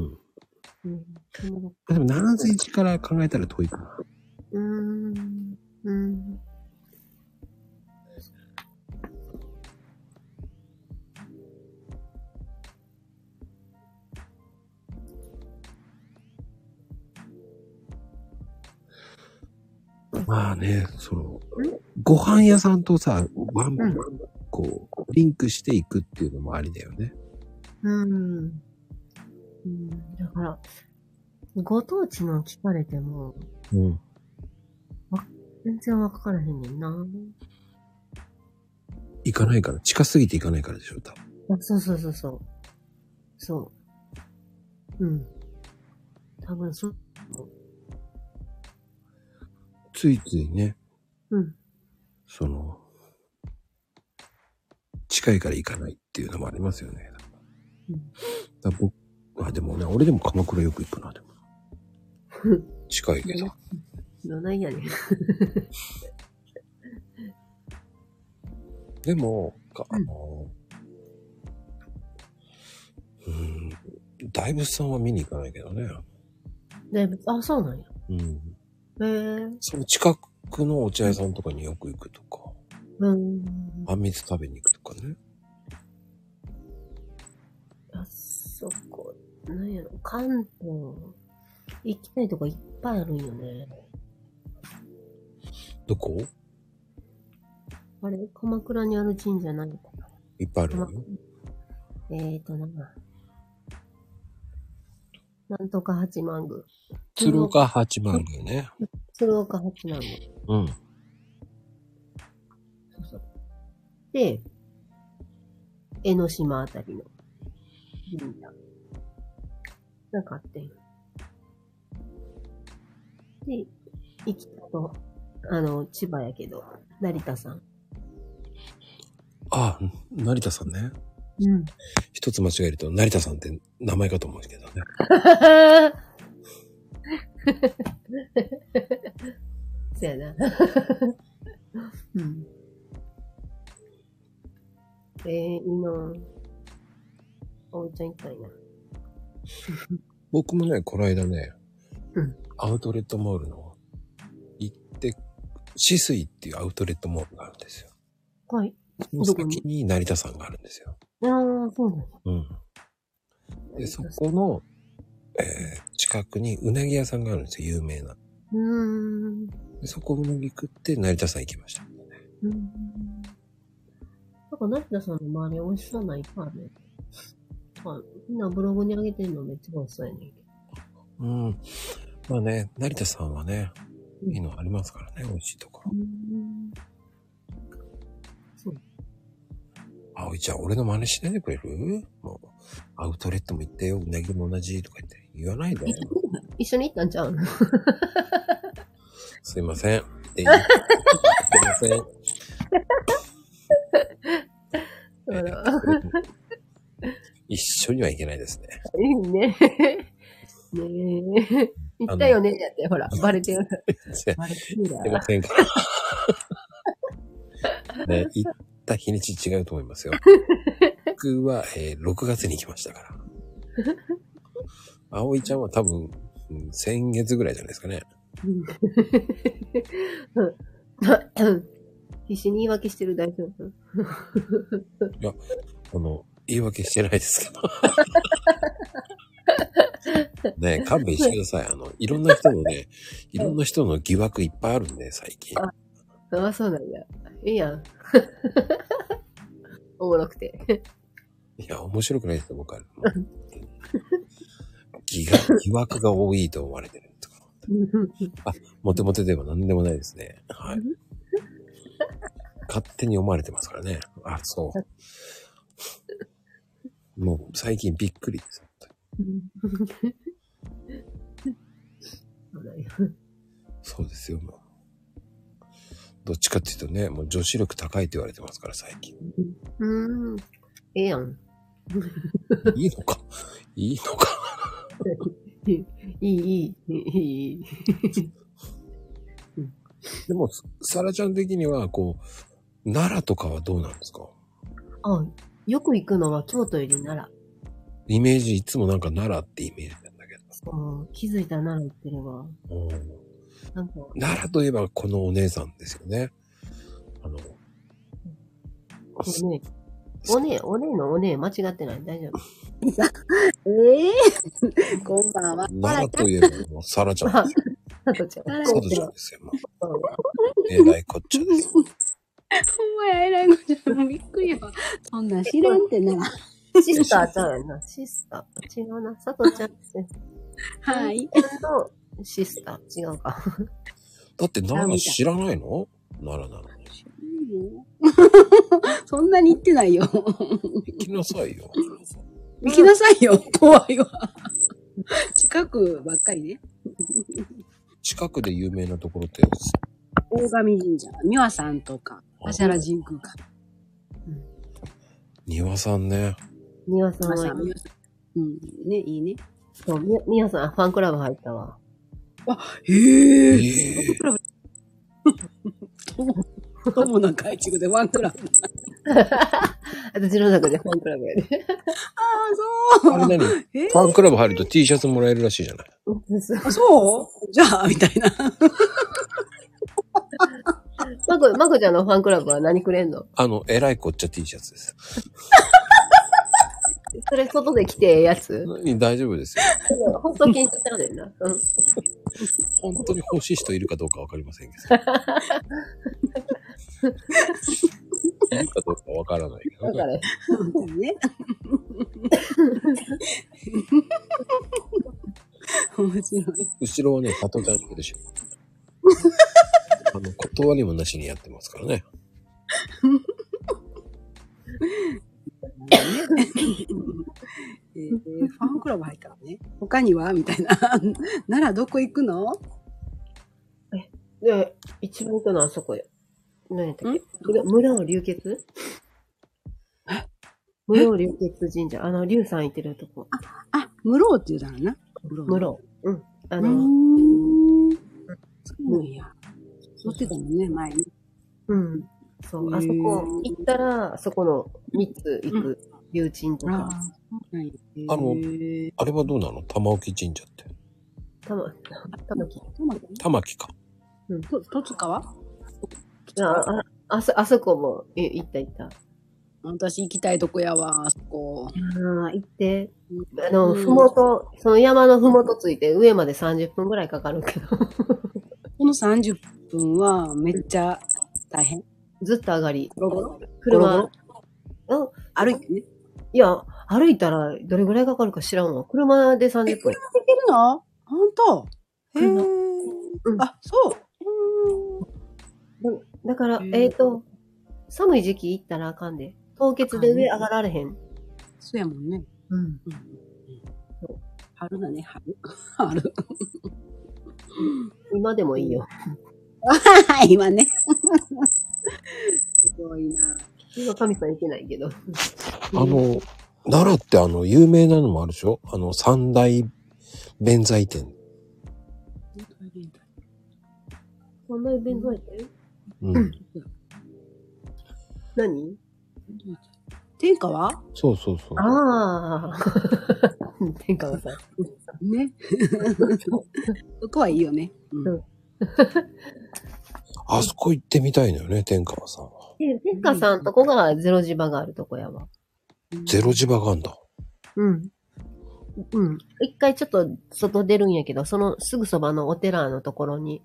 Speaker 2: ん。
Speaker 1: でも、七瀬一から考えたら遠いかな。
Speaker 2: うーん。うん。
Speaker 1: まあね、その、ご飯屋さんとさ、ワン、
Speaker 2: うん
Speaker 1: こう、リンクしていくっていうのもありだよね。
Speaker 2: うん。うん。だから、ご当地の聞かれても、
Speaker 1: うん。
Speaker 2: 全然わからへんねんな。
Speaker 1: 行かないから、近すぎて行かないからでしょ、多分。
Speaker 2: あ、そうそうそうそう。そう。うん。多分そう。
Speaker 1: ついついね、
Speaker 2: うん。
Speaker 1: その、近いから行かないっていうのもありますよね。
Speaker 2: うん
Speaker 1: だ僕、あ、でもね、俺でも鎌倉よく行く な、でも
Speaker 2: ふん。
Speaker 1: 近いけど。
Speaker 2: どないやねん。
Speaker 1: でも、か
Speaker 2: うん
Speaker 1: あの、うん、大仏さんは見に行かないけどね。
Speaker 2: だいぶ、あ、そうなんや。
Speaker 1: うん。
Speaker 2: へえ。
Speaker 1: その近くのお茶屋さんとかによく行くとか、
Speaker 2: うん。
Speaker 1: あんみつ食べに行くとかね。
Speaker 2: あそこ、なんやろ、関東、行きたいとこいっぱいあるんよね。
Speaker 1: どこ
Speaker 2: あれ鎌倉にある神社何かない
Speaker 1: っぱいあるよ。
Speaker 2: えーと、なんか。なんとか八幡宮。
Speaker 1: 鶴岡八幡宮ね。
Speaker 2: 鶴岡八幡宮。
Speaker 1: うん。
Speaker 2: そうそう。で、江ノ島あたりの神社。なんかあってん。で、行きたと、あの、千葉やけど、成田さん。
Speaker 1: あ、成田さんね。
Speaker 2: うん。
Speaker 1: 一つ間違えると、成田さんって名前かと思うんですけどね。
Speaker 2: そやな。うん。えー、いいなぁおうちゃん行きたいな。
Speaker 1: 僕もね、この間ね、
Speaker 2: うん
Speaker 1: アウトレットモールの、行って、止水っていうアウトレットモールがあるんですよ。
Speaker 2: はい。
Speaker 1: その先に成田山があるんですよ。
Speaker 2: ああ、そうなん
Speaker 1: うん。
Speaker 2: だ
Speaker 1: で、そこの、えー近くにうなぎ屋さんがあるんですよ、有名な。
Speaker 2: うーん。
Speaker 1: でそこを乗り食って成田山行きました。
Speaker 2: うん。なんか、成田さんの周り美味しそうなのいっぱいあるね。はい。みんなブログに上げてんのめっちゃ美味しそうやねんけど。
Speaker 1: うん。まあね、成田さんはね、いいのありますからね、美味しいところ。
Speaker 2: うん。
Speaker 1: 葵ちゃん、俺の真似しないでくれるもう、アウトレットも行ったよ、うなぎも同じとか言って、言わないで。
Speaker 2: 一緒に行ったんちゃうの
Speaker 1: すいません。って言うすいません。え
Speaker 2: あ
Speaker 1: ー一緒にはいけないですね。
Speaker 2: いいね。ねえ。行ったよねやって、ほら、バレてる。
Speaker 1: すい
Speaker 2: バレてるや
Speaker 1: ません。ね、行った日にち違うと思いますよ。僕は、えー6月に行きましたから。葵ちゃんは多分、うん先月ぐらいじゃないですかね。
Speaker 2: ろ。 必死に言い訳してる大丈夫
Speaker 1: あの、言い訳してないですけど。ねえ勘弁してください。あの、いろんな人のね、いろんな人の疑惑いっぱいあるんで、最近。
Speaker 2: ああ、そうなんや。いいやん。 おもろくて。
Speaker 1: いや、面白くないですよ、僕は。疑惑疑惑が多いと思われてるとか。モテモテでは何でもないですね。はい。勝手に読まれてますからね。あ、そう。もう最近びっくりです。
Speaker 2: そうだよ
Speaker 1: そうですよ、もう。どっちかっていうとね、もう女子力高いって言われてますから、最近。
Speaker 2: うーん。ええやん。
Speaker 1: いいのかいいのか
Speaker 2: いい、いい、いい。
Speaker 1: でも、サラちゃん的には、こう、奈良とかはどうなんですか
Speaker 2: あ、よく行くのは京都より奈良。
Speaker 1: イメージ、いつもなんか奈良ってイメージなんだけ
Speaker 2: うん気づいたら奈良行ってるわ。
Speaker 1: ど。うん
Speaker 2: なんか、
Speaker 1: 奈良といえば、このお姉さんですよね。あの、
Speaker 2: おねえ。おねえ、おねえのおねえ、間違ってない。大丈 夫。ええ
Speaker 4: こんばんは。
Speaker 1: 奈良といえば、もうサラちゃん。サ
Speaker 2: あさとちゃん。
Speaker 4: 奈
Speaker 1: ラ
Speaker 4: 良
Speaker 1: ちゃんですよ。もうえらいこっちゃですよ。
Speaker 4: ほんまや、えらいのじゃん。もうびっくりやわ。そんなん知らんってな。
Speaker 2: シスターちゃうやんな。シスター。違うな。さとちゃんですね。
Speaker 4: はい。
Speaker 2: のシスター。違うか。
Speaker 1: だって奈良知らないの奈良なのに。
Speaker 4: そんなに言ってないよ。
Speaker 1: 行きなさいよ。
Speaker 4: 行きなさいよ。怖いわ。近くばっかりね。
Speaker 1: 近くで有名なところって、
Speaker 4: 大神神社、美和さんとか、芦原神宮か。
Speaker 1: 庭さんね。
Speaker 2: みわさん
Speaker 4: 美和さ
Speaker 2: は
Speaker 4: ん、、美和さん。うん、ね、いいね。
Speaker 2: そう、みみわさん、ファンクラブ入ったわ。
Speaker 1: え
Speaker 4: へえ。
Speaker 1: え
Speaker 4: 友の改築でワンクラブ。
Speaker 2: 私の中でファンクラブやで。
Speaker 4: ああ、そ
Speaker 1: あれ何フ
Speaker 4: え
Speaker 1: ァンクラブ入ると T シャツもらえるらしいじゃない。
Speaker 2: そう
Speaker 4: あ、そうじゃあ、みたいな。
Speaker 2: まこ、まこちゃんのファンクラブは何くれんの
Speaker 1: あの、えらいこっちゃ T シャツです。
Speaker 2: それ、外で着てええやつ
Speaker 1: 大丈夫ですよ。
Speaker 2: ほんと気に入っちゃうねんな。うん。
Speaker 1: 本当に欲しい人いるかどうかわかりませんけど。いるかどうかわからないけど
Speaker 2: だか
Speaker 1: ね。
Speaker 2: ら、
Speaker 4: ね。面白い。
Speaker 1: 後ろはね、里ちゃんでしょ。あの、断りもなしにやってますからね。
Speaker 4: えーファンクラブ入ったのね。他にはみたいな。ならどこ行くの
Speaker 2: で、一番行くのはあそこよ。何やったっ
Speaker 4: ん
Speaker 2: け村を流血村を流血神社。あの、龍さん行ってるとこ。
Speaker 4: あ、室尾って言うだろうな。室
Speaker 2: 室。うん。あ
Speaker 4: う
Speaker 2: の、
Speaker 4: ーん。そうなんや。乗ってたもんね、前に。
Speaker 2: うん。そう、
Speaker 4: へー
Speaker 2: あそこ行ったら、そこの3つ行く。龍神と
Speaker 4: ああ
Speaker 2: か。、
Speaker 4: そうなんや。
Speaker 1: あの
Speaker 4: へー
Speaker 1: あれはどうなの玉置神社って。
Speaker 2: たま、たまき。
Speaker 4: トマト
Speaker 1: 玉置か。
Speaker 4: と、とつかは
Speaker 2: あ、あ、あそ、あそこも、え、行った行った。
Speaker 4: 私行きたいとこやわ、あそこ。
Speaker 2: ああ、行って。あ
Speaker 4: う
Speaker 2: の、
Speaker 4: ん
Speaker 2: ふもと、その山のふもとついて上まで30分ぐらいかかるけど。
Speaker 4: この30分はめっちゃ大変。
Speaker 2: ずっと上がり。
Speaker 4: ゴロゴロ
Speaker 2: 車、うん
Speaker 4: 歩いてね。
Speaker 2: いや、歩いたらどれぐらいかかるか知らんわ。車で30分。
Speaker 4: できるの本当へ
Speaker 2: 車
Speaker 4: ー
Speaker 2: うん
Speaker 4: あ、そう。
Speaker 2: だから、
Speaker 4: うん
Speaker 2: えっ、と、寒い時期行ったらあかんで。凍結で上上がられへん。
Speaker 4: そうやもんね。
Speaker 2: うん。
Speaker 4: うんうん春だね、 春。春。
Speaker 2: 今でもいいよ。
Speaker 4: 今ね。すごいな。
Speaker 2: 今、神さん行けないけど。
Speaker 1: あの、奈良ってあの、有名なのもあるでしょあの、三大弁財天。
Speaker 2: こんなイベントやったよ。
Speaker 1: うん。
Speaker 2: 何
Speaker 4: 天下は
Speaker 1: そうそうそう。
Speaker 2: ああ。 天下さん。
Speaker 4: ね。 そこはいいよね。
Speaker 2: うん
Speaker 1: あそこ行ってみたいのよね、天川さんは。
Speaker 2: 天下さんとこがゼロ磁場があるとこやわ。
Speaker 1: ゼロ磁場があんだ。
Speaker 2: うん。うん。一回ちょっと外出るんやけど、そのすぐそばのお寺のところに、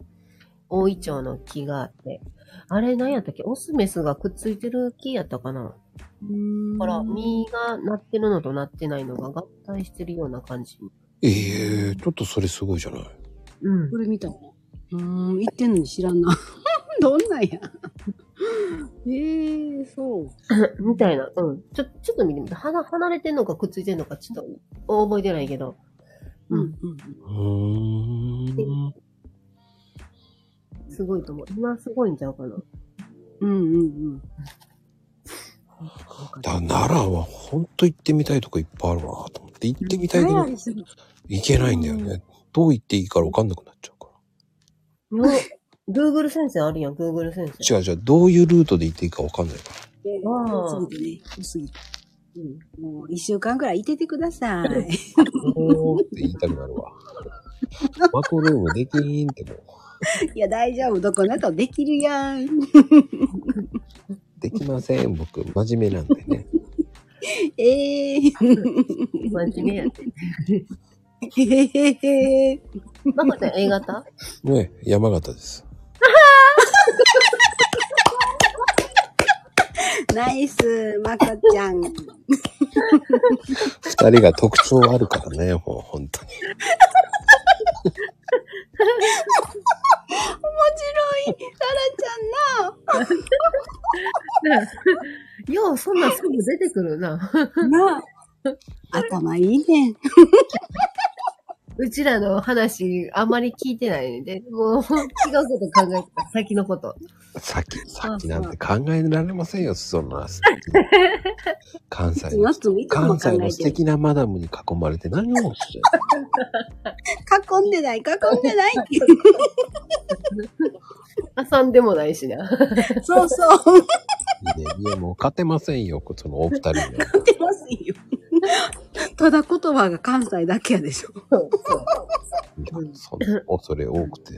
Speaker 2: 大イチョウの木があって、あれ何やったっけオスメスがくっついてる木やったかな
Speaker 4: うん
Speaker 2: ほら、実がなってるのとなってないのが合体してるような感じ。
Speaker 1: ええちょっとそれすごいじゃない。
Speaker 2: うん
Speaker 4: こ。れ見たね。うーん、行ってんのに知らんな。 どんなんや。ええそう。
Speaker 2: みたいな。うん。ちょ、ちょっと見てみて。離離れてんのかくっついてんのか、ちょっと覚えてないけど。うん。
Speaker 4: う
Speaker 1: う
Speaker 4: ん。
Speaker 1: ーん。
Speaker 2: すごいと思う。今すごいんちゃうかな。
Speaker 4: うんうん
Speaker 1: だから奈良はほんと行ってみたいとこいっぱいあるわと思って行ってみたいけど
Speaker 4: うん。す
Speaker 1: 行けないんだよね。どう行っていいかわかんなくなっちゃうか
Speaker 2: よ Google 先生あるやん、Google 先生。
Speaker 1: ら。違う違う、どういうルートで行っていいかわかんないから。
Speaker 2: うん
Speaker 4: ぎてね。多すぎて。うん、もう一週間ぐらいいててください。
Speaker 1: おーって言いたくなるわ。マクルームできーんってもう。
Speaker 4: いや、大丈夫。どこなとできるやん。
Speaker 1: できません、僕。真面目なんでね。
Speaker 4: ええ
Speaker 2: 真面目やって。
Speaker 4: へへ
Speaker 2: マコちゃん A 型
Speaker 1: ね、山形です。
Speaker 4: ナイス、まこちゃん。
Speaker 1: 二人が特徴あるからね、もう本当に。
Speaker 4: 面白い。タラ
Speaker 2: よう、そんなんすぐ出てくるな。
Speaker 4: ちゃんな。なあ。頭いいね。
Speaker 2: うちらの話、あまり聞いてないんで、もう、違うこと考えてた、先のこと。
Speaker 1: さっき、さっきなんて考えられませんよ、そんな。関西の
Speaker 4: や、つもいつも
Speaker 1: 関
Speaker 4: 考
Speaker 1: 西の
Speaker 4: え
Speaker 1: 素
Speaker 4: てる。
Speaker 1: 敵なマダムに囲まれて何を してる
Speaker 4: 囲んでない、囲んでない。
Speaker 2: 遊んでもないしな。
Speaker 4: そうそう。思
Speaker 1: いやいや、もう勝てませんよ、そのお二人には。
Speaker 4: ってますよ。ただ言葉が関西だけやでしょ。
Speaker 1: そんな恐れ多くて。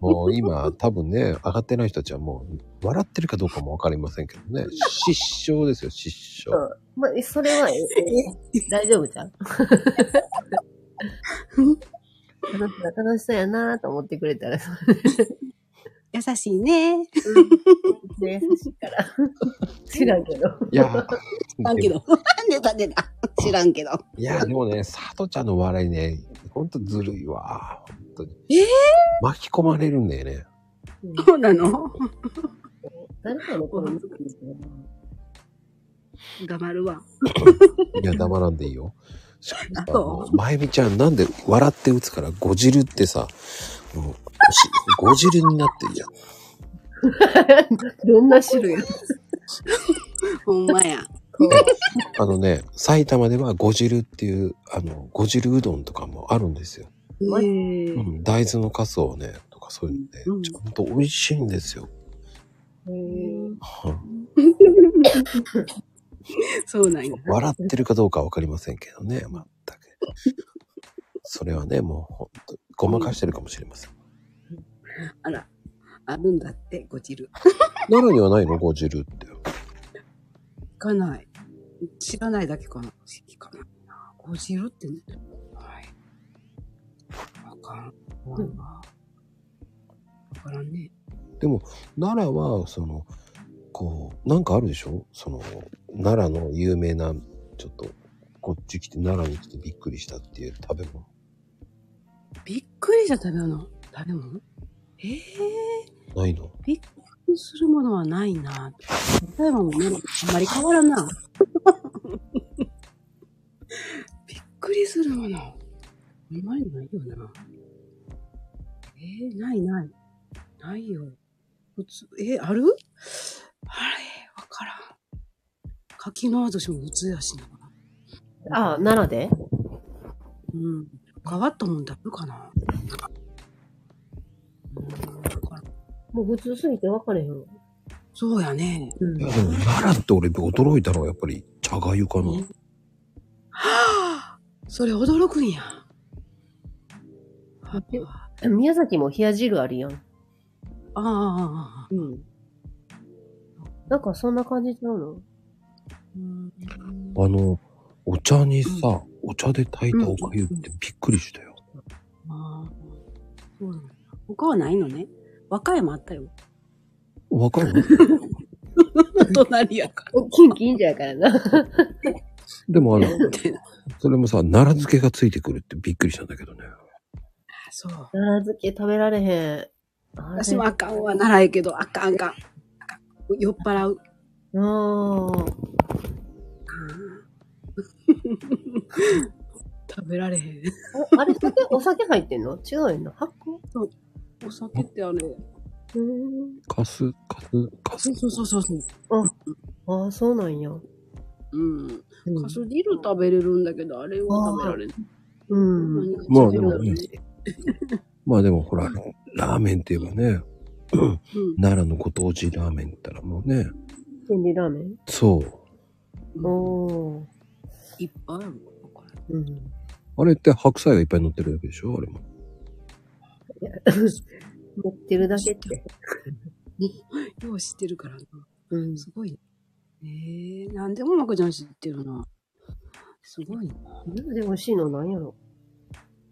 Speaker 1: もう今、多分ね、上がってない人たちはもう、笑ってるかどうかもわかりませんけどね。失笑ですよ、失笑。
Speaker 2: まあ、それは、え大丈夫じゃん。楽しそう楽しそうやなと思ってくれたら、そう
Speaker 4: 優しいね。
Speaker 2: 優しいから。知らんけど。
Speaker 1: いや、
Speaker 4: 知らんけど。 出た出た。知らんけど。
Speaker 1: いや、でもね、佐藤ちゃんの笑いね、ほんとずるいわ。本当に。
Speaker 4: えー
Speaker 1: 巻き込まれるんだよね。
Speaker 4: そうなの
Speaker 2: 誰かの声見てる
Speaker 4: 黙るわ。
Speaker 1: いや、黙らんでいいよ。しかもさ
Speaker 4: あそ
Speaker 1: まゆみちゃん、なんで笑って打つから、ご汁ってさ、もうしご汁になってるじゃん。
Speaker 2: けど。どんな種類
Speaker 4: ほんまや。
Speaker 1: あのね、埼玉ではご汁っていう、あの、ご汁うどんとかもあるんですよ。
Speaker 4: え
Speaker 1: う
Speaker 4: ー
Speaker 1: ん、大豆のカスをね、とかそういうのね、
Speaker 4: うん
Speaker 1: ちゃんと美味しいんですよ。うん
Speaker 4: そうなんや。
Speaker 1: 笑ってるかどうかわかりませんけどね、全く。それはね、もうほんと、ごまかしてるかもしれません。
Speaker 4: あら。あるんだって、ごちる。
Speaker 1: 奈良にはないのご汁って。
Speaker 4: 聞かない。知らないだけかな。好きかな。ごじるってね。はい。わかん。
Speaker 2: うん
Speaker 4: わからね。
Speaker 1: でも、奈良は、その、こう、なんかあるでしょその、奈良の有名な、ちょっと、こっち来て、奈良に来てびっくりしたっていう食べ物。
Speaker 4: びっくりした食べ物。食べ物ええ
Speaker 1: ないの
Speaker 4: びっくりするものはないな。例えばもね、あんまり変わらんな。 びっくりするもの。あんまりないよな。えー、ないない。ないよ。普通、えーあるあれ、わからん。柿の私も普通やしな。
Speaker 2: あ、奈良で
Speaker 4: うん。変わったもん食べるかな。うん、わからん
Speaker 3: もう普通すぎて分かれへんわ。
Speaker 4: そうやね。
Speaker 3: うん
Speaker 1: いや、。でも、奈良って俺驚いたのは、やっぱり、茶がゆかな。
Speaker 4: ねはあそれ驚くんや。あ
Speaker 3: え
Speaker 4: あ
Speaker 2: 宮崎も冷や汁あるやん。
Speaker 4: あああ。
Speaker 3: うん。なんかそんな感じちゃうの
Speaker 4: うん
Speaker 1: あの、お茶にさ、お茶で炊いたおかゆってびっくりしたよ。
Speaker 4: ああそうなんだ。他はないのね。和歌山あったよ。
Speaker 1: わかる
Speaker 4: 隣やか
Speaker 2: 近畿近所やからな。
Speaker 1: でもあの
Speaker 4: ら。、
Speaker 1: それもさ、奈良漬けがついてくるってびっくりしたんだけどね。
Speaker 4: そう。
Speaker 2: 奈良漬け食べられへん。
Speaker 4: 私もあかんわ。ならえけど、あかんあかん。あかん酔っ払う。
Speaker 2: あれ。うん。
Speaker 4: 食べられへん。
Speaker 2: おあれ、酒、お酒入ってんの違うやんな。発酵
Speaker 4: お酒ってあれ。
Speaker 1: カス、カス、カス
Speaker 4: そう。そうそうそうそう。
Speaker 2: ああ、そうなんや。
Speaker 4: うん。
Speaker 2: うん
Speaker 4: カス汁食べれるんだけど、あれは食べられない。
Speaker 2: うん。
Speaker 1: まあ
Speaker 4: で
Speaker 1: で
Speaker 4: も
Speaker 1: もねまあでもほら、ラーメンって言えばね、
Speaker 4: うん
Speaker 1: 奈良のご当地ラーメンったらもうね、
Speaker 2: 天理ラーメン
Speaker 1: そう。
Speaker 4: うん
Speaker 2: おー。
Speaker 4: いっぱいあるわこれ
Speaker 2: うん。
Speaker 1: あれって白菜がいっぱい乗ってるわけでしょあれも。
Speaker 2: 持ってるだけって。
Speaker 4: よう知ってるからな。
Speaker 2: うん。
Speaker 4: すごいね。えー、なんでもまこちゃん知ってるな。すごいね。
Speaker 2: で、美味しいのなんやろ。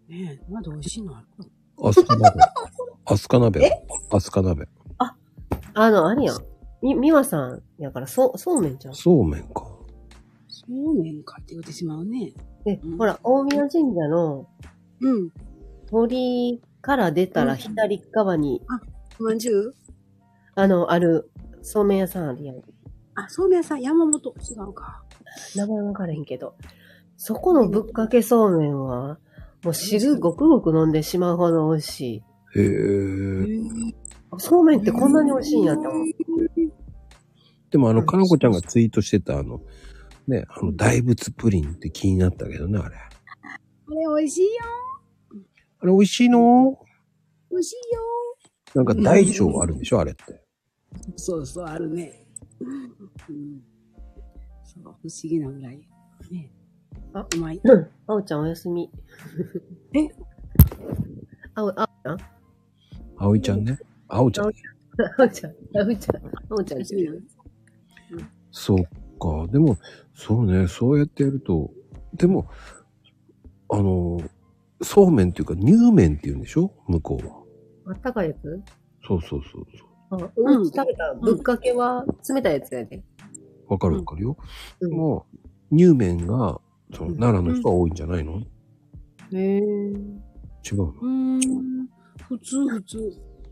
Speaker 4: ねえ、まだ美味しいのあるか
Speaker 1: アスカ 鍋。アスカ鍋。アスカ鍋。
Speaker 2: あの、あれやん。み、みわさんやから、そう、そうめんちゃう
Speaker 1: そうめんか。
Speaker 4: そうめんかって言ってしまうね。
Speaker 2: で
Speaker 4: うん、
Speaker 2: ほら、大宮神社の
Speaker 4: うん。
Speaker 2: 鳥居から出た
Speaker 4: う
Speaker 2: ら
Speaker 4: ん
Speaker 2: 左側に、
Speaker 4: まんじゅう
Speaker 2: あの、ある、そうめん屋さんあるやん。
Speaker 4: あ、そうめん屋さん、山本。違うか。
Speaker 2: 名前分からへんけど。そこのぶっかけそうめんは、もう汁ごくごく飲んでしまうほど美味しい。
Speaker 1: へ
Speaker 4: え
Speaker 1: え。
Speaker 4: ー、
Speaker 2: あそうめんってこんなに美味しいんやって思う。
Speaker 1: でもあ
Speaker 2: う
Speaker 1: の、
Speaker 2: ん
Speaker 1: かなこちゃんがツイートしてたあの、ね、あの、大仏プリンって気になったけどね、あれ。あ
Speaker 4: これ美味しいよ。
Speaker 1: れ美味しいの
Speaker 4: 美味しいよ。
Speaker 1: なんか大腸あるんでしょあれって。
Speaker 4: そうそう、あるね。うん。そう、不思議なぐらい。ね
Speaker 2: あ
Speaker 4: うまい。
Speaker 2: あおちゃんおやすみ。
Speaker 4: え
Speaker 2: あお、あおちゃん
Speaker 1: あおいちゃんね。あおちゃん。
Speaker 2: あおちゃん。あおちゃん。あおちゃん
Speaker 4: 楽しみなの
Speaker 1: そっか。でも、そうね、そうやってやると、でも、あの、そうめんっていうか、乳麺っていうんでしょ向こうは。
Speaker 2: あったかいやつ
Speaker 1: そうそうそうそう。
Speaker 2: あ、うん、食べたぶっかけは冷たいやつやで。
Speaker 1: わかるわかるよ。
Speaker 2: うん
Speaker 1: もう、乳麺が、その、
Speaker 2: うん
Speaker 1: 奈良の人は多いんじゃないの、違
Speaker 2: へえ。
Speaker 1: うの
Speaker 4: うーん。普通、普通。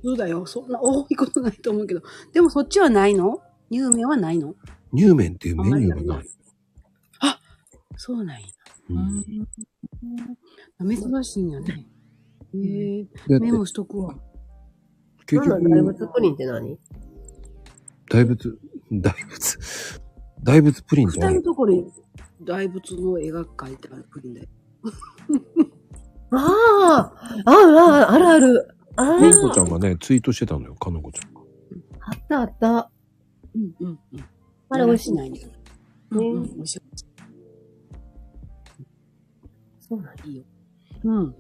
Speaker 4: 普通だよ。そんな多いことないと思うけど。でもそっちはないの乳麺はないの
Speaker 1: 乳麺っていうメニューがない。
Speaker 4: そうなんや。
Speaker 1: う、
Speaker 4: うんん。珍しいんやね。へえ
Speaker 1: だって
Speaker 4: メ、モしとくわ。
Speaker 1: 結
Speaker 2: なんだ、大
Speaker 1: 局、
Speaker 2: 仏プリンって何
Speaker 1: 大仏、大仏、大仏プリンじゃな
Speaker 4: 二
Speaker 1: い
Speaker 4: 人ところに大仏の絵が描いてあるんで。
Speaker 2: あああああるある。あ
Speaker 1: みこちゃんがね、ツイートしてたのよ、かのこちゃんが。
Speaker 2: あったあった。
Speaker 4: うんうんうん。
Speaker 2: あれ美味しい
Speaker 4: ないね。うんうん。美味しい。
Speaker 2: そうなんや。
Speaker 4: いいよ。うん。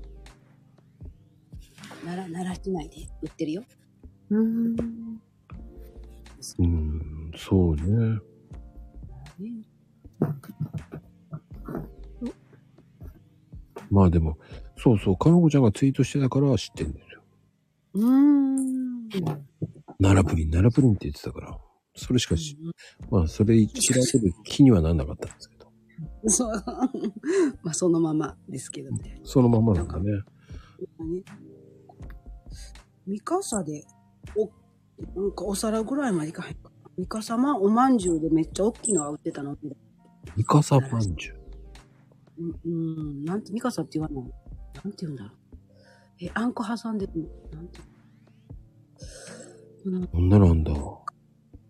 Speaker 4: なら、なら市内で売ってるよ。
Speaker 2: うん。
Speaker 1: うん、そうね。まあでも、そうそう、かのこちゃんがツイートしてたから知ってんですよ。
Speaker 4: うーん。
Speaker 1: 奈良プリン、奈良プリンって言ってたから、それしかし、まあ、それ嫌いけど気にはなんなかったんですけど、
Speaker 4: そう。 まあ、そのままですけどね。
Speaker 1: そのまんまなんだね。
Speaker 4: ミカサで、お、なんかお皿ぐらいまでいかへんか。ミカサま、おまんじゅうでめっちゃ大きいのは売ってたの。
Speaker 1: ミカサパンジュ。
Speaker 4: うん、うん、なんて、ミカサって言わない。なんて言うんだろう。え、あんこ挟んでるのなんて言うの
Speaker 1: こんなのあんだ。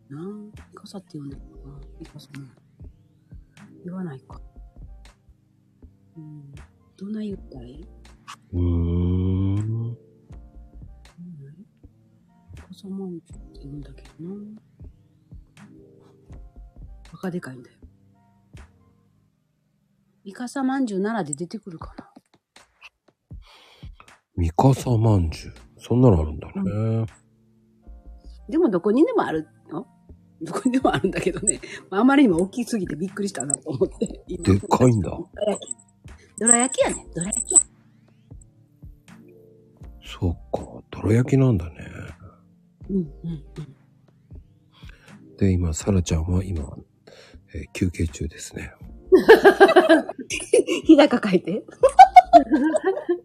Speaker 4: なん、ミカサって呼んでるのかなミカサな。言わないか。うん。どんな言ったらいい、
Speaker 1: うーん。
Speaker 4: うん、ミカサマンジュって言うんだけどな。バカでかいんだよ。ミカサまんじゅうならで出てくるかな。
Speaker 1: ミカサまんじゅう。そんなのあるんだね。
Speaker 4: でもどこにでもあるのどこにでもあるんだけどね。まああまりにも大きすぎてびっくりしたなと思って。今
Speaker 1: でかいんだ。
Speaker 4: どら焼きやね。どら焼きや。
Speaker 1: そうか。どら焼きなんだね。
Speaker 4: うんうんうん。
Speaker 1: で、今、サラちゃんは今、えー休憩中ですね。
Speaker 4: 日高書いて。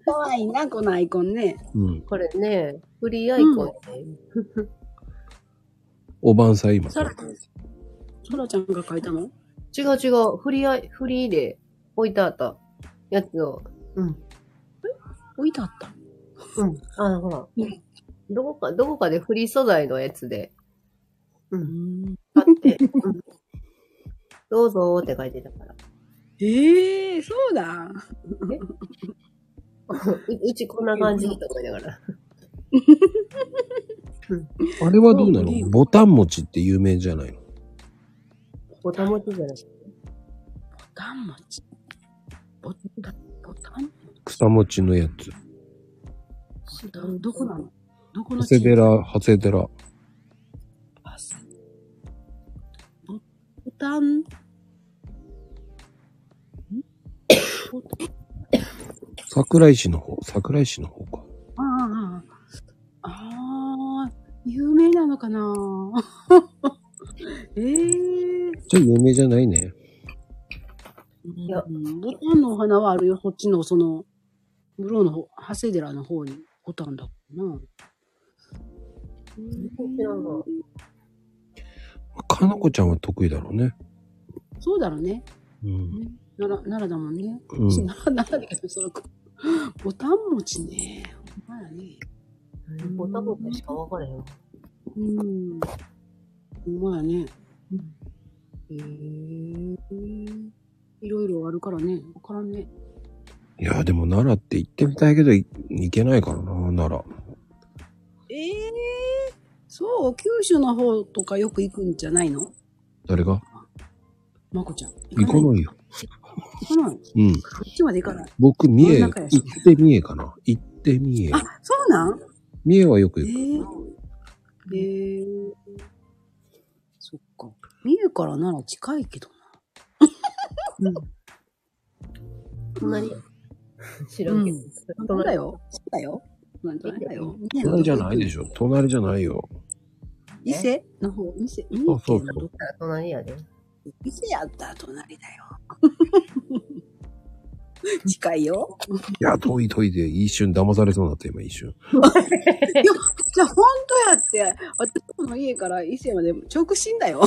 Speaker 4: かわいいな、このアイコンね。
Speaker 1: うん。
Speaker 2: これね、フリーアイコンで、
Speaker 1: おばんさん今。
Speaker 4: サラちゃん。サラちゃんが書いたの
Speaker 2: 違う違う、フリーアイ、フリーで置いてあったやつを、うん、
Speaker 4: 置いてあった。
Speaker 2: うん、あ、ほら、どこか、どこかでフリー素材のやつで、う、
Speaker 4: うんん。
Speaker 2: 買って、うん、どうぞーって書いてたから。
Speaker 4: ええそうだ。
Speaker 2: ううちこんな感じとか言いながら。
Speaker 1: あれはどうな
Speaker 4: そう理由
Speaker 1: のボタン餅って有名じゃないの
Speaker 2: ボタン持ちじゃなくて。
Speaker 4: ボタン餅。ボタン、ボタン
Speaker 1: 草餅のやつ。
Speaker 4: ボタンどこなのどこの
Speaker 1: 長谷寺、長谷寺。
Speaker 4: あそうボボタン。んボタン
Speaker 1: 桜井市の方、桜井市の方か。
Speaker 4: ああ、ああ、有名なのかな ええ
Speaker 1: じゃあ有名じゃないね。
Speaker 4: い
Speaker 2: や
Speaker 4: ボタンのお花はあるよ。こっちの、その、ブローの方、長谷寺の方にボタンだったな。
Speaker 1: かなこちゃんは得意だろうね。
Speaker 4: そうだろうね。
Speaker 1: うん。
Speaker 4: 奈良奈良だもんね。
Speaker 1: うん
Speaker 4: 奈良 奈良だけど、その子、ボタン餅ね。ほんまやね。
Speaker 2: ボタン持ちしか分からへんわ。
Speaker 4: うん。ほんまやね。
Speaker 2: うん
Speaker 4: へえいろいろあるからね。わからんね。
Speaker 1: いや、でも奈良って行ってみたいけど、い行けないからな、奈良。
Speaker 4: ええそう、九州の方とかよく行くんじゃないの
Speaker 1: 誰が
Speaker 4: まこちゃん。
Speaker 1: 行かないよ。
Speaker 4: 行かない。こ
Speaker 1: うん。
Speaker 4: っちまで行かない。
Speaker 1: 僕、三重、
Speaker 4: 真ん
Speaker 1: 行
Speaker 4: 中やし
Speaker 1: って三重かな。行って三重。
Speaker 4: あ、そうなん
Speaker 1: 三重はよく
Speaker 4: え
Speaker 1: 行く。
Speaker 4: えええそっか。三重からなら近いけど
Speaker 2: そんなに知らんけど。
Speaker 4: な。
Speaker 2: そんなに
Speaker 4: よ。そうだよ。なんとだよ。
Speaker 1: 隣じゃないで
Speaker 4: ょ。
Speaker 1: しょ。隣じゃないよ。
Speaker 4: 伊勢の方、伊勢、三
Speaker 1: そう
Speaker 4: 重
Speaker 1: そう
Speaker 4: 県のどっか
Speaker 2: 隣やで。
Speaker 4: 伊勢やったら隣だよ。 近いよ。
Speaker 1: いや、遠い遠いで、一瞬騙されそうになった、今一 瞬。
Speaker 4: じゃあ、本当やって、私の家から伊勢まで直進だよ。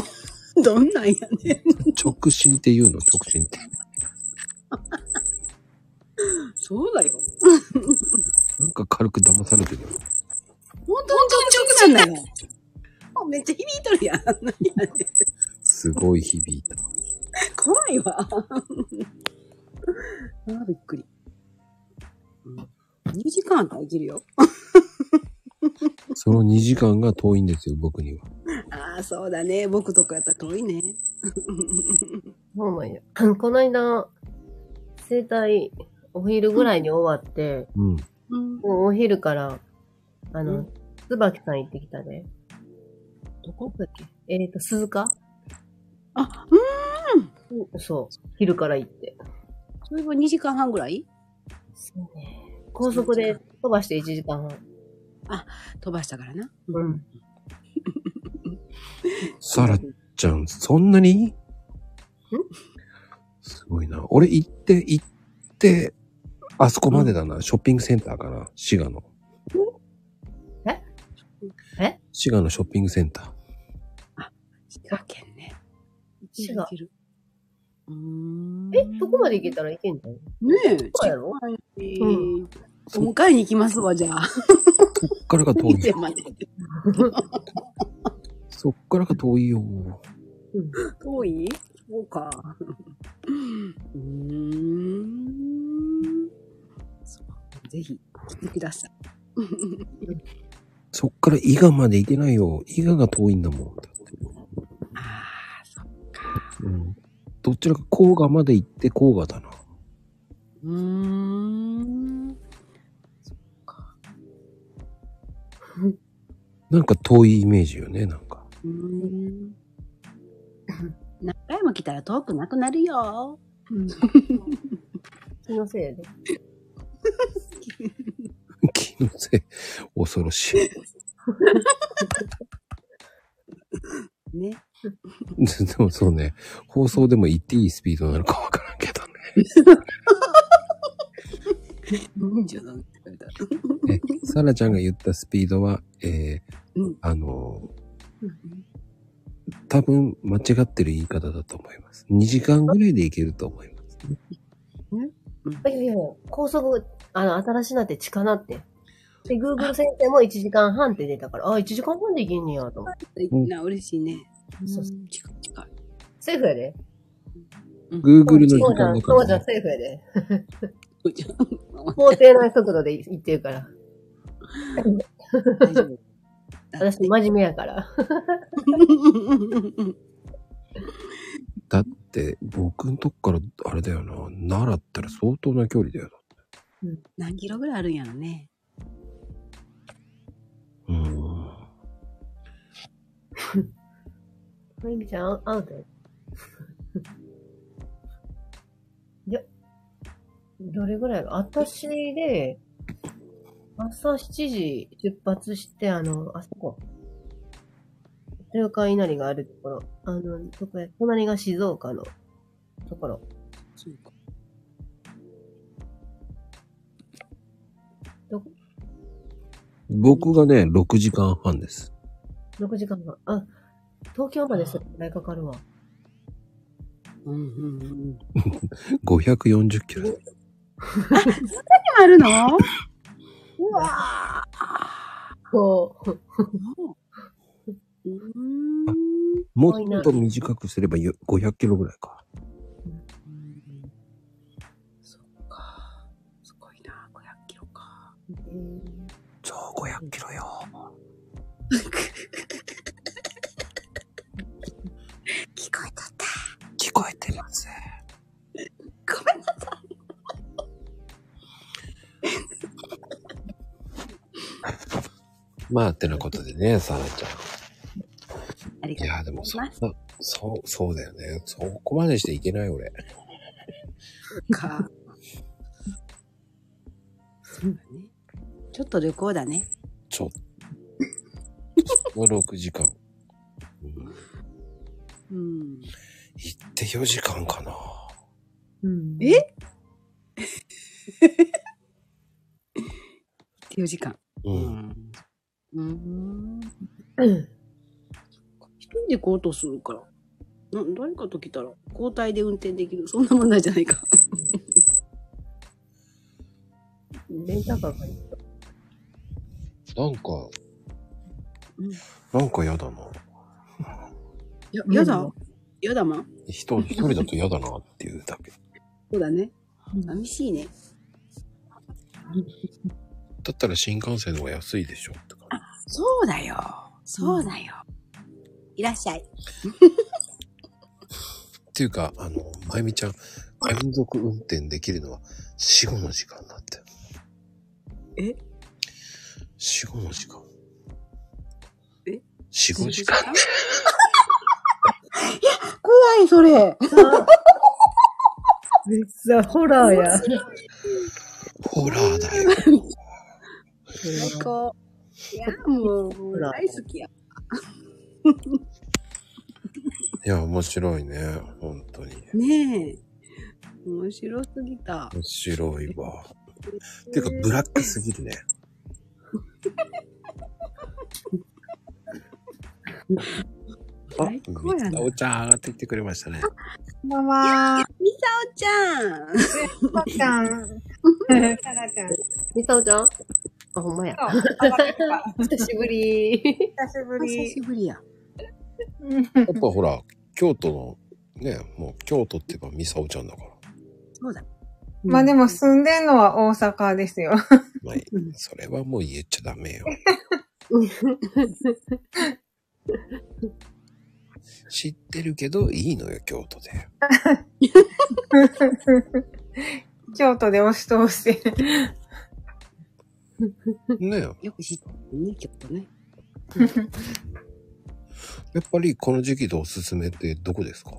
Speaker 4: どんなんやねん。
Speaker 1: 直進って言うの、直進って。
Speaker 4: そうだよ。
Speaker 1: なんか軽く騙されてるよ。
Speaker 4: 本当に直進だよ。めっちゃ響いとるやん。何やねん
Speaker 1: すごい響いた。
Speaker 4: 怖いわ。 あーびっくり。うん、2時間あったらいけるよ。
Speaker 1: その2時間が遠いんですよ、僕には。
Speaker 4: ああ、そうだね。僕とかやったら遠いね。
Speaker 2: そうなんや。 この間、生体、お昼ぐらいに終わって、
Speaker 1: うん。
Speaker 4: うん、
Speaker 2: もうお昼から、あ
Speaker 4: う
Speaker 2: の、椿さん行ってきたで。
Speaker 4: どこ
Speaker 2: だっけえっ、と、鈴鹿
Speaker 4: あ、うん。
Speaker 2: うんそう。昼から行って。
Speaker 4: それは2時間半ぐらい
Speaker 2: 高速で飛ばして1時間半。
Speaker 4: あ、飛ばしたからな。
Speaker 2: うん。
Speaker 1: サラちゃん、そんなにすごいな。俺行って、行って、あそこまでだな。ショッピングセンターかな。滋賀の。
Speaker 2: ええ
Speaker 1: 滋賀のショッピングセンター。
Speaker 4: 滋賀県ね。
Speaker 2: 滋賀
Speaker 4: いける。うーん。
Speaker 2: え、どこまで行けたらいけんの
Speaker 4: ねえ、近
Speaker 2: そうやろ
Speaker 4: いし、
Speaker 2: うん
Speaker 4: お迎えに行きますわ、じゃあ。
Speaker 1: そっからが遠
Speaker 4: 見
Speaker 1: い
Speaker 4: て。まで。
Speaker 1: そっからが遠いよ。
Speaker 4: 遠いそうか。うーん。そうぜひ、来てください。
Speaker 1: そっから伊賀まで行けないよ。伊賀が遠いんだもん。だって
Speaker 4: ああ、そっか。
Speaker 1: うん。どちらか甲賀まで行って甲賀だな。
Speaker 4: うーん。
Speaker 1: なんか遠いイメージよね、なんか。
Speaker 4: うーん。何回も来たら遠くなくなるよ。
Speaker 2: 気のせいやで。
Speaker 1: 気のせい。恐ろしい。
Speaker 4: ね。
Speaker 1: でもそうね、放送でも言っていいスピードなのかわからんけどね。
Speaker 4: うん、じゃなって書いてある。
Speaker 1: え、サラちゃんが言ったスピードは、えー
Speaker 4: うん
Speaker 1: あのー
Speaker 3: う
Speaker 1: 多分間違ってる言い方だと思います。2時間ぐらいでいけると思います。
Speaker 2: いやいや、高速、あの、新しいなって近なって。で、Google 先生も1時間半って出たから、あ、1時間半で行けんねやと思って。
Speaker 1: うん
Speaker 4: な、嬉しいね。
Speaker 2: そう
Speaker 4: うん近い近い。
Speaker 2: セーフやで。
Speaker 1: Google の時
Speaker 2: そうじゃ
Speaker 1: 間
Speaker 2: ん、
Speaker 1: だ
Speaker 2: そう
Speaker 1: か
Speaker 2: じゃ
Speaker 1: ら
Speaker 2: ん、
Speaker 1: ね、
Speaker 2: セーフやで。
Speaker 4: そうじゃん
Speaker 2: 法定の速度で行ってるから。
Speaker 4: 大丈夫。
Speaker 2: 私、真面目やから。
Speaker 1: だって僕のとこからあれだよな、奈良ったら相当な距離だよ
Speaker 4: 何キロぐらいあるんやろね。
Speaker 1: な。うーん。
Speaker 2: まゆみちゃん、アウトや。いや、どれぐらいが私で、朝7時出発して、あの、あそこ。中華稲荷があるところ。あの、どこや、隣が静岡のところ。
Speaker 4: そうか。
Speaker 1: 僕がね、6時間半です。
Speaker 2: 6時間半。あ、東京までするぐらいかかるわ。
Speaker 4: うんうんうん。
Speaker 1: 540キロです。
Speaker 4: あるのうわ
Speaker 2: こう、
Speaker 4: ーうーん。
Speaker 1: もっと短くすればよ500キロぐらいか。
Speaker 4: そっか。すごいな、500キロか。
Speaker 1: そう、500キロよ。
Speaker 4: 聞こえとった。
Speaker 1: 聞こえてます。
Speaker 4: ごめんなさ
Speaker 1: まあ、ってなことでね、サラちゃん。
Speaker 4: い。あり
Speaker 1: い
Speaker 4: が
Speaker 1: や、でもそんな、そう、そうだよね。そこまでしていけない俺。
Speaker 4: とうか。そうだね。ちょっと旅行だね。
Speaker 1: ちょっと。6時間。うん
Speaker 4: うん。
Speaker 1: 行って4時間かな。
Speaker 2: うん
Speaker 4: え4時間。
Speaker 1: う。
Speaker 4: うんん。うん。一人で行こうとするから。な誰かと来たら交代で運転できる。そんな問題じゃない か。
Speaker 2: レンタカーがいい。
Speaker 1: なんか
Speaker 4: うん、
Speaker 1: なんか嫌だな。
Speaker 4: や、
Speaker 2: や
Speaker 4: や
Speaker 2: だ
Speaker 4: だ。やだまん。
Speaker 1: 人、一人だと嫌だなっていうだけ。
Speaker 4: そうだね。寂しいね。
Speaker 1: だったら新幹線の方が安いでしょとか。
Speaker 4: そうだよ。そうだよ。いらっしゃい。
Speaker 1: っていうか、あの、まゆみちゃん、連続運転できるのは死後の時間だって。
Speaker 4: え
Speaker 1: 死後の時間。
Speaker 4: え
Speaker 1: 死後時間。
Speaker 4: 怖い、それ。
Speaker 2: めっちゃホラーや。
Speaker 1: ホラーだよ。
Speaker 4: 最高。いや、もう、もう大好きや。
Speaker 1: いや、面白いね。本当に。
Speaker 4: ねえ。面白すぎた。
Speaker 1: 面白いわ。ていうか、ブラックすぎるね。あ、
Speaker 4: 最高や
Speaker 1: み
Speaker 4: な
Speaker 1: さおちゃん上がってきてくれましたね。
Speaker 5: こんばんは。
Speaker 4: みさおちゃん
Speaker 5: さらちゃん。さらちゃん。
Speaker 2: みさおちゃんあ、ほんまや。
Speaker 5: そう上がってきた
Speaker 2: 久しぶり。
Speaker 5: 久しぶ
Speaker 4: 久し
Speaker 5: り。
Speaker 4: ぶりや。
Speaker 5: うん
Speaker 1: やっぱほら、京都の、ね、もう京都って言えばミサオちゃんだから。
Speaker 4: そうだ。
Speaker 5: まあでも住んでんのは大阪ですよ。
Speaker 1: まあ、それはもう言っちゃダメ よ。知ってるけど、いいのよ、京都で。
Speaker 5: 京都で押し通して。
Speaker 1: ねえ
Speaker 4: よく知ってるね、きっとね。
Speaker 1: やっぱりこの時期でおすすめってどこですか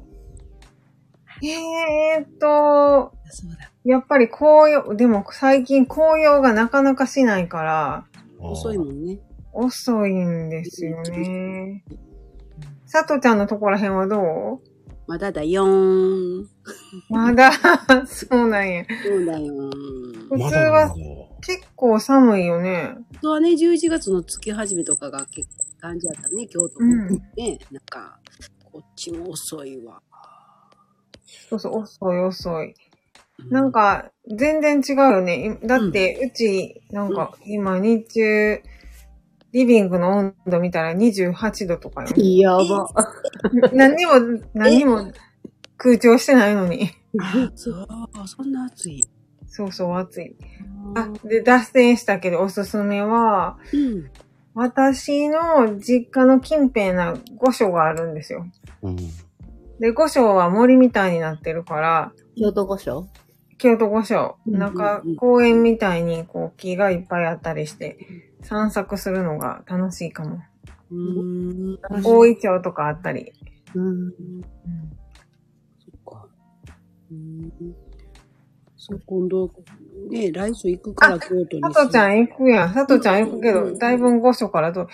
Speaker 5: えーっと、
Speaker 4: そうだ。
Speaker 5: やっぱり紅葉、でも最近紅葉がなかなかしないから、
Speaker 4: 遅いもんね。
Speaker 5: 遅いんですよね。さとちゃんのとこら辺はど
Speaker 4: まだだよーん。
Speaker 5: うまだ、 そうなんや。
Speaker 4: そうだよーん。
Speaker 5: 普
Speaker 1: あー
Speaker 5: 通
Speaker 1: まだ
Speaker 5: は
Speaker 1: まだ
Speaker 5: 結構寒いよね。
Speaker 4: 本当はね、11月の月始めとかが結構感じだったね、京都も
Speaker 5: うん
Speaker 4: ね、なんか、こっちも遅いわ。
Speaker 5: そうそう、遅い遅い。なん、か、全然違うよね。いだって、うち、なんか、今、日中、リビングの温度見たら28度とかよ、
Speaker 2: や
Speaker 4: ば
Speaker 5: 何にも、何にも、空調してないのに。
Speaker 4: あそう、そんな暑い。
Speaker 5: そうそう、暑い。あ、で、脱線したけど、おすすめは、
Speaker 4: うん。
Speaker 5: 私の実家の近辺な御所があるんですよ。
Speaker 1: うん。
Speaker 5: で、御所は森みたいになってるから、
Speaker 2: 京都御所
Speaker 5: 京都御所、
Speaker 4: うん
Speaker 5: なんか
Speaker 4: うん
Speaker 5: 公園みたいにこう木がいっぱいあったりして、散策するのが楽しいかも。
Speaker 4: うーん。
Speaker 5: 大井町とかあったり。
Speaker 2: うん。
Speaker 4: そっか。うーん。そう、今度、ね、来週行くから京都に。
Speaker 5: さとちゃん行くやん。さとちゃん行くけ
Speaker 4: うんうんう
Speaker 5: ど、
Speaker 4: ん
Speaker 5: だいぶ御所からと。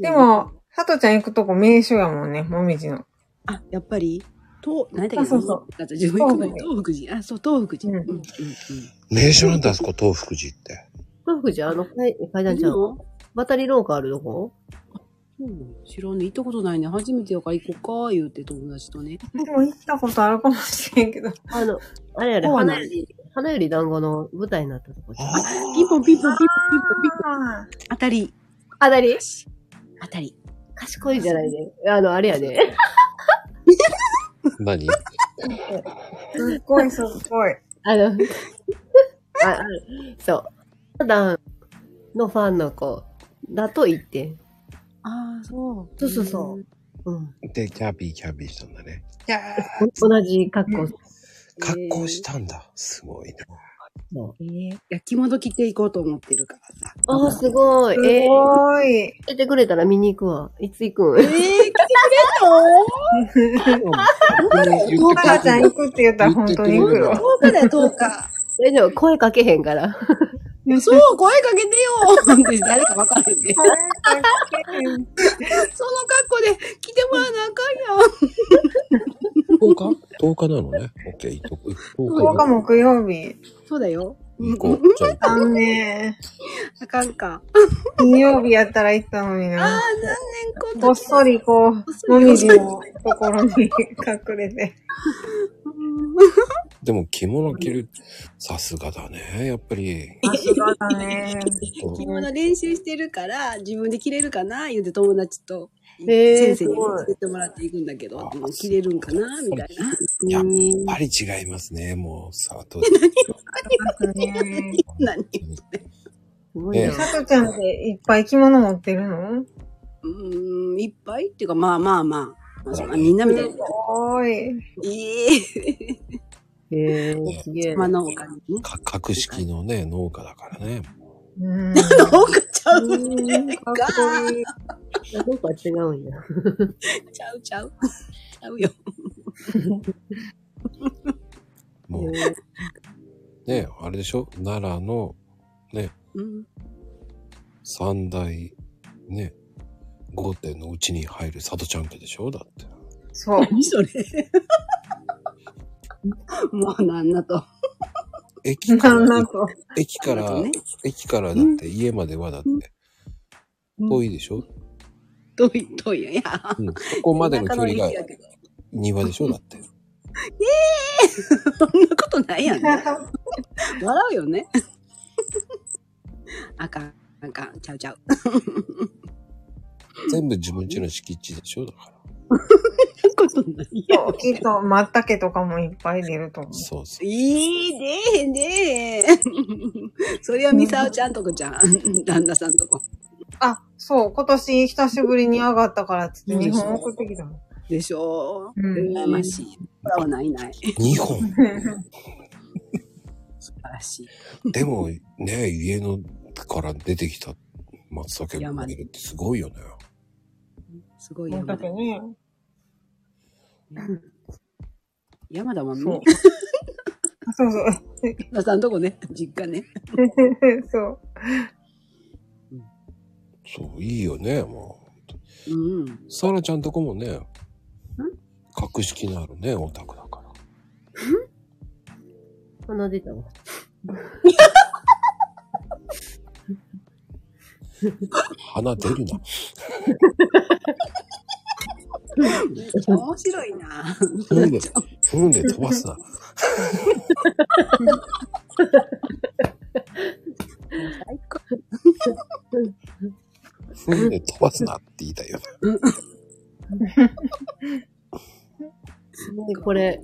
Speaker 5: でも、、さとちゃん行くとこ名所やもんね、もみじの。
Speaker 4: あ、やっぱり、と、何だっけ
Speaker 5: あそうそう。
Speaker 4: なんか自分行く前に東福寺。あ、そう、東福寺。
Speaker 5: うん
Speaker 4: うんうんうん。
Speaker 1: 名所なんだ、あそこ、東福寺って。
Speaker 2: 東福寺、あの、階階段ちゃ
Speaker 4: いい
Speaker 2: ん。
Speaker 4: の
Speaker 2: 渡り廊下あるとこ
Speaker 4: うん知らんね。行ったことないね。初めてやから行こうか、言うて友達とね。
Speaker 5: でも行ったことあるかもしれんけど。
Speaker 2: あの、あれやで、
Speaker 4: そうなん
Speaker 2: 花より、花より団子の舞台になったとこじゃん。
Speaker 1: あー
Speaker 4: ピンポンピンポンピンポンピンポンピンポン。
Speaker 5: あー
Speaker 4: 当たり。
Speaker 2: あだり
Speaker 4: 当たり。
Speaker 2: 賢いじゃないね。あの、あれやで、ね。
Speaker 1: 何
Speaker 5: すっごいすっごい。
Speaker 2: あの、あ、あそう。ただのファンの子だと言って。
Speaker 4: ああ、そう。
Speaker 2: そうそうそう。うん。
Speaker 1: で、キャビーキャビーしたんだね。
Speaker 2: 同じ格好。
Speaker 1: 格好したんだ。すごいな。
Speaker 4: えー。いや、着物着て行こうと思ってるからさ。
Speaker 2: ああ、すごい。
Speaker 5: す
Speaker 2: えー、
Speaker 5: ごい。
Speaker 2: 出てくれたら見に行くわ。いつ行くん
Speaker 1: 言
Speaker 5: さとちゃん行くって言ったら本当に行くよ。
Speaker 4: 10日だよ、10日。
Speaker 2: 大丈夫。声かけへんから。
Speaker 4: いやそう、声かけてよなんて 誰か分かるね。
Speaker 5: これだけ
Speaker 4: その格好で来てもらわなあかんや
Speaker 1: 10
Speaker 4: ん。
Speaker 1: 日 ?10 日なのね。オッケー、いいとこ。
Speaker 5: 10日木曜日。
Speaker 4: そうだよ。
Speaker 1: 行こう。じゃあ、
Speaker 5: 残念。
Speaker 4: あかんか。
Speaker 5: 金曜日やったら行ったのに
Speaker 4: ああ残
Speaker 5: な。、
Speaker 4: 念こと。
Speaker 5: こっそりこう、もみじのところに隠れて。
Speaker 1: でも着物着る、さすがだね。やっぱり。
Speaker 5: さすがだね。
Speaker 4: 着物練習してるから、自分で着れるかな言うて友達と、
Speaker 2: へー
Speaker 4: 先生に連れてもらっていくんだけど、
Speaker 1: すごい
Speaker 4: もう着れるんかなみたいな。
Speaker 1: やっ
Speaker 2: うん
Speaker 1: ぱり違いますね。もう、さあ、と。
Speaker 5: ね
Speaker 4: 何
Speaker 2: すごい
Speaker 1: え
Speaker 2: な
Speaker 1: え。
Speaker 5: さとちゃんっていっぱい着物持ってるの
Speaker 4: うーん、いっぱいっていうか、まあまあまあ。まあそんなみんなみたい
Speaker 5: す
Speaker 4: な。
Speaker 5: ごい。
Speaker 4: ええ
Speaker 2: へえー、すげえ。
Speaker 4: まあ、農家にね。
Speaker 1: か格式のね、農家だからね。
Speaker 5: うん。
Speaker 4: 農家ちゃう。
Speaker 5: かっこいい。
Speaker 2: なんか違うんや。
Speaker 4: ちゃうちゃう。ちゃうよ。
Speaker 1: もう、ね、あれでしょ奈良の
Speaker 4: うん。
Speaker 1: 三大ね、5点のうちに入るサトちゃん家でしょだって。
Speaker 5: そう。
Speaker 4: 何それ もうなんなと。
Speaker 1: 駅か
Speaker 5: なんな
Speaker 1: ら、
Speaker 5: と。
Speaker 1: 駅から
Speaker 4: そうだね、
Speaker 1: 駅からだって家まではだって、遠いでしょ、
Speaker 4: 遠い、遠いよ。いや。
Speaker 1: うん、そこまでの距離が
Speaker 4: 田舎の駅やけど
Speaker 1: 庭でしょだって。
Speaker 4: そんなことないやん、ね。笑うよね。 あかん、あかん、ちゃうちゃう。
Speaker 1: 全部自分家の敷地でしょだから。
Speaker 4: そんなことないやん。
Speaker 5: きっと、まったけとかもいっぱい出ると思う。
Speaker 1: そうそう。
Speaker 4: いい、出えへん、出え へん。それはみさおちゃんとこじゃん。 旦那さんとこ。
Speaker 5: あ、そう。今年久しぶりに上がったからっつって日本送ってきたの。
Speaker 4: でしょう。
Speaker 5: うん
Speaker 4: 羨ましい。ほらはないない。素
Speaker 1: 2本。
Speaker 4: 晴らしい。
Speaker 1: でも、ね、家のから出てきた松茸の見るってすごいよね。
Speaker 4: すごい
Speaker 5: ま
Speaker 4: 山
Speaker 5: った
Speaker 4: だ
Speaker 5: け。ね。
Speaker 4: 山だもんね。
Speaker 5: そう
Speaker 4: 旦。
Speaker 5: そう そう。
Speaker 4: 那さんとこね、実家ね。
Speaker 5: そう。
Speaker 1: そう、いいよね、も
Speaker 4: うん。
Speaker 1: う。サラちゃんとこもね、格式のあるね、オタクだから。
Speaker 2: 鼻出た わ。
Speaker 1: 鼻出るな。
Speaker 4: めっちゃ面白いな。
Speaker 1: 踏んで、踏んで飛ばすな。
Speaker 4: 最高。
Speaker 1: 踏んで飛ばすなって言いたいよね。
Speaker 2: でこれ、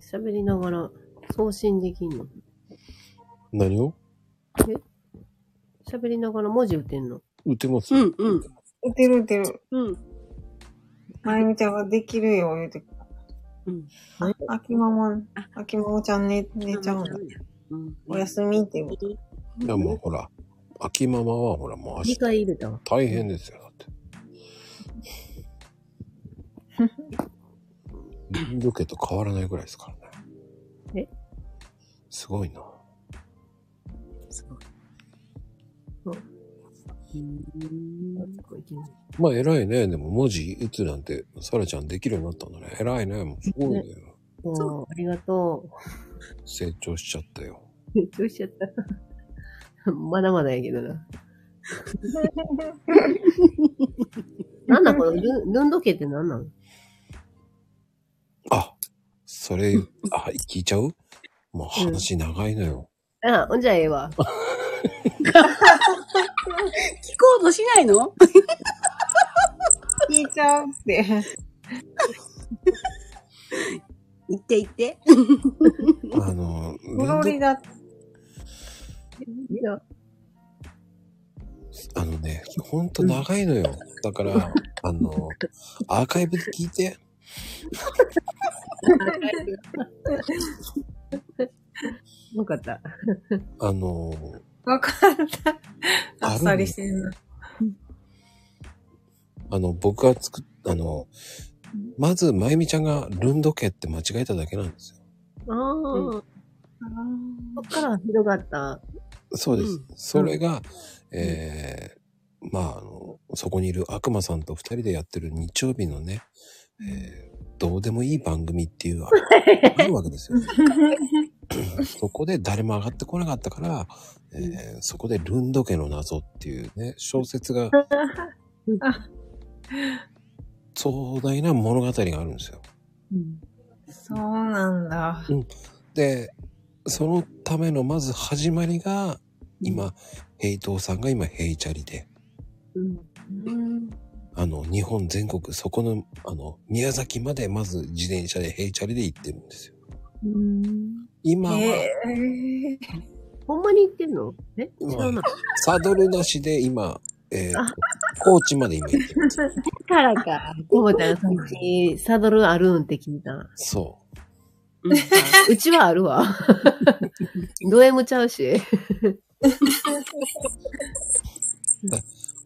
Speaker 2: 喋りながら送信できんの。
Speaker 1: 何を
Speaker 2: 喋りながら文字打てんの。
Speaker 1: 打てます、
Speaker 4: うんうん。
Speaker 5: 打てる打てる。
Speaker 4: うん。
Speaker 5: まゆみちゃんができるよ、言うて。
Speaker 4: うん。
Speaker 5: あきまま、あきままちゃん寝、寝ちゃうんだ。
Speaker 4: うん。
Speaker 5: おやすみって言う。
Speaker 1: いや、もうほら、秋ママはほら、もう明
Speaker 2: 2
Speaker 1: 日
Speaker 2: 回入れたわ。
Speaker 1: 大変ですよ、だって。分度計と変わらないぐらいですからね。
Speaker 2: え
Speaker 1: すごいな。
Speaker 4: すごい。
Speaker 2: そう
Speaker 4: うん
Speaker 1: まあ偉いね。でも文字打つなんて、サラちゃんできるようになったんだね。偉いね。もうすごいね。
Speaker 2: そう、ありがと
Speaker 1: 成長しちゃったよ。
Speaker 2: う。緊張しちゃった。 まだまだやけどな。 なんだこ のルン、ルン時計って何なの
Speaker 1: あ、それ、あ、聞いちゃうもう話長いのよ。
Speaker 2: あ、ほんじゃええわ。
Speaker 4: 聞こうとしないの
Speaker 5: 聞いちゃうって。
Speaker 4: 言って言って。
Speaker 1: あの、
Speaker 5: フロリ ダ、
Speaker 2: いや
Speaker 1: あのね、ほんと長いのよ。だから、あの、アーカイブで聞いて。
Speaker 2: よかった。
Speaker 1: あの、
Speaker 5: わかった。
Speaker 1: ある
Speaker 5: あっさりしてんな。
Speaker 1: あの、僕が作っ、あの、まず、まゆみちゃんがルンドケって間違えただけなんですよ。
Speaker 2: ああ、
Speaker 4: う
Speaker 2: そっから広がった。
Speaker 1: そうです。
Speaker 4: うん
Speaker 1: それが、えーまあ、あの、そこにいる悪魔さんと二人でやってる日曜日のね、えーどうでもいい番組って いうのがあるわけですよ。そこで誰も上がってこなかったから、えーそこでルンド家の謎っていうね、小説 が、壮大な物語があるんですよ。
Speaker 5: そうなんだ。
Speaker 1: で、そのためのまず始まりが、今、ヘイトーさんが今ヘイチャリで、
Speaker 4: うん。
Speaker 1: あの、日本全国、そこの、あの、宮崎までまず自転車でヘイチャリで行ってるんですよ。今は、
Speaker 5: ええ
Speaker 2: ほんまに言ってんのえ違
Speaker 1: 今
Speaker 2: うな。
Speaker 1: サドルなしで今、えーと、高知まで今行ってます。
Speaker 2: だからか。と思ったら、さっき、サドルあるんって聞いたな。
Speaker 1: そ
Speaker 2: あうちはある わ。ド M ちゃうし。
Speaker 1: う。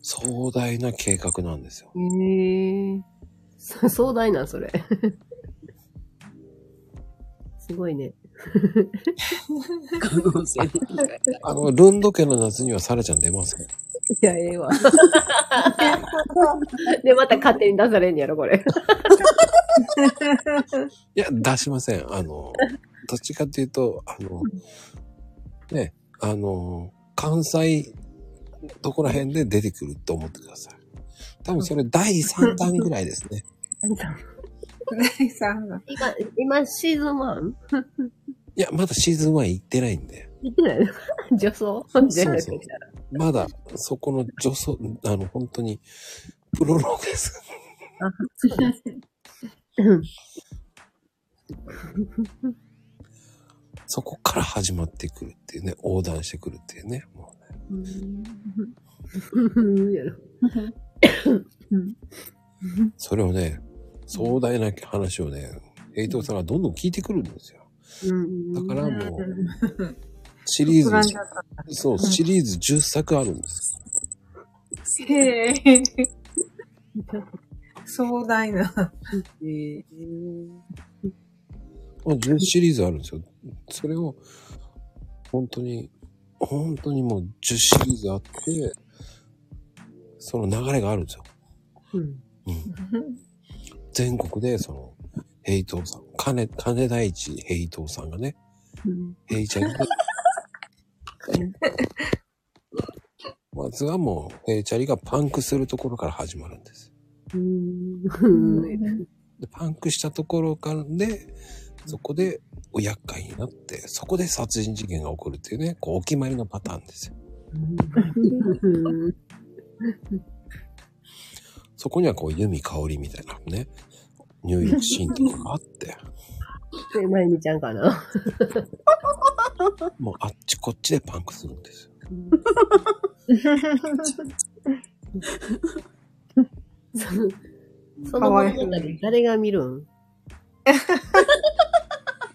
Speaker 1: 壮大な計画なんですよ。
Speaker 2: へえ。そ壮大なん、それ。すごいね。
Speaker 4: 可能性も高い。
Speaker 1: あの、ルンド家の夏にはサラちゃん出ません。
Speaker 4: いや、ええわ。
Speaker 2: で、また勝手に出されんやろ、これ。
Speaker 1: いや、出しません。あの、どっちかっていうと、あの、ね、あの、関西、どこら辺で出てくると思ってください。多分それ第3弾ぐらいですね。
Speaker 5: 第3弾。
Speaker 2: 今、今、シーズン 1?
Speaker 1: いや、まだシーズン1行ってないんで。
Speaker 2: 見てないの女装全
Speaker 1: そう
Speaker 2: 部
Speaker 1: そうまだ、そこの女装、あの、本当に、プロローグです。
Speaker 2: うん
Speaker 1: そこから始まってくるっていうね、横断してくるっていうね。もうね
Speaker 2: うんやろ
Speaker 1: それをね、壮大な話をね、平等さんがどんどん聞いてくるんですよ。
Speaker 2: うん
Speaker 1: だからもう、
Speaker 5: う
Speaker 1: シリ
Speaker 5: ん。不安
Speaker 1: ーズ、
Speaker 5: だっ
Speaker 1: そう、シリーズ10作あるんです。
Speaker 5: た。へえ。壮大な。
Speaker 4: ええ
Speaker 1: もう10シリーズあるんですよ。それを、本当に、本当にもう10シリーズあって、その流れがあるんですよ。
Speaker 4: うん。
Speaker 1: 全国で、その、平等さん、金、金大地平等さんがね、
Speaker 4: うん。
Speaker 1: 平ちゃんが、まずはもう、平チャリがパンクするところから始まるんです。
Speaker 2: うん
Speaker 1: でパンクしたところからで、そこで、お厄介になって、そこで殺人事件が起こるっていうね、こう、お決まりのパターンですよ。そこにはこう、弓香りみたいなね、入浴シーンとかがあって、
Speaker 2: で、まゆみちゃんかな。
Speaker 1: もうあっちこっちでパンクするんですよ。
Speaker 2: そのその物語、誰が見るん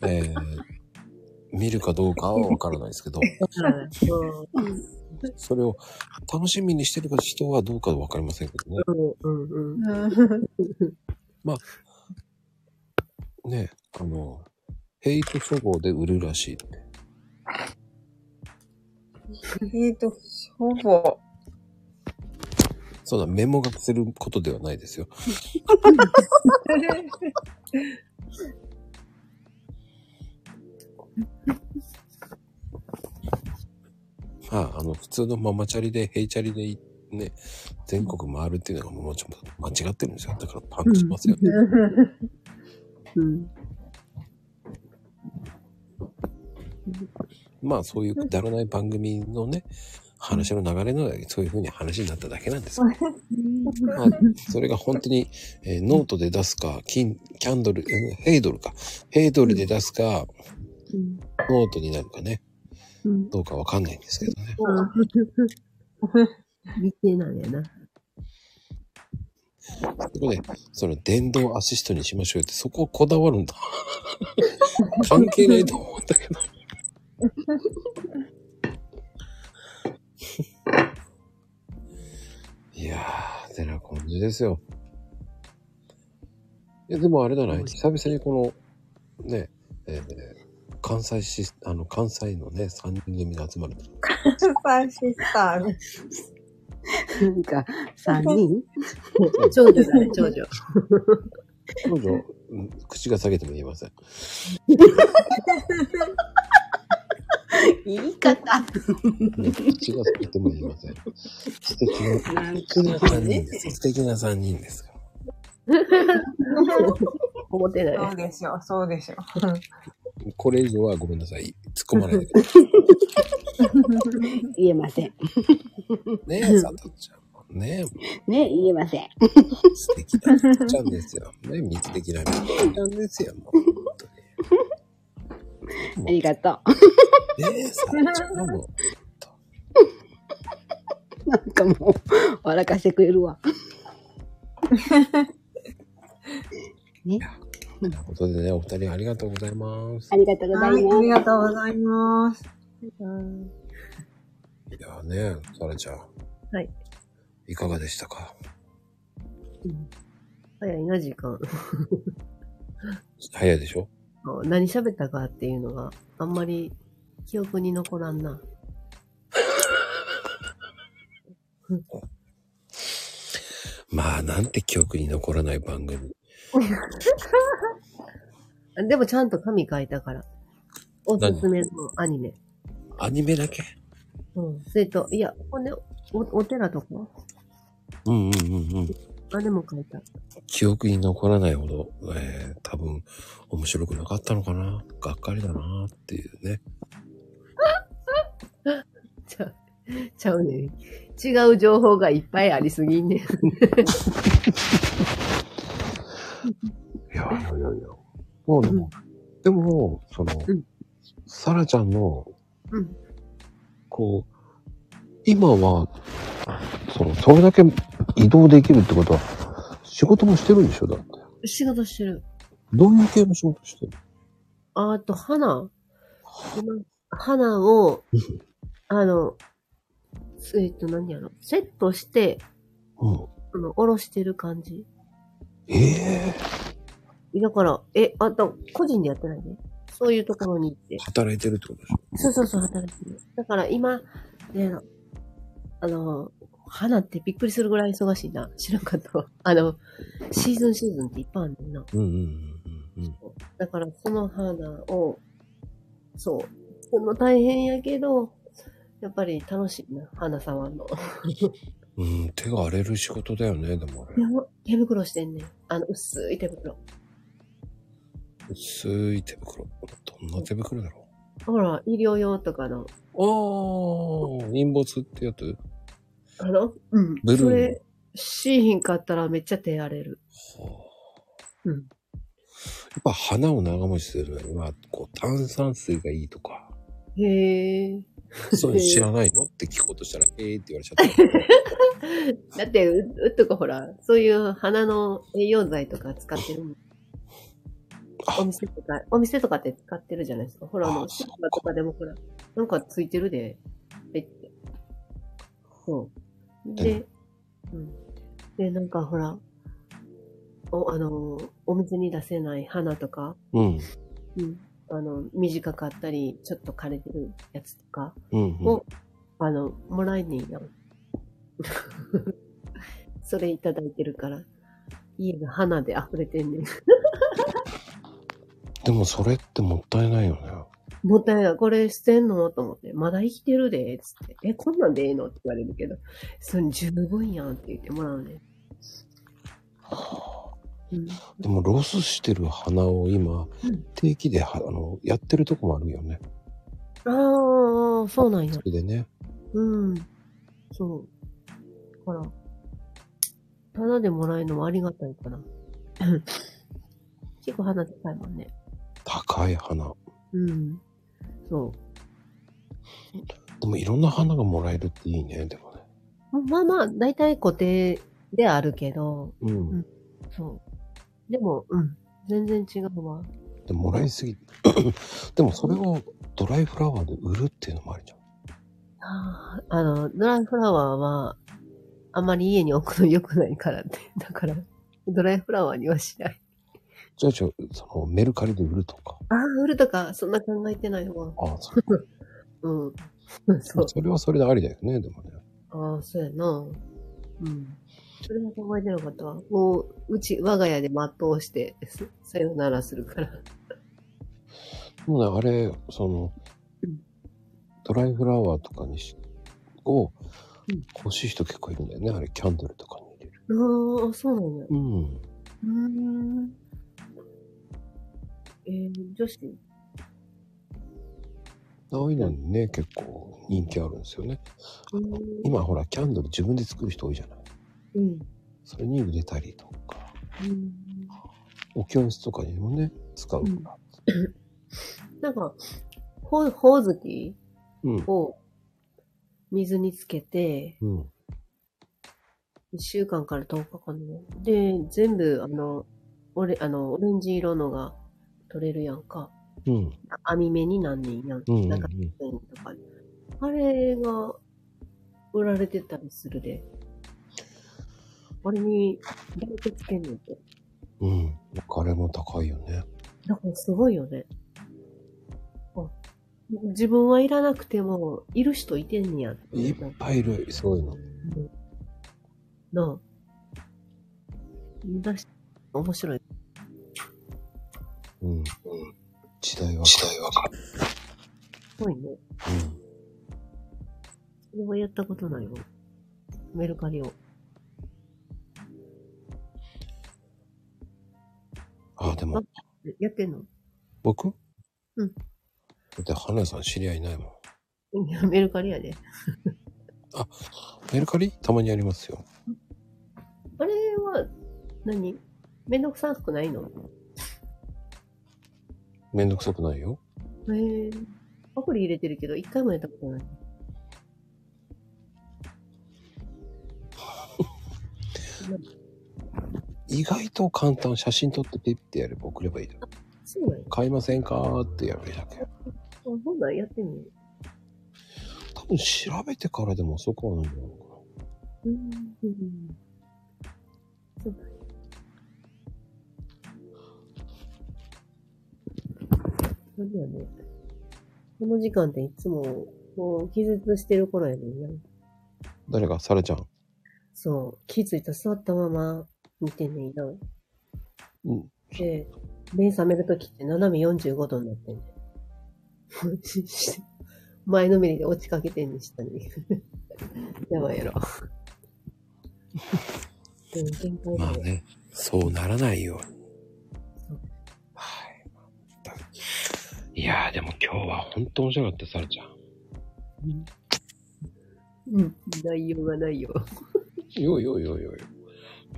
Speaker 1: えー、見るかどうかはわからないですけど、それを楽しみにしてる人はどうかわかりませんけどね。
Speaker 2: うんうんうん。
Speaker 1: ねあの、ヘイト処方で売るらしい。
Speaker 5: えっと、ほぼ。
Speaker 1: そんなメモ書きすることではないですよ。まあ、あの、普通のママチャリで、ヘイチャリでい、ね、全国回るっていうのがもうちょっと間違ってるんですよ。だからパンクしますよね。
Speaker 2: うん
Speaker 1: まあ、そういうくだらない番組のね、話の流れの中でそういうふうに話になっただけなんです。まあ、それが本当に、えーノートで出すか、金、キャンドル、えーヘイドルか、ヘイドルで出すか、ノートになるかね、
Speaker 2: うん
Speaker 1: どうかわかんないんですけどね。
Speaker 2: 見てなんやな。
Speaker 1: そこで、その電動アシストにしましょうよって、そこをこだわるんだ。関係ないと思ったけど。いやー、てな感じですよ。いや、でもあれだな、久々にこの、ね、えー関西シスあの、関西のね、3人組が集まる。
Speaker 5: スーパーシスターです。
Speaker 4: なんか、三人
Speaker 2: 長女だね、長女。
Speaker 1: 彼女、うん口が下げても言えません。
Speaker 2: 言い方。
Speaker 1: うん口が下げても言えません。素敵な
Speaker 4: なん
Speaker 1: 素敵な3人です。素敵な3人ですから。
Speaker 2: 思ってない。
Speaker 5: そうでしょ、そうでしょ。
Speaker 1: これ以上はごめんなさい。突っ込まないでくださ
Speaker 4: 言えません。
Speaker 1: い。ねえ、さとちゃんもね
Speaker 4: ね、言えません。
Speaker 1: え、素敵なさとちゃんですよ。ねえ、素敵なさとちゃんですよ。もう本
Speaker 4: ありがと
Speaker 1: 当に。ねえ、さとちゃんはも
Speaker 4: う。なんかもう、笑かしてくれるわ。
Speaker 1: う。と
Speaker 4: ね、
Speaker 1: いうことでね、お二人ありがとうございます。
Speaker 4: ありがとうござい
Speaker 5: はい、あり
Speaker 4: ま
Speaker 5: がとうございます。
Speaker 1: いやーね、さらちゃん。
Speaker 2: はい。
Speaker 1: いかがでしたか
Speaker 2: 早いな、時間。
Speaker 1: 早いでしょ
Speaker 2: 何喋ったかっていうのが、あんまり記憶に残らんな。
Speaker 1: まあ、なんて記憶に残らない番組。
Speaker 2: でもちゃんと紙書いたから。おすすめのアニメ。
Speaker 1: アニメだけ
Speaker 3: うん。
Speaker 2: それと、いや、ほんで、お、お寺とか
Speaker 1: うんうんうんうん。
Speaker 2: あ、でも書いた。
Speaker 1: 記憶に残らないほど、えー、多分、面白くなかったのかな。がっかりだなっていうね。
Speaker 2: ちゃう、ちゃうねん。違う情報がいっぱいありすぎんねん。
Speaker 1: いやいやいやいや。もうでも、でも、その
Speaker 4: うん、
Speaker 1: サラちゃんの
Speaker 2: うん、
Speaker 1: こう、今は、その、それだけ移動できるってことは、仕事もしてるんでしょだって。
Speaker 2: 仕事してる。
Speaker 1: どういう系の仕事してる
Speaker 2: あと、花。今花を、あの、えっと、何やろ。セットして、
Speaker 1: うん。
Speaker 2: あの、おろしてる感じ。
Speaker 1: ええ
Speaker 2: だから、え、あと、個人でやってないね。そういうところに行って。
Speaker 1: 働いてるってことでしょ
Speaker 2: そうそうそう、働いてる。だから今、ね、あの、花ってびっくりするぐらい忙しいな。知らんかったわ。あの、シーズンシーズンっていっぱいあるんだよな。
Speaker 1: うんうんうんうん
Speaker 2: だからその花を、そう。その大変やけど、やっぱり楽しいな、花触るの。
Speaker 1: うん。うん、手が荒れる仕事だよね、でもあれ。
Speaker 2: 手袋してんねん。あの、薄い手袋。
Speaker 1: 薄い手袋。どんな手袋だろ
Speaker 2: ほら、医療用とかの、
Speaker 1: うおー、陰没ってやつ
Speaker 2: あの、うん。
Speaker 1: ブルー
Speaker 2: それ、しーひんかったらめっちゃ手荒れる。
Speaker 1: はあ
Speaker 2: うん
Speaker 1: やっぱ花を長持ちするのには、こう、炭酸水がいいと か、
Speaker 2: へえ。
Speaker 1: そういうの知らないのって聞こうとしたら、ええって言われちゃった。
Speaker 2: だって、う、うっとかほら、そういう花の栄養剤とか使ってるもん
Speaker 1: あ
Speaker 2: お店とか、お店とかって使ってるじゃないですか。ほら、あの、
Speaker 1: あそ
Speaker 2: スー
Speaker 1: っか
Speaker 2: パーとかでもほら、なんかついてるで、えって。そう。で、うん。で、なんかほら、お、あの、お店に出せない花とか、
Speaker 1: うん。
Speaker 2: うん。あの、短かったり、ちょっと枯れてるやつとか、
Speaker 1: うん、うん。
Speaker 2: を、あの、もらえねえやん。 それいただいてるから、家が花で溢れてんねん。
Speaker 1: でもそれってもったいないよね。
Speaker 2: もったいない。これ捨てんのと思って、まだ生きてるで、つって。え、こんなんでええのって言われるけど、それ十分やんって言ってもらうねん。うん、
Speaker 1: でもロスしてる花を今、定期では、あの、やってるとこもあるよね。
Speaker 2: ああ、そうなんや
Speaker 1: そ。れでね。
Speaker 2: うん。そう。だから、ただでもらえるのもありがたいかな。結構花高いもんね。
Speaker 1: 高い花。
Speaker 2: うん。そ
Speaker 1: でもいろんな花がもらえるっていいね、でもね。
Speaker 2: う。まあまあ、だいたい固定であるけど、
Speaker 1: うん。
Speaker 2: うんそう。でも、うん。全然違うわ。
Speaker 1: でももらいすぎ でもそれをドライフラワーで売るっていうのもあるじゃん。
Speaker 2: あーあの、ドライフラワーは、あまり家に置くの良くないからって。 だから、ドライフラワーにはしない。
Speaker 1: じゃあ、じゃあそのメルカリで売るとか。
Speaker 2: ああ、売るとか、そんな考えてないわ。
Speaker 1: ああ、それ
Speaker 2: うん。そう。
Speaker 1: それはそれでありだよね、でもね。
Speaker 2: ああ、そうやな。うん。それも考えてなかったわ。もう、うち、我が家で全うして、すさよならするから。
Speaker 1: でもね、あれ、その
Speaker 2: うん、
Speaker 1: ドライフラワーとかにし、を
Speaker 2: うん
Speaker 1: 欲しい人結構いるんだよね。あれ、キャンドルとかに入れる。
Speaker 2: ああ、そうなんや。
Speaker 1: うん。
Speaker 2: うーん。えー、女子
Speaker 1: ああいうのにね、結構人気あるんですよね。
Speaker 2: うん
Speaker 1: 今ほら、キャンドル自分で作る人多いじゃない。
Speaker 2: うん。
Speaker 1: それに入れたりとか、
Speaker 2: うん
Speaker 1: お教室とかにもね、使うから。
Speaker 2: なんか、ほ、ほおずき
Speaker 1: うん。
Speaker 2: を水につけて、
Speaker 1: うん。
Speaker 2: 1週間から10日かな。で、全部、あの、オレ、あの、オレンジ色のが取れるやんか。
Speaker 1: うん。
Speaker 2: 網目になんねんやん。
Speaker 1: うんうんうん
Speaker 2: なんか、円とか。あれが、売られてたりするで。あれに、どうやってつけんのって。
Speaker 1: うん。あれも高いよね。
Speaker 2: だからすごいよね。あ自分はいらなくても、いる人いてんねや。
Speaker 1: いっぱいいる、すごいの。
Speaker 2: な
Speaker 6: 出し、面白い。
Speaker 1: うん。うん。時代は。時代は。
Speaker 2: すごいね。
Speaker 1: うん。
Speaker 2: それはやったことないわ。メルカリを。
Speaker 1: あ、でも、
Speaker 2: えやってんの
Speaker 1: 僕
Speaker 2: うん
Speaker 1: だって、花屋さん知り合いないもん。
Speaker 2: いや、メルカリやで。
Speaker 1: メルカリたまにありますよ。
Speaker 2: あれは何、めんどくさくないの
Speaker 1: めんどくさくないよ。
Speaker 2: へえ。アプリ入れてるけど、一回もやったことない。
Speaker 1: 意外と簡単。写真撮ってピッてやれば送ればいいだけ。
Speaker 2: そうなんや。
Speaker 1: 買いませんかーってやるだけ。
Speaker 2: あほんならやってみよ
Speaker 1: 多分調べてからでもそこはないのか
Speaker 2: う。うん。そうだよね。この時間っていつも、もう気絶してる頃やねんな。
Speaker 1: な。誰がサラちゃん。
Speaker 2: そう。気づいたら座ったまま見てんねんな。
Speaker 1: うん。
Speaker 2: で、目覚めるときって斜め45度になってんね ん。前のめりで落ちかけてんねん、 下に。やばいやろ。でも限界だ
Speaker 1: まあ
Speaker 2: よ。
Speaker 1: ね、そうならないように
Speaker 2: そう。
Speaker 1: はい。いやーでも今日は本当面白かった、サラちゃん。
Speaker 2: うん。内容がないよ。
Speaker 1: よいよいよいよいよ。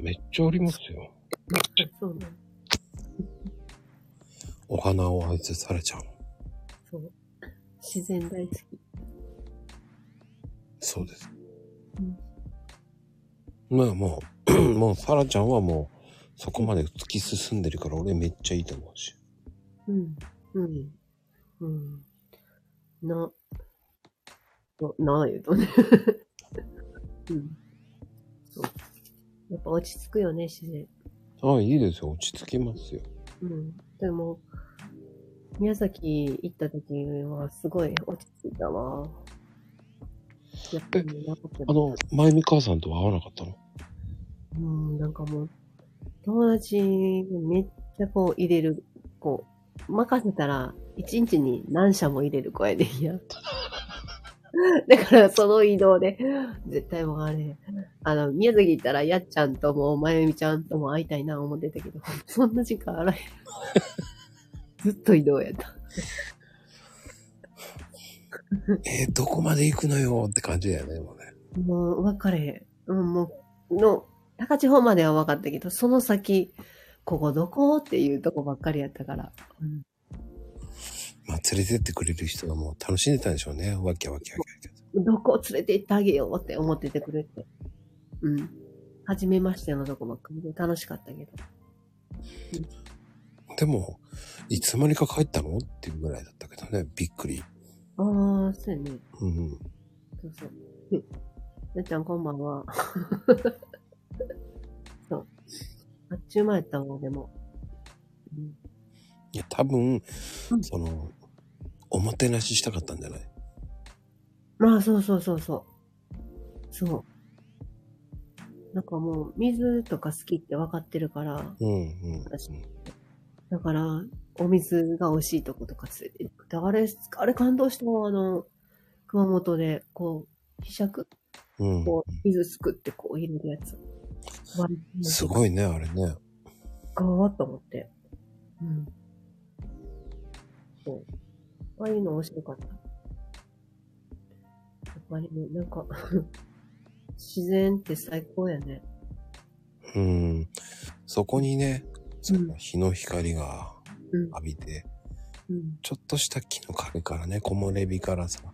Speaker 1: めっちゃありますよ。
Speaker 2: そうなの。
Speaker 1: お花を愛せサラちゃん。
Speaker 2: そう。自然大好き。
Speaker 1: そうです。まあもう、 もうサラちゃんはもう、そこまで突き進んでるから俺めっちゃいいと思うし。
Speaker 2: うん。うん。うん。な、な、な、言うとね。 うん。そう。やっぱ落ち着くよね、自然。
Speaker 1: ああ、いいですよ。落ち着きますよ。
Speaker 2: うん。でも、宮崎行った時はすごい落ち着いたわ。やっぱりなかった
Speaker 1: あの、まゆみ母さんとは会わなかったの
Speaker 2: うん、なんかもう、友達めっちゃこう入れる子。任せたら、一日に何社も入れる子やでんや。 だから、その移動で、絶対もうあれ、あの、宮崎行ったら、やっちゃんとも、まゆみちゃんとも会いたいな思ってたけど、そんな時間あらへん。 ずっと移動やった。
Speaker 1: えー、どこまで行くのよって感じだよね、もうね。
Speaker 2: もう、分かれへん。うん、もう、の、高千穂までは分かったけど、その先、ここどこっていうとこばっかりやったから。うん
Speaker 1: まあ、連れてってくれる人がもう楽しんでたんでしょうね。わきゃわきゃわきゃわき
Speaker 2: どこを連れて行ってあげようって思っててくれて。うん。初めましてのとこばっかりで楽しかったけど。
Speaker 1: ゃ。でも、いつの間にか帰ったのっていうぐらいだったけどね。びっくり。
Speaker 2: ああ、そうやね。
Speaker 1: うんうん。
Speaker 2: そうそう。うんなっちゃんこんばんは。 そう。あっちゅう間やったわ、でも。
Speaker 1: いや、多分、
Speaker 2: うん
Speaker 1: その、おもてなししたかったんじゃない
Speaker 2: まあ、そうそうそうそう。そう。なんかもう、水とか好きって分かってるから、
Speaker 1: うんうん。
Speaker 2: 私だから、お水が美味しいとことか連れて行く。であれ、あれ感動したわあの、熊本で、こう、ひしゃく
Speaker 1: うん。
Speaker 2: こう、水すくってこう入れるやつ。
Speaker 1: す
Speaker 2: い。
Speaker 1: ごいね、あれね。
Speaker 2: ガーッと思って。うん。そう。ああいうの面白かった。やっぱりね、なんか、 自然って最高やね。
Speaker 1: うん。そこにね、その
Speaker 2: う
Speaker 1: 日の光が
Speaker 2: うん
Speaker 1: 浴びて、
Speaker 2: うん。
Speaker 1: ちょっとした木の陰からね、木漏れ日からさ、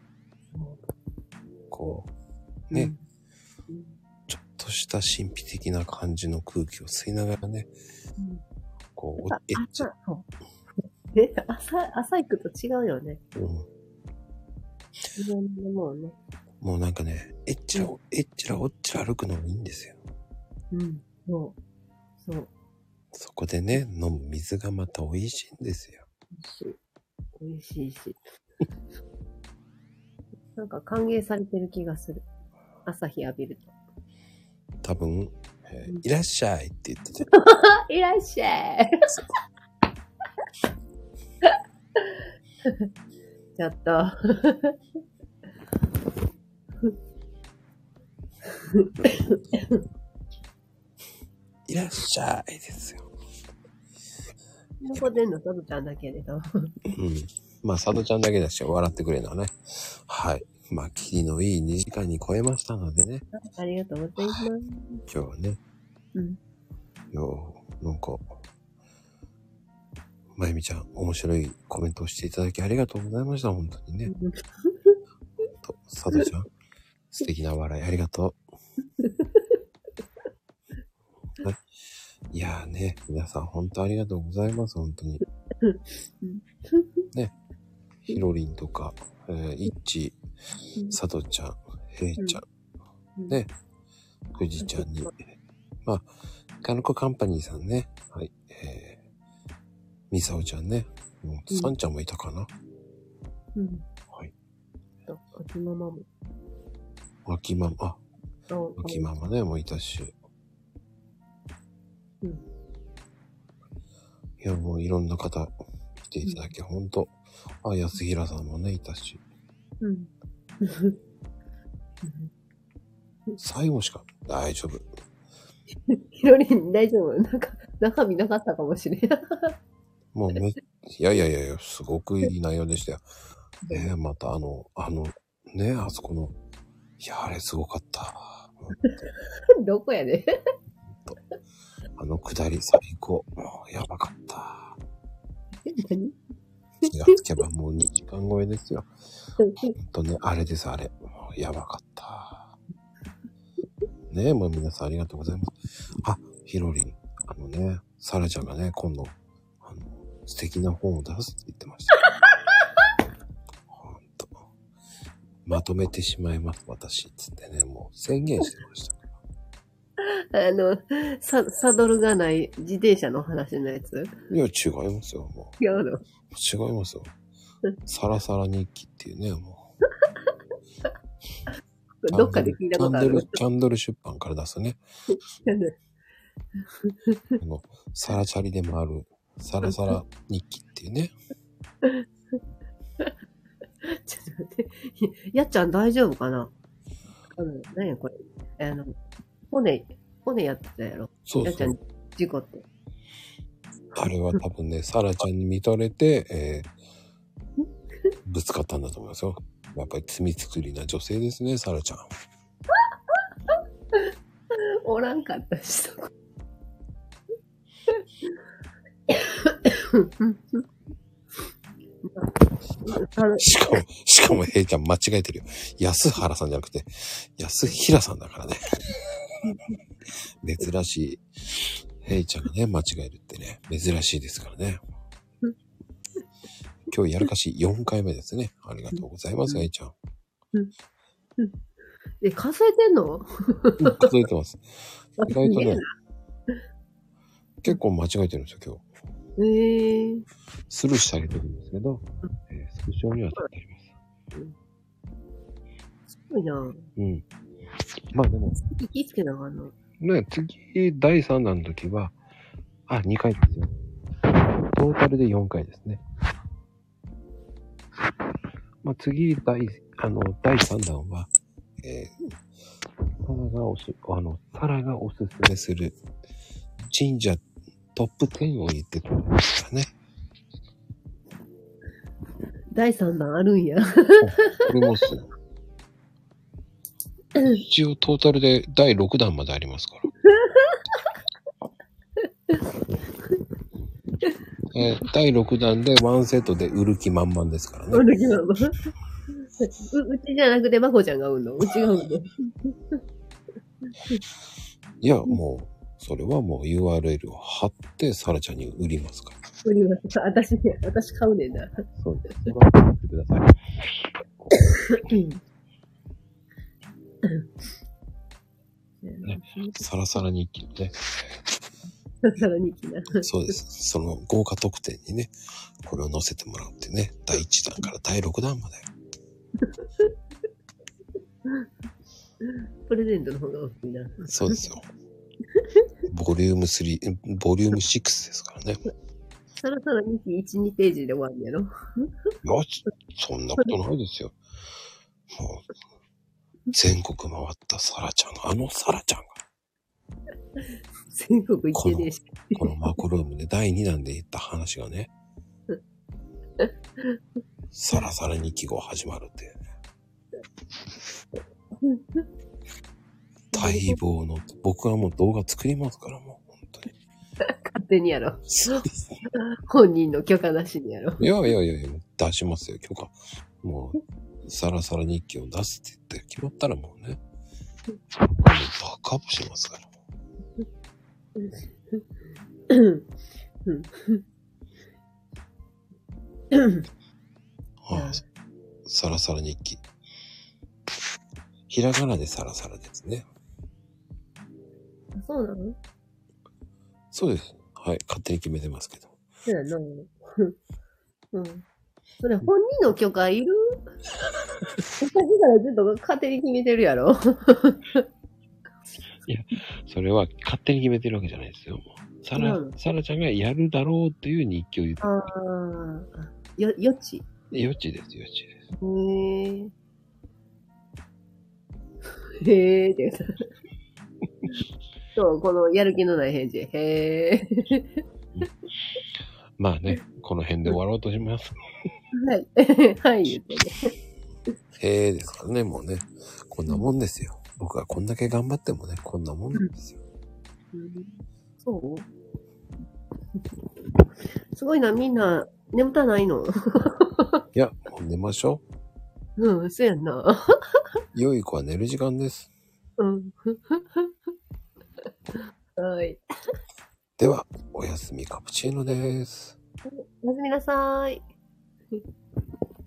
Speaker 1: こう、ね、
Speaker 2: うん。
Speaker 1: ちょっとした神秘的な感じの空気を吸いながらね、
Speaker 2: うん
Speaker 1: こう、
Speaker 2: 朝
Speaker 1: え、ち
Speaker 2: 朝、そう。ね、朝、朝行くと違うよね。
Speaker 1: うん、
Speaker 2: 自然でもうね。
Speaker 1: もうなんかね、えっちら、えっちらおっちら歩くのもいいんですよ。
Speaker 2: うん。そう。そう。
Speaker 1: そこでね、飲む水がまた美味しいんですよ。
Speaker 2: 美味しいし。 なんか歓迎されてる気がする。朝日浴びると。
Speaker 1: 多分、えーいらっしゃいって言って て、
Speaker 7: いらっしゃい。
Speaker 2: ちょっと。
Speaker 1: いらっしゃいですよ。
Speaker 2: 残ってんの、サブちゃんだけでと。
Speaker 1: うん。まあ、佐渡ちゃんだけだし、笑ってくれるのはね。はい。まあ、キリのいい2時間に超えましたのでね。
Speaker 2: ありがとうございます。
Speaker 1: 今日はね。
Speaker 2: うん。
Speaker 1: よう、なんか、まゆみちゃん、面白いコメントをしていただきありがとうございました、本当にね。と、佐藤ち ゃん、素敵な笑いありがとう。はいいやーね、皆さん本当ありがとうございます、本当に。ね、ひろりんとか、えー、いっち、さとちゃん、へいちゃ、
Speaker 2: うんん
Speaker 1: ね、くじちゃんに、まあ、かのこカンパニーさんね、はい、えー、みさおちゃんね、もう、
Speaker 2: うん
Speaker 1: さんちゃんもいたかな、
Speaker 2: うん。
Speaker 1: はい。
Speaker 2: と、こっちのママも。
Speaker 1: わきまま、あ、
Speaker 2: と
Speaker 1: わきままね、もういたし。
Speaker 2: うん
Speaker 1: いや、もういろんな方来ていただき、ほんと。あ、安平さんもね、いたし。
Speaker 2: うん。
Speaker 1: 最後しか、大丈夫。
Speaker 2: ひろりん、大丈夫なんか、中身なかったかもしれん。
Speaker 1: もうめ、いやいやいやいや、すごくいい内容でしたよ。ねえ、またあの、あの、ねえ、あそこの、いや、あれすごかった。
Speaker 2: どこやで、
Speaker 1: あの下り最高。もうやばかった。
Speaker 2: 何
Speaker 1: 気がつけばもう2時間超えですよ。ほんとね、あれです、あれ。もうやばかった。ねえ、もう皆さんありがとうございます。あ、ひろりん、あのね、サラちゃんがね、今度、あの、素敵な本を出すって言ってました。ほんと。まとめてしまいます、私。つってね、もう宣言してました。
Speaker 2: あの、ササドルがない自転車の話のやつ
Speaker 1: いや、違いますよ、もう。
Speaker 2: 違うの
Speaker 1: 違います よ。サラサラ日記っていうね、もう。
Speaker 2: どっかで聞いたことある。
Speaker 1: キャンドルキャンドル出版から出すね。この、サラチャリで回る、サラサラ日記っていうね。
Speaker 2: ちょっと待って。やっちゃん大丈夫かなあの、何やこれ。あの、骨、骨やってたやろ。
Speaker 1: そう
Speaker 2: やっち
Speaker 1: そ
Speaker 2: ゃ。
Speaker 1: うん
Speaker 2: 事故って。
Speaker 1: あれは多分ね、サラちゃんに見とれて、えーぶつかったんだと思いますよ。やっぱり罪作りな女性ですね、サラちゃん。
Speaker 2: おらんかったし、 そこ。
Speaker 1: しかも、しかも、ヘイちゃん間違えてるよ。安原さんじゃなくて、安平さんだからね。珍しい。ヘイちゃんがね、間違えるってね、珍しいですからね。今日やるかし4回目ですね。ありがとうございます、ヘイちゃん。
Speaker 2: え、数えてんの
Speaker 1: うん数えてます。意外とね、結構間違えてるんですよ、今日。
Speaker 2: えー、
Speaker 1: スルーしてあげてるんですけど、えー、スクショには取ってあります。
Speaker 2: すごいな。
Speaker 1: うん。まあでも、
Speaker 2: 気ぃつけながらの。
Speaker 1: ね、次、第3弾の時は、あ、2回ですよ。トータルで4回ですね。まあ、次、第、あの、第3弾は、えー、サラがおし、あの、サラがおすすめする神社トップ10を言ってくれましたね。
Speaker 2: 第3弾 あるんや。
Speaker 1: これもっすよ。一応トータルで第6弾まであります から。えー第6弾でワンセットで売る気満々ですから
Speaker 2: う
Speaker 1: ね。
Speaker 2: うちじゃなくて、まこちゃんが産んの。うちが産んの。
Speaker 1: いや、もう、それはもう URL を貼って、サラちゃんに売りますから。
Speaker 2: 売ります。私ね、私買うねんな。
Speaker 1: そうです。それは買ってください。サラサラ日記のね。
Speaker 2: さらにきな。
Speaker 1: そう です。その豪華特典にね、これを載せてもらうってね、第1弾から第6弾まで。
Speaker 2: プレゼントの方が大きいな。
Speaker 1: そうです よ。ボリューム3、ボリューム6ですからね。
Speaker 2: そろそろ2期1、2ページで終わるやろ。
Speaker 1: いや、そんなことないですよ。もう、全国回ったサラちゃんが、あのサラちゃんが、
Speaker 2: 全国行ってねえし。
Speaker 1: このマコルー ムで第2弾で言った話がね、さらさらに季語始まるって いうね。待望の、僕はもう動画作りますから、もう本当に。
Speaker 2: 勝手にやろ。本人の許可なしにやろ。
Speaker 1: いやいやいやいや、出しますよ、許可。もう、サラサラ日記を出すって言って決まったらもうね、もうバカップしますから。
Speaker 2: うん
Speaker 1: ああ、サラサラ日記。ひらがなでサラサラですね。
Speaker 2: そうなの
Speaker 1: そうです。はい、勝手に決めてますけど。
Speaker 2: そうやな。うん。それ本人の許可いる さっきからずっと勝手に決めてるやろ。
Speaker 1: それは勝手に決めてるわけじゃないですよ。もうサラ、
Speaker 2: うん
Speaker 1: サラちゃんがやるだろうっていう日記を言って
Speaker 2: あ、あ。よ、予知。
Speaker 1: 余地です、余地です。
Speaker 2: へえ。へ えって言う。そう、このやる気のない返事。へえ。
Speaker 1: まあね、この辺で終わろうとします。
Speaker 2: はい。 はい、言ってね。
Speaker 1: へえですからね、もうね。こんなもんですよ。僕がこんだけ頑張ってもね、こんなもんなんですよ。
Speaker 2: そうすごいな、みんな、眠たないの。
Speaker 1: いや、もう寝ましょ
Speaker 2: うん、そうやんな。
Speaker 1: う。良い子は寝る時間です。
Speaker 2: うん。はい。
Speaker 1: では、おやすみカプチーノです。
Speaker 2: おやすみなさい。